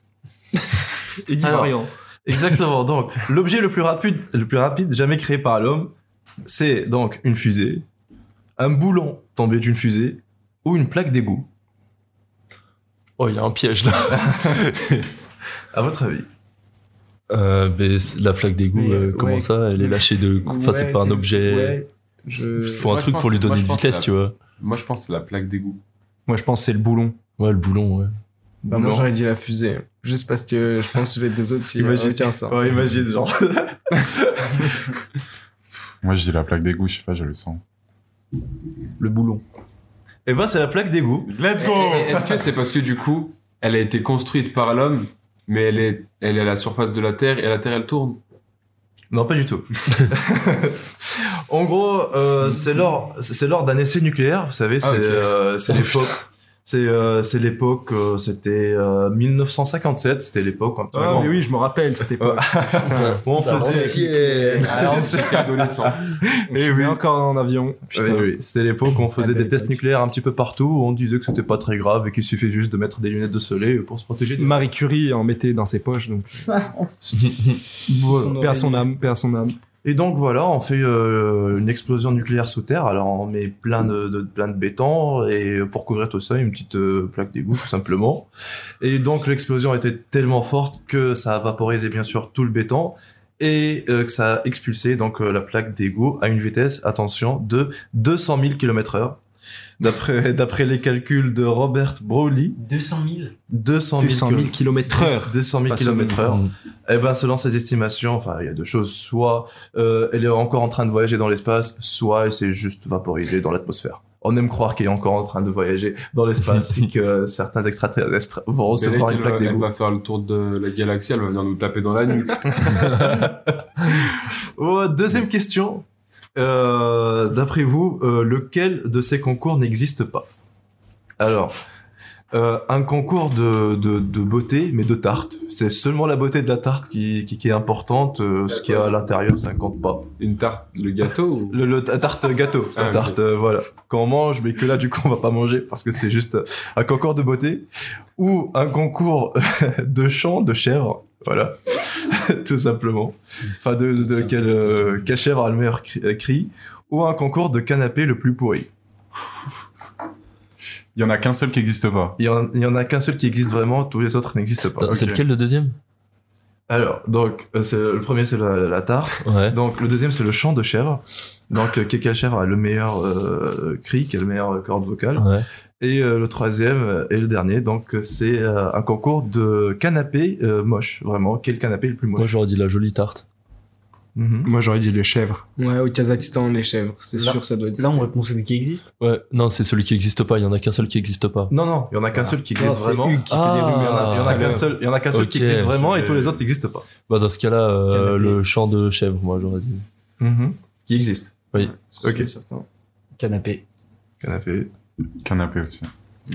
Speaker 6: Et dit
Speaker 8: Alors.
Speaker 6: variant.
Speaker 8: Exactement. Donc, l'objet le plus rapide, le plus rapide jamais créé par l'homme, c'est donc une fusée, un boulon tombé d'une fusée ou une plaque d'égout.
Speaker 5: Oh, il y a un piège là.
Speaker 8: À votre avis
Speaker 5: Euh, mais c'est- la plaque d'égout,
Speaker 9: Mais,
Speaker 5: euh,
Speaker 9: ouais.
Speaker 5: comment ça Elle est lâchée de. Enfin, c'est
Speaker 9: Ouais,
Speaker 5: pas un
Speaker 9: c'est-
Speaker 5: objet.
Speaker 9: ouais, je-
Speaker 5: Il faut un
Speaker 2: Moi, je
Speaker 5: truc pour
Speaker 2: pense-
Speaker 5: lui donner
Speaker 2: moi, je
Speaker 5: une
Speaker 2: pense
Speaker 5: vitesse,
Speaker 2: la-
Speaker 5: tu vois.
Speaker 2: Moi je pense à la plaque d'égout.
Speaker 3: Moi, je pense que c'est le boulon.
Speaker 5: Ouais, le boulon, ouais.
Speaker 9: Bah, moi, j'aurais dit la fusée. Juste parce que je pense que les deux autres, il n'y a
Speaker 8: Imagine.
Speaker 9: aucun sens.
Speaker 8: imagine genre.
Speaker 1: Moi, j'ai la plaque d'égout, je sais pas, je le sens.
Speaker 3: Le boulon.
Speaker 8: Eh ben, c'est la plaque d'égout.
Speaker 1: Let's
Speaker 2: Et- et Est-ce que c'est parce que du coup, elle a été construite par l'homme, mais elle est, elle est à la surface de la Terre et la Terre elle tourne
Speaker 8: Non, pas du tout. en gros, euh, c'est lors, c'est lors d'un essai nucléaire. Vous savez, c'est,
Speaker 2: Ah, ok.
Speaker 8: euh, c'est l'époque. C'est, euh, c'est l'époque, euh, c'était euh, 1957, c'était l'époque. quand-
Speaker 3: Ah, mais oui, je me rappelle, c'était pas. Ah,
Speaker 8: où on faisait.
Speaker 2: J'étais adolescent.
Speaker 3: Et oui. encore en avion. Putain.
Speaker 8: Oui, oui. C'était l'époque où on faisait
Speaker 9: Ah,
Speaker 8: des
Speaker 9: belle
Speaker 8: tests
Speaker 9: époque.
Speaker 8: nucléaires un petit peu partout, où on disait que c'était pas très grave et qu'il suffit juste de mettre des lunettes de soleil pour se protéger. de-
Speaker 3: Marie Curie en mettait dans ses poches, donc. Voilà. Paix à son âme, paix à son âme.
Speaker 8: Et donc voilà, on fait euh, une explosion nucléaire sous terre, alors on met plein de, de- plein de béton, et pour couvrir tout ça, une petite euh, plaque d'égout tout simplement. Et donc l'explosion était tellement forte que ça a vaporisé bien sûr tout le béton, et euh, que ça a expulsé donc euh, la plaque d'égout à une vitesse, attention, de 200 000 km heure. D'après d'après les calculs de Robert Browley,
Speaker 6: 200 000
Speaker 8: 200 000
Speaker 3: 200 000 km heure.
Speaker 8: 200 000 km heure.
Speaker 3: Mm.
Speaker 8: Eh ben, selon ces estimations, enfin, il y a deux choses. Soit euh, elle est encore en train de voyager dans l'espace, soit elle s'est juste vaporisée dans l'atmosphère. On aime croire qu'elle est encore en train de voyager dans l'espace et que certains extraterrestres vont recevoir
Speaker 2: Dès
Speaker 8: une plaque
Speaker 2: qu'elle- Elle
Speaker 8: d'égout.
Speaker 2: va faire le tour de la galaxie, elle va venir nous taper dans la nuque.
Speaker 8: Oh, deuxième question. Euh, D'après vous, euh, lequel de ces concours n'existe pas Alors, euh, un concours de, de, de beauté, mais de tarte. C'est seulement la beauté de la tarte qui, qui, qui est importante. euh, ce qu'il y a à l'intérieur, ça ne compte pas.
Speaker 2: Une tarte, le gâteau ou...
Speaker 8: Le, le- la tarte gâteau.
Speaker 2: Ah,
Speaker 8: la
Speaker 2: ok.
Speaker 8: tarte, euh, voilà. Qu'on mange, mais que là, du coup, on va pas manger parce que c'est juste un concours de beauté. Ou un concours de chant de chèvre. Voilà. Tout simplement. Enfin, de, de, de quelle, euh, quelle chèvre a le meilleur cri, euh, cri. Ou un concours de canapé le plus pourri.
Speaker 1: Il y en a qu'un seul qui existe pas.
Speaker 8: Il y en, il y en a qu'un seul qui existe vraiment, tous les autres n'existent pas.
Speaker 5: C'est lequel le deuxième
Speaker 8: Alors, donc, euh, c'est- le premier, c'est la, la tarte.
Speaker 5: Ouais.
Speaker 8: Donc le deuxième c'est le chant de chèvre. Donc euh, quelle chèvre a le meilleur euh, cri, qui a le meilleur corde vocale.
Speaker 5: Ouais.
Speaker 8: Et euh, le troisième euh, et le dernier, donc euh, c'est euh, un concours de canapé euh, moche, vraiment. Quel canapé est le plus
Speaker 5: Moi,
Speaker 8: moche
Speaker 5: j'aurais dit la jolie tarte.
Speaker 8: Mhm.
Speaker 3: Moi, j'aurais dit les chèvres.
Speaker 9: Ouais, au Kazakhstan, les chèvres, c'est
Speaker 6: Là-
Speaker 9: sûr, ça doit être.
Speaker 6: Là, on répond celui qui existe.
Speaker 5: Ouais, non, c'est celui qui existe pas. Il y en a qu'un seul qui existe pas.
Speaker 8: Non, non, il y en a qu'un
Speaker 6: Ah.
Speaker 8: seul qui
Speaker 6: Non,
Speaker 8: existe
Speaker 6: c'est
Speaker 8: vraiment. Ah,
Speaker 6: Hugues
Speaker 8: Il
Speaker 5: qui fait des
Speaker 8: y en a- il y en a
Speaker 5: rumeurs.
Speaker 8: qu'un seul, il y en a qu'un seul qui
Speaker 5: Ok.
Speaker 8: existe vraiment et tous les autres n'existent pas.
Speaker 5: Bah, dans ce cas-là, euh,
Speaker 6: Canapé.
Speaker 5: le champ de chèvre, moi, j'aurais dit.
Speaker 8: Qui existe.
Speaker 9: Ok.
Speaker 8: Ok.
Speaker 6: Canapé.
Speaker 8: Canapé.
Speaker 1: Canapé aussi.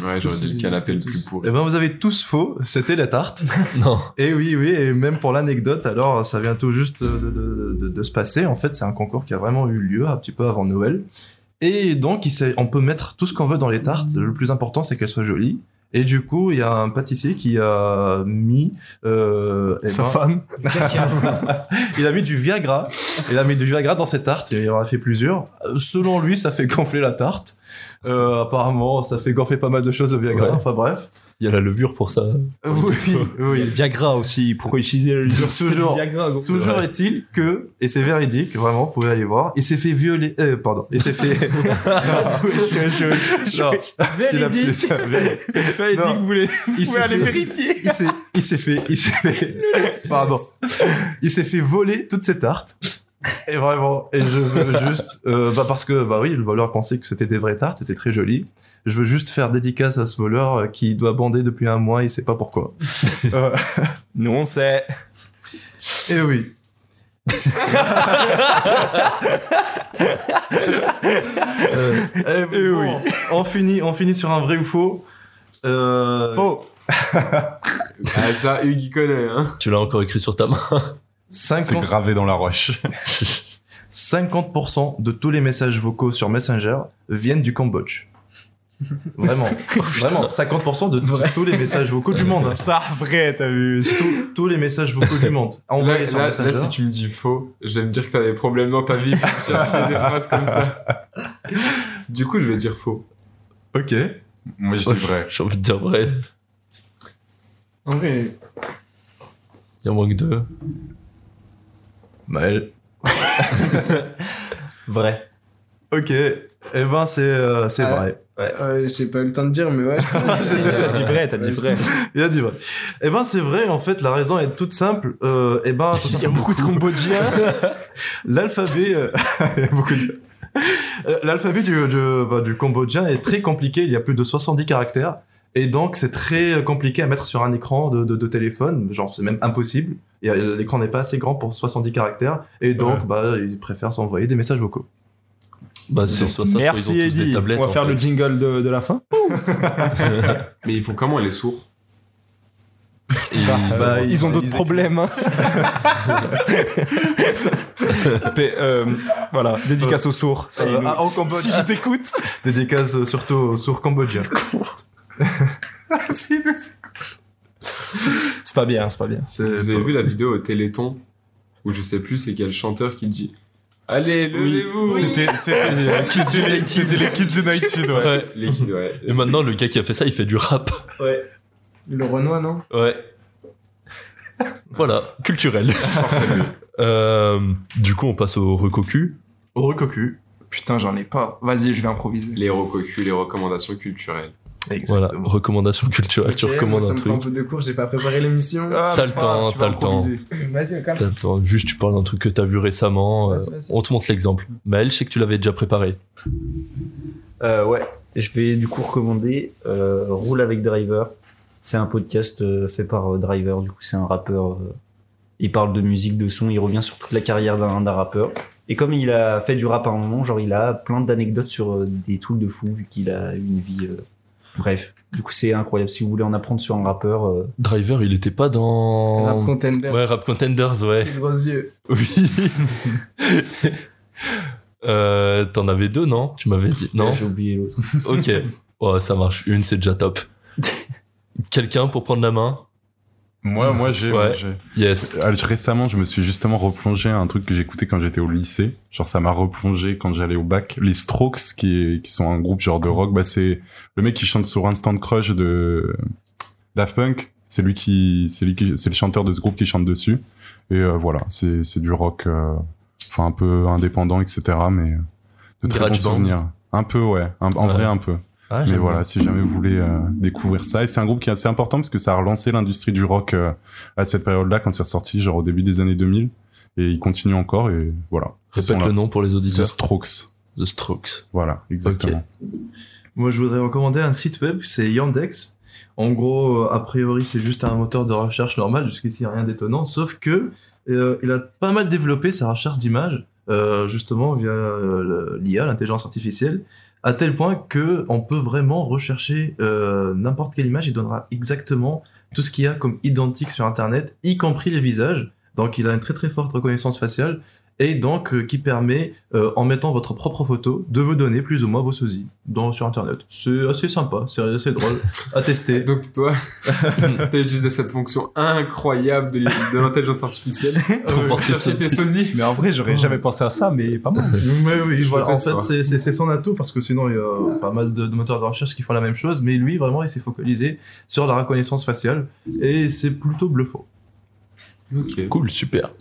Speaker 2: Ouais, j'aurais dit le canapé le plus pourri.
Speaker 8: Eh ben vous avez tous faux, c'était la tarte.
Speaker 5: Non.
Speaker 8: Et oui, oui, et même pour l'anecdote, alors ça vient tout juste de, de- de- de se passer. En fait, c'est un concours qui a vraiment eu lieu un petit peu avant Noël. Et donc, il s'est- on peut mettre tout ce qu'on veut dans les tartes. Le plus important, c'est qu'elles soient jolies. Et du coup, il y a un pâtissier qui a mis... euh, eh
Speaker 3: Sa
Speaker 8: ben,
Speaker 3: femme.
Speaker 8: il a mis du Viagra. Il a mis du Viagra dans ses tartes. Il en a fait plusieurs. Euh, Selon lui, ça fait gonfler la tarte. Euh, apparemment, ça fait gonfler pas mal de choses, le Viagra.
Speaker 5: Ouais.
Speaker 8: Enfin bref.
Speaker 5: Il y a la levure pour ça.
Speaker 3: Euh,
Speaker 8: Oui, oui.
Speaker 3: Viagra aussi. Pourquoi utiliser le
Speaker 8: Toujours.
Speaker 3: Viagra gros.
Speaker 8: Toujours est-il que, et c'est véridique, vraiment, vous pouvez aller voir, il s'est fait violer, euh, pardon, il s'est fait... Oui, je- je- non, c'est l'absolu-
Speaker 3: Véridique,
Speaker 8: Non.
Speaker 3: vous voulez.
Speaker 8: Il s'est fait- Il s'est, il s'est fait, il s'est fait, pardon, il s'est fait voler toutes ses tartes. Et vraiment, et je veux juste, euh, bah parce que bah oui, le voleur pensait que c'était des vraies tartes, c'était très joli. Je veux juste faire dédicace à ce voleur euh, qui doit bander depuis un mois, il sait pas pourquoi. Euh,
Speaker 3: Nous, on sait.
Speaker 8: et Eh oui. Euh, et oui. On finit, on finit sur un vrai ou faux. Euh,
Speaker 3: Faux.
Speaker 2: Ah, ça, Hugues, il connaît, hein.
Speaker 5: Tu l'as encore écrit sur ta main.
Speaker 8: 50
Speaker 1: C'est gravé dans la roche.
Speaker 8: 50% de tous les messages vocaux sur Messenger viennent du Cambodge. Vraiment, vraiment, 50% de tous les messages vocaux du monde.
Speaker 3: Ça, vrai, t'as vu.
Speaker 8: Tous- tous les messages vocaux du monde.
Speaker 2: Là,
Speaker 8: Envoyés sur
Speaker 2: là, là,
Speaker 8: Messenger.
Speaker 2: si tu me dis faux, je vais me dire que t'as des problèmes dans ta vie pour chercher des phrases comme ça. Du coup, je vais dire faux.
Speaker 8: Ok.
Speaker 1: Moi, je dis vrai.
Speaker 5: J'ai envie de dire vrai.
Speaker 9: En vrai,
Speaker 5: Il en manque deux.
Speaker 8: Maël.
Speaker 6: Vrai.
Speaker 8: Ok. Eh ben, c'est euh, c'est
Speaker 9: Ah.
Speaker 8: vrai.
Speaker 9: euh, j'ai pas eu le temps de dire, mais ouais. je pense que-
Speaker 3: T'as dit vrai, t'as dit vrai.
Speaker 8: Il a dit vrai. Eh ben, c'est vrai. En fait, la raison est toute simple. Euh, eh ben,
Speaker 3: Il y a beaucoup de Cambodgiens.
Speaker 8: L'alphabet, euh, il y a beaucoup de- Euh, l'alphabet du, du- bah, du cambodgien est très compliqué. Il y a plus de 70 caractères. Et donc, c'est très compliqué à mettre sur un écran de, de- de téléphone. Genre, c'est même impossible. Et, euh, L'écran n'est pas assez grand pour 70 caractères. Et donc, bah, ils préfèrent s'envoyer des messages vocaux.
Speaker 5: Bah, c'est soit ça, soit
Speaker 3: Merci,
Speaker 5: ils ont tous des
Speaker 3: Eddy.
Speaker 5: tablettes.
Speaker 3: On va
Speaker 5: en
Speaker 3: faire
Speaker 5: fait.
Speaker 3: le jingle de, de la fin.
Speaker 2: Mais ils font comment Elle est sourd.
Speaker 5: Et
Speaker 2: euh,
Speaker 5: ils-
Speaker 8: Bah,
Speaker 3: Euh, Ils ont d'autres problèmes. hein. Mais, euh, voilà, dédicace aux sourds. Si
Speaker 8: Euh,
Speaker 3: nous,
Speaker 8: ah, en
Speaker 3: si-
Speaker 8: Cambodge.
Speaker 3: si nous écoutent.
Speaker 8: Dédicace euh, surtout aux sourds cambodgiens.
Speaker 3: C'est pas bien, c'est pas bien.
Speaker 8: C'est-
Speaker 2: Vous avez vu la vidéo au Téléthon où je sais plus c'est quel chanteur qui dit Allez, levez-vous
Speaker 1: C'était c'était- c'était les, c'était les Kids United, ouais.
Speaker 5: Ouais.
Speaker 2: Les kids, ouais.
Speaker 5: Et maintenant, le gars qui a fait ça, il fait du rap.
Speaker 9: Le Renoir, non
Speaker 5: Ouais. voilà, culturel. Euh, du coup, on passe au recocu.
Speaker 8: Heureux cocu.
Speaker 9: Putain, j'en ai pas. Vas-y, je vais improviser.
Speaker 2: Les recocus, les recommandations culturelles.
Speaker 5: Voilà, recommandations culturelles. Bah, tu
Speaker 9: Ok,
Speaker 5: recommandes
Speaker 9: moi,
Speaker 5: un
Speaker 9: ça me
Speaker 5: truc.
Speaker 9: prend un peu de cours, j'ai pas préparé l'émission.
Speaker 3: Ah.
Speaker 5: T'as le temps, t'as le temps.
Speaker 9: Vas-y, calme.
Speaker 5: T'as le temps. Juste, tu parles d'un truc que t'as vu récemment. euh,
Speaker 9: Vas-y, vas-y.
Speaker 5: on te montre l'exemple. Maël, je sais que tu l'avais déjà préparé.
Speaker 6: Euh, ouais. Je vais du coup recommander euh, Roule avec Driver. C'est un podcast euh, fait par euh, Driver. Du coup, c'est un rappeur. euh, il parle de musique, de son. Il revient sur toute la carrière d'un d'un rappeur. Et comme il a fait du rap à un moment, genre il a plein d'anecdotes sur euh, des trucs de fou vu qu'il a une vie. euh, Bref, du coup c'est incroyable. Si vous voulez en apprendre sur un rappeur, euh,
Speaker 5: Driver, il était pas
Speaker 9: Rap
Speaker 5: dans.
Speaker 9: Contenders.
Speaker 5: ouais, Rap Contenders, ouais.
Speaker 9: C'est gros yeux.
Speaker 5: Oui. Euh, T'en avais deux, non Tu m'avais dit. Non
Speaker 6: j'ai oublié l'autre.
Speaker 5: Ok. Oh, ça marche. Une, c'est déjà top. Quelqu'un pour prendre la main
Speaker 1: Moi, moi, j'ai. moi,
Speaker 5: Ouais.
Speaker 1: j'ai.
Speaker 5: Yes.
Speaker 1: Euh, Récemment, je me suis justement replongé à un truc que j'écoutais quand j'étais au lycée. Genre, ça m'a replongé quand j'allais au bac. Les Strokes, qui, qui sont un groupe genre de rock, bah, c'est le mec qui chante sur Instant Crush de Daft Punk. C'est lui qui, c'est lui qui, c'est le chanteur de ce groupe qui chante dessus. Et euh, voilà, c'est, c'est du rock, euh, enfin, un peu indépendant, etc. Mais euh, de très bons
Speaker 5: Garage band.
Speaker 1: souvenirs. Un peu, ouais. Un- en
Speaker 5: Ouais.
Speaker 1: vrai, un peu.
Speaker 5: Ah,
Speaker 1: Mais
Speaker 5: j'aime
Speaker 1: voilà, si jamais vous voulez euh, découvrir ça, et c'est un groupe qui est assez important parce que ça a relancé l'industrie du rock euh, à cette période-là quand c'est ressorti, genre au début des années 2000, et il continue encore et voilà. Ils sont
Speaker 5: Répète
Speaker 1: là.
Speaker 5: le nom pour les
Speaker 1: The
Speaker 5: auditeurs.
Speaker 1: Strokes,
Speaker 5: The Strokes.
Speaker 1: voilà, exactement.
Speaker 8: Moi, je voudrais recommander un site web, c'est Yandex. En gros, euh, a priori, c'est juste un moteur de recherche normal, jusqu'ici rien d'étonnant, sauf que euh, il a pas mal développé sa recherche d'images, euh, justement via euh, le- l'IA, l'intelligence artificielle, à tel point que on peut vraiment rechercher euh, n'importe quelle image, il donnera exactement tout ce qu'il y a comme identique sur Internet, y compris les visages. Donc, il a une très très forte reconnaissance faciale et donc euh, qui permet, euh, en mettant votre propre photo, de vous donner plus ou moins vos sosies dans, sur Internet. C'est assez sympa, c'est assez drôle à tester.
Speaker 2: Donc toi, t'as utilisé cette fonction incroyable de l'in- de l'intelligence artificielle
Speaker 8: Euh,
Speaker 5: Pour
Speaker 3: Euh,
Speaker 5: voir tes
Speaker 2: chercher tes sosies.
Speaker 3: Mais en vrai, j'aurais
Speaker 9: Mmh.
Speaker 3: jamais pensé à ça, mais pas mal.
Speaker 8: Oui, oui, je
Speaker 2: vois
Speaker 8: vois. En
Speaker 2: ça.
Speaker 8: fait, c'est- c'est c'est son atout parce que sinon, il y a pas mal de, de moteurs de recherche qui font la même chose, mais lui, vraiment, il s'est focalisé sur la reconnaissance faciale et c'est plutôt bluffant.
Speaker 2: Ok.
Speaker 5: Cool, super.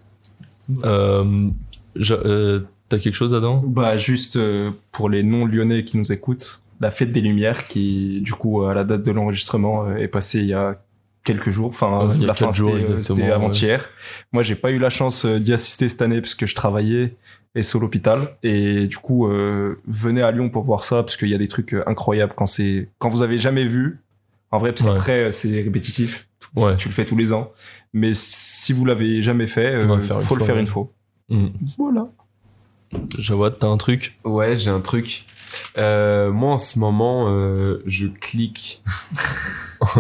Speaker 5: Euh, je- euh, T'as quelque chose, Adam
Speaker 3: Bah, juste euh, pour les non-lyonnais qui nous écoutent, la fête des Lumières, qui, du coup, à la date de l'enregistrement, euh, est passée il y a
Speaker 8: quelques jours. Enfin,
Speaker 5: Ouais, il y a
Speaker 8: la
Speaker 5: quatre
Speaker 8: fin,
Speaker 5: jours,
Speaker 8: c'était, euh,
Speaker 5: exactement,
Speaker 8: c'était
Speaker 5: ouais.
Speaker 8: avant-hier. Moi, j'ai pas eu la chance euh, d'y assister cette année parce que je travaillais et sur l'hôpital. Et du coup, euh, venez à Lyon pour voir ça parce qu'il y a des trucs euh, incroyables quand c'est quand vous avez jamais vu. En vrai, parce
Speaker 5: Ouais.
Speaker 8: qu'après, euh, c'est répétitif.
Speaker 5: Ouais.
Speaker 8: Tu le fais tous les ans. Mais si vous l'avez jamais fait, euh,
Speaker 5: On va le
Speaker 8: faut
Speaker 5: faire une
Speaker 8: le
Speaker 5: fois,
Speaker 8: faire
Speaker 5: ouais.
Speaker 8: une fois.
Speaker 5: Mm.
Speaker 8: Voilà.
Speaker 5: Jawad, t'as un truc
Speaker 2: Ouais, j'ai un truc. Euh, moi, en ce moment, euh, je clique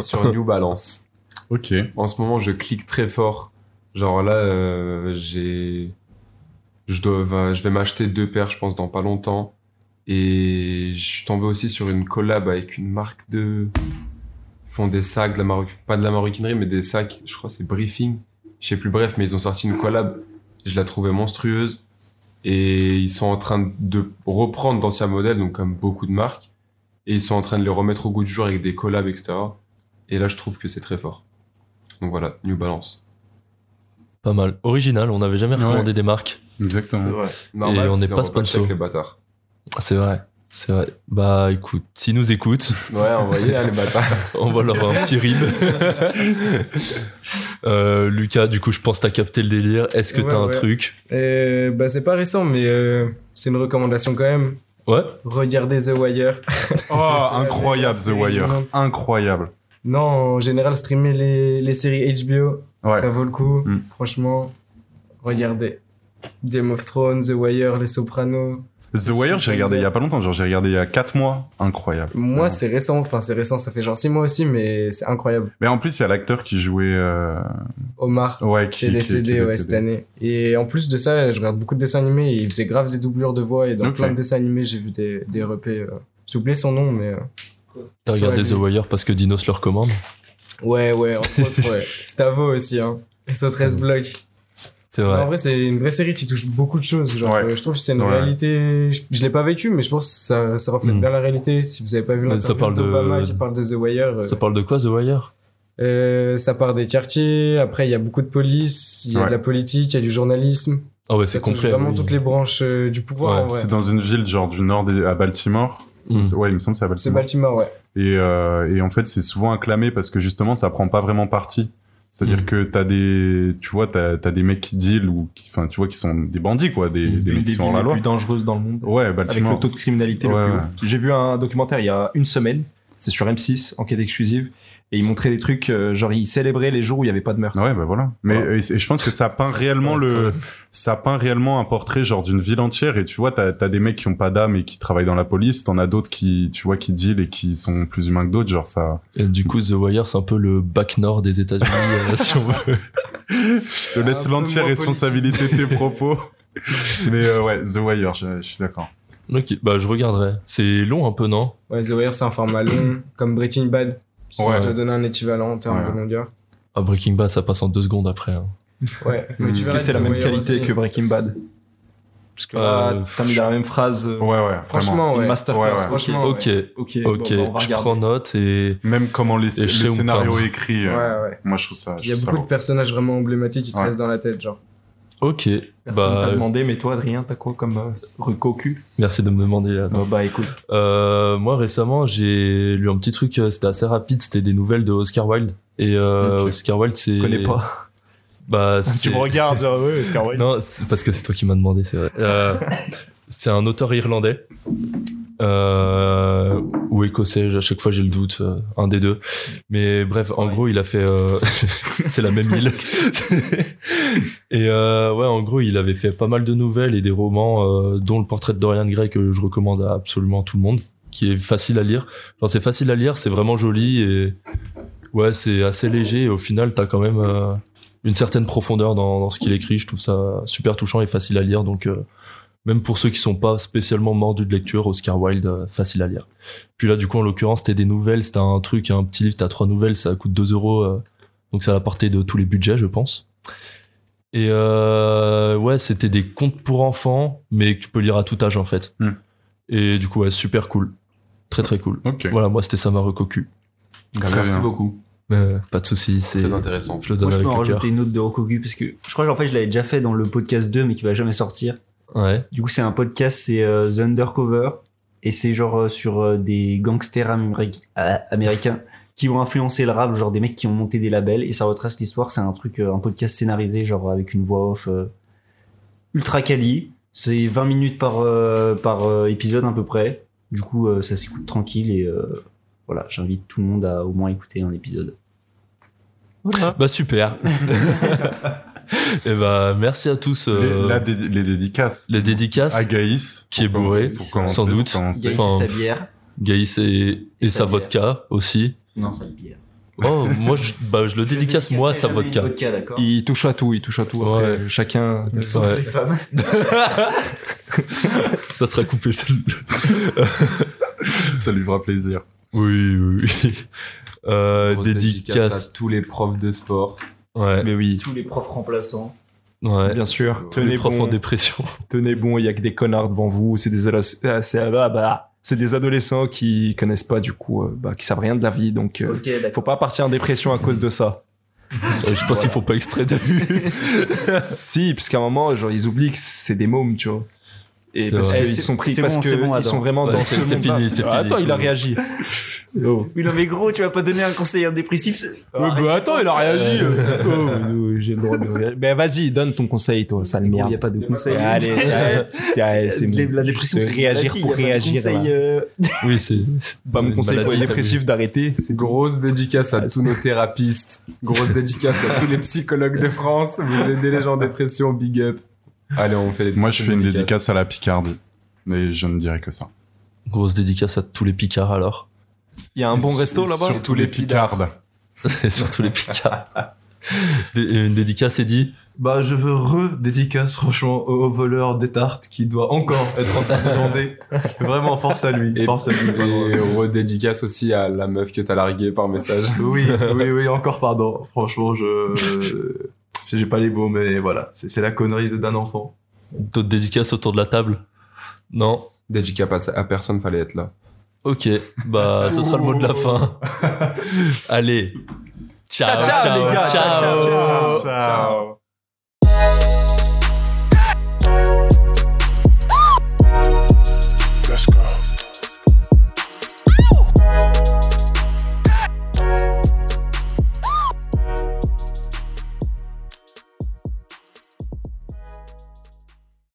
Speaker 2: sur New Balance.
Speaker 1: Ok.
Speaker 2: En ce moment, je clique très fort. Genre là, euh, j'ai. Je, dois, va- je vais m'acheter deux paires, je pense, dans pas longtemps. Et je suis tombé aussi sur une collab avec une marque de. Ils font des sacs, de la maroc... pas de la maroquinerie, mais des sacs, je crois, que c'est Briefing. Je sais plus, bref, mais ils ont sorti une collab. Je la trouvais monstrueuse. Et ils sont en train de reprendre d'anciens modèles, donc comme beaucoup de marques. Et ils sont en train de les remettre au goût du jour avec des collabs, etc. Et là, je trouve que c'est très fort. Donc voilà, New Balance.
Speaker 5: Pas mal. Original, on n'avait jamais
Speaker 1: Ouais.
Speaker 5: recommandé des marques.
Speaker 1: Exactement.
Speaker 10: vrai.
Speaker 5: on n'est
Speaker 2: c'est
Speaker 5: pas
Speaker 2: en contact
Speaker 5: sponsor.
Speaker 2: avec les bâtards.
Speaker 5: C'est vrai. C'est vrai. Bah écoute, s'ils nous écoutent,
Speaker 2: Ouais, envoyez là, les bâtards.
Speaker 5: on va leur un petit rib. Euh, Lucas, du coup, je pense que t'as capté le délire. Est-ce que
Speaker 3: Ouais,
Speaker 5: t'as un
Speaker 3: ouais.
Speaker 5: truc
Speaker 3: Euh, bah, c'est pas récent, mais euh, c'est une recommandation quand même.
Speaker 5: Ouais.
Speaker 3: Regardez The Wire.
Speaker 1: Oh, incroyable The Wire. Incroyable.
Speaker 3: Non, en général, streamer les, les séries HBO,
Speaker 1: Ouais.
Speaker 3: ça vaut le coup.
Speaker 1: Mm.
Speaker 3: Franchement, regardez. Game of Thrones, The Wire, Les Sopranos.
Speaker 1: The Wire, j'ai regardé il y a pas longtemps. Genre, j'ai regardé il y a 4 mois. Incroyable.
Speaker 3: Moi,
Speaker 1: Ouais.
Speaker 3: c'est récent. Enfin, c'est récent, ça fait genre 6 mois aussi, mais c'est incroyable.
Speaker 1: Mais en plus, il y a l'acteur qui jouait. euh,
Speaker 3: Omar,
Speaker 1: Ouais,
Speaker 3: qui
Speaker 1: qui
Speaker 3: est
Speaker 1: qui- qui
Speaker 3: décédé,
Speaker 1: est
Speaker 3: ouais, cette année. Et en plus de ça, je regarde beaucoup de dessins animés et il faisait grave des doublures de voix. Et dans
Speaker 1: Ok.
Speaker 3: plein de dessins animés, j'ai vu des, des repés. euh, J'ai oublié son nom, mais. euh,
Speaker 5: T'as
Speaker 3: sur
Speaker 5: regardé
Speaker 3: la
Speaker 5: The Wire parce que Dinos le recommande
Speaker 3: Ouais, ouais, entre autres, ouais. Stavo aussi, hein. SO 13 blocs.
Speaker 5: C'est
Speaker 3: Non,
Speaker 5: vrai.
Speaker 3: En vrai, c'est une vraie série qui touche beaucoup de choses. Genre,
Speaker 1: Ouais.
Speaker 3: euh, je trouve que c'est une
Speaker 1: Ouais.
Speaker 3: réalité. Je, je l'ai pas vécu, mais je pense que ça, ça reflète
Speaker 5: Mm.
Speaker 3: bien la réalité. Si vous avez pas vu
Speaker 5: Mais ça
Speaker 3: l'interview
Speaker 5: parle de-
Speaker 3: d'Obama qui parle de The Wire, euh, euh,
Speaker 5: Ça
Speaker 3: ça...
Speaker 5: parle de quoi, The Wire
Speaker 3: part des quartiers. Après, il y a beaucoup de police, il y a
Speaker 1: Ouais.
Speaker 3: de la politique, il y a du journalisme.
Speaker 5: Ah ouais,
Speaker 3: ça
Speaker 5: c'est
Speaker 3: touche
Speaker 5: complet.
Speaker 3: vraiment
Speaker 5: oui.
Speaker 3: toutes les branches euh, du pouvoir.
Speaker 5: Ouais,
Speaker 3: en vrai.
Speaker 1: C'est dans une ville, genre, du nord des- à Baltimore.
Speaker 5: Mm.
Speaker 1: Ouais, il me semble que c'est à
Speaker 3: C'est
Speaker 1: Baltimore.
Speaker 3: Baltimore, ouais.
Speaker 1: Et, euh, et en fait, c'est souvent acclamé parce que justement, ça prend pas vraiment parti. C'est-à-dire
Speaker 5: Mhm.
Speaker 8: Mm.
Speaker 1: que t'as des, tu vois, t'as, t'as des mecs qui deal ou qui, enfin, tu vois, qui sont des bandits, quoi, des, des
Speaker 8: Une
Speaker 1: mecs qui
Speaker 8: Mm. des
Speaker 1: sont
Speaker 8: villes
Speaker 1: hors la
Speaker 8: les
Speaker 1: loi.
Speaker 8: plus dangereuses dans le monde.
Speaker 1: Ouais, bah,
Speaker 8: avec le
Speaker 1: Baltimore.
Speaker 8: taux de criminalité
Speaker 1: Ouais,
Speaker 8: le plus
Speaker 1: ouais.
Speaker 8: haut. J'ai vu un documentaire il y a une semaine, c'est sur M6, enquête exclusive, et ils montraient des trucs, euh, genre ils célébraient les jours où il n'y avait pas de meurtre.
Speaker 1: Ouais, bah voilà. Mais
Speaker 8: Voilà.
Speaker 1: euh, et- et je pense que ça peint réellement
Speaker 5: Ouais, quand
Speaker 1: le,
Speaker 5: même.
Speaker 1: ça peint réellement un portrait genre d'une ville entière. Et tu vois, t'as, t'as des mecs qui ont pas d'âme et qui travaillent dans la police. T'en as d'autres qui, tu vois, qui deal et qui sont plus humains que d'autres. Genre ça.
Speaker 5: Et du coup, The Wire, c'est un peu le bac nord des États-Unis, euh, si on veut.
Speaker 1: Je te
Speaker 8: Ah,
Speaker 1: laisse l'entière responsabilité de tes propos. Mais euh, ouais, The Wire, je, je suis d'accord.
Speaker 5: Ok, bah je regarderai. C'est long un peu, non
Speaker 3: Ouais, The Wire, c'est un format long, comme Breaking Bad. Si
Speaker 1: Ouais.
Speaker 3: je dois donner un équivalent en termes
Speaker 1: Ouais.
Speaker 3: de longueur.
Speaker 5: Ah, Breaking Bad, ça passe en deux secondes après. hein.
Speaker 3: Ouais.
Speaker 2: Mmh.
Speaker 3: Mais tu
Speaker 8: Est-ce
Speaker 3: verras
Speaker 8: que c'est la
Speaker 3: The
Speaker 8: même
Speaker 3: Wire
Speaker 8: qualité
Speaker 3: aussi.
Speaker 8: que Breaking Bad Parce que là,
Speaker 5: Euh,
Speaker 8: t'as mis la même phrase, euh,
Speaker 1: Ouais, ouais. Franchement.
Speaker 3: Franchement,
Speaker 8: une
Speaker 3: ouais.
Speaker 8: masterclass.
Speaker 1: Ouais, ouais.
Speaker 3: Franchement, ouais.
Speaker 5: Ok,
Speaker 8: Ok, bon,
Speaker 5: ok,
Speaker 8: bah, on va
Speaker 5: je
Speaker 8: regarder.
Speaker 5: prends note et.
Speaker 1: Même comment les,
Speaker 5: Et
Speaker 1: le
Speaker 5: je sais où
Speaker 1: scénario
Speaker 5: peindre.
Speaker 1: est écrit. euh,
Speaker 3: Ouais, ouais.
Speaker 1: Moi, je trouve ça.
Speaker 3: Il
Speaker 1: Je
Speaker 3: y a
Speaker 1: trouve ça
Speaker 3: beaucoup de
Speaker 1: lourd.
Speaker 3: personnages vraiment emblématiques qui te
Speaker 1: Ouais.
Speaker 3: restent dans la tête, genre.
Speaker 5: Ok,
Speaker 8: Personne
Speaker 5: bah.
Speaker 8: t'a demandé, mais toi, Adrien, t'as quoi comme euh, rue cocu
Speaker 5: Merci de me demander. là.
Speaker 8: bah, bah, écoute,
Speaker 5: Euh, moi récemment, j'ai lu un petit truc, euh, c'était assez rapide, c'était des nouvelles de Oscar Wilde. Et euh,
Speaker 1: Ok.
Speaker 5: Oscar Wilde, c'est.
Speaker 8: je connais pas.
Speaker 5: Bah, c'est-
Speaker 6: Ah, Tu me regardes, genre, ouais, Oscar Wilde.
Speaker 5: Non, c'est parce que c'est toi qui m'as demandé, c'est vrai. Euh, c'est un auteur irlandais. euh, ou écossais, à chaque fois j'ai le doute, euh, un des deux. Mais bref, en gros, il a fait. euh, c'est la même île. et euh, ouais, en gros, il avait fait pas mal de nouvelles et des romans, euh, dont le portrait de Dorian Gray que je recommande à absolument tout le monde, qui est facile à lire. Genre, c'est facile à lire, c'est vraiment joli et. Ouais, c'est assez léger et au final, t'as quand même. euh, une certaine profondeur dans, dans ce qu'il écrit. Je trouve ça super touchant et facile à lire. Donc, euh, même pour ceux qui sont pas spécialement mordus de lecture, Oscar Wilde, euh, facile à lire. Puis là, du coup, en l'occurrence, c'était des nouvelles. C'était un truc, un petit livre, t'as trois nouvelles, ça coûte 2 euros. euh, donc, c'est à la portée de tous les budgets, je pense. Et euh, ouais, c'était des contes pour enfants, mais que tu peux lire à tout âge, en fait.
Speaker 1: Hmm.
Speaker 5: Et du coup, ouais, super cool. Très, très cool.
Speaker 1: Ok.
Speaker 5: Voilà, moi, c'était ça ma recocu.
Speaker 1: Très
Speaker 2: Merci
Speaker 1: bien.
Speaker 2: beaucoup.
Speaker 5: Euh, pas de soucis, c'est.
Speaker 2: Très intéressant.
Speaker 5: Je le
Speaker 6: Moi,
Speaker 5: donne
Speaker 6: je peux en
Speaker 5: avec le cœur.
Speaker 6: rajouter une autre de Rokogu parce que je crois qu'en fait, je l'avais déjà fait dans le podcast 2, mais qui va jamais sortir.
Speaker 5: Ouais.
Speaker 6: Du coup, c'est un podcast, c'est euh, The Undercover, et c'est genre euh, sur euh, des gangsters améric- euh, américains qui ont influencé le rap, genre des mecs qui ont monté des labels et ça retrace l'histoire. C'est un truc, euh, un podcast scénarisé, genre avec une voix off euh, ultra quali. C'est 20 minutes par, euh, par euh, épisode à peu près. Du coup, euh, ça s'écoute tranquille et euh, voilà, j'invite tout le monde à au moins écouter un épisode.
Speaker 5: Bah super. Et bah merci à tous. euh,
Speaker 1: Les, la Ah, dé- les dédicaces.
Speaker 5: les dédicaces.
Speaker 1: À Gaïs.
Speaker 5: Qui est bourré,
Speaker 1: pour commencer,
Speaker 5: sans doute.
Speaker 1: pour commencer.
Speaker 6: Gaël, c'est
Speaker 5: Enfin,
Speaker 6: sa bière.
Speaker 5: Gaïs et, et
Speaker 6: Et
Speaker 5: sa
Speaker 6: sa
Speaker 5: vodka aussi.
Speaker 6: Non, sa bière.
Speaker 5: Oh, moi, je, bah, je le dédicace, moi, à sa vodka.
Speaker 6: Vodka, d'accord.
Speaker 3: Il touche à tout, il touche à tout. Après, euh, Chacun.
Speaker 5: Ouais.
Speaker 6: Les femmes.
Speaker 5: Ça sera coupé. celle-là.
Speaker 1: Ça lui fera plaisir.
Speaker 5: Oui, oui, oui. Euh,
Speaker 2: Grosse
Speaker 5: dédicace.
Speaker 2: à tous les profs de sport.
Speaker 5: Ouais,
Speaker 3: Mais oui,
Speaker 6: Tous les profs remplaçants.
Speaker 5: ouais.
Speaker 3: bien sûr.
Speaker 5: Les
Speaker 3: Tenez
Speaker 5: profs en
Speaker 3: bon,
Speaker 5: dépression.
Speaker 3: tenez bon, il y a que des connards devant vous. C'est des, ados- ah, c'est ah, bah, bah, c'est des adolescents qui connaissent pas du coup, euh, bah, qui savent rien de la vie. Donc, euh,
Speaker 6: Ok, d'accord.
Speaker 3: faut pas partir en dépression à cause de ça.
Speaker 5: Euh, je pense qu'ils font pas exprès de
Speaker 3: si, parce qu'à un moment, genre, ils oublient que c'est des mômes, tu vois. Et
Speaker 5: C'est
Speaker 3: parce
Speaker 5: vrai.
Speaker 3: qu'ils
Speaker 6: Eh, c'est-
Speaker 3: sont pris,
Speaker 6: c'est
Speaker 3: parce
Speaker 6: bon,
Speaker 3: que
Speaker 6: c'est bon,
Speaker 3: ils
Speaker 6: Adam.
Speaker 3: sont vraiment
Speaker 5: Ouais,
Speaker 3: dans
Speaker 5: c'est-
Speaker 3: ce
Speaker 5: c'est
Speaker 3: monde-là.
Speaker 5: fini, c'est
Speaker 3: Ah,
Speaker 5: fini.
Speaker 3: Attends, il a réagi. Oh.
Speaker 6: Oui, non, mais gros, tu vas pas donner un conseil à un dépressif. c'est-
Speaker 3: bah,
Speaker 6: Arrête, tu penses- euh, Oh,
Speaker 3: réagi. j'ai le droit de réagir. Ben vas-y, donne ton conseil, toi, sale
Speaker 6: Il
Speaker 3: merde.
Speaker 6: n'y a pas de conseil.
Speaker 3: Allez, allez, c'est
Speaker 6: la, la dépression, c'est
Speaker 3: réagir
Speaker 6: relatif,
Speaker 3: pour
Speaker 6: y a pas de euh,
Speaker 3: réagir. hein.
Speaker 6: conseil,
Speaker 3: là.
Speaker 6: euh,
Speaker 5: Oui, c'est.
Speaker 3: Pas
Speaker 5: c'est
Speaker 3: me conseiller
Speaker 5: une
Speaker 3: pour les
Speaker 5: maladie, t'as vu.
Speaker 3: dépressifs d'arrêter. c'est-
Speaker 2: Grosse dédicace à tous nos thérapeutes. Grosse dédicace à tous les psychologues de France. Vous aidez les gens en dépression, big up. Allez, on fait les
Speaker 1: Moi, je fais une
Speaker 2: dédicaces.
Speaker 1: dédicace à la Picardie. Et je ne dirai que ça.
Speaker 5: Grosse dédicace à tous les picards alors.
Speaker 3: Il y a un bon
Speaker 1: Et-
Speaker 3: resto
Speaker 1: et
Speaker 3: là-bas.
Speaker 1: Surtout les Picardes.
Speaker 5: Et Surtout les picards. Dé- Une dédicace, Eddie.
Speaker 8: Bah, je veux re-dédicace, franchement, au, au voleur des tartes qui doit encore être en train de bander. Vraiment, force à lui.
Speaker 2: Et,
Speaker 8: Force à lui. vraiment.
Speaker 2: et redédicace aussi à la meuf que t'as larguée par message.
Speaker 8: Oui, oui, oui, encore pardon. Franchement, je. J'ai pas les mots, mais voilà. C'est c'est la connerie de- d'un enfant.
Speaker 5: D'autres dédicaces autour de la table Non
Speaker 2: Dédicace à, à personne, fallait être là.
Speaker 5: Ok, bah ce sera le mot de la fin. Allez. Ciao,
Speaker 3: ciao, les gars.
Speaker 5: ciao.
Speaker 1: Ah,
Speaker 3: Ciao, ciao.
Speaker 1: Ciao.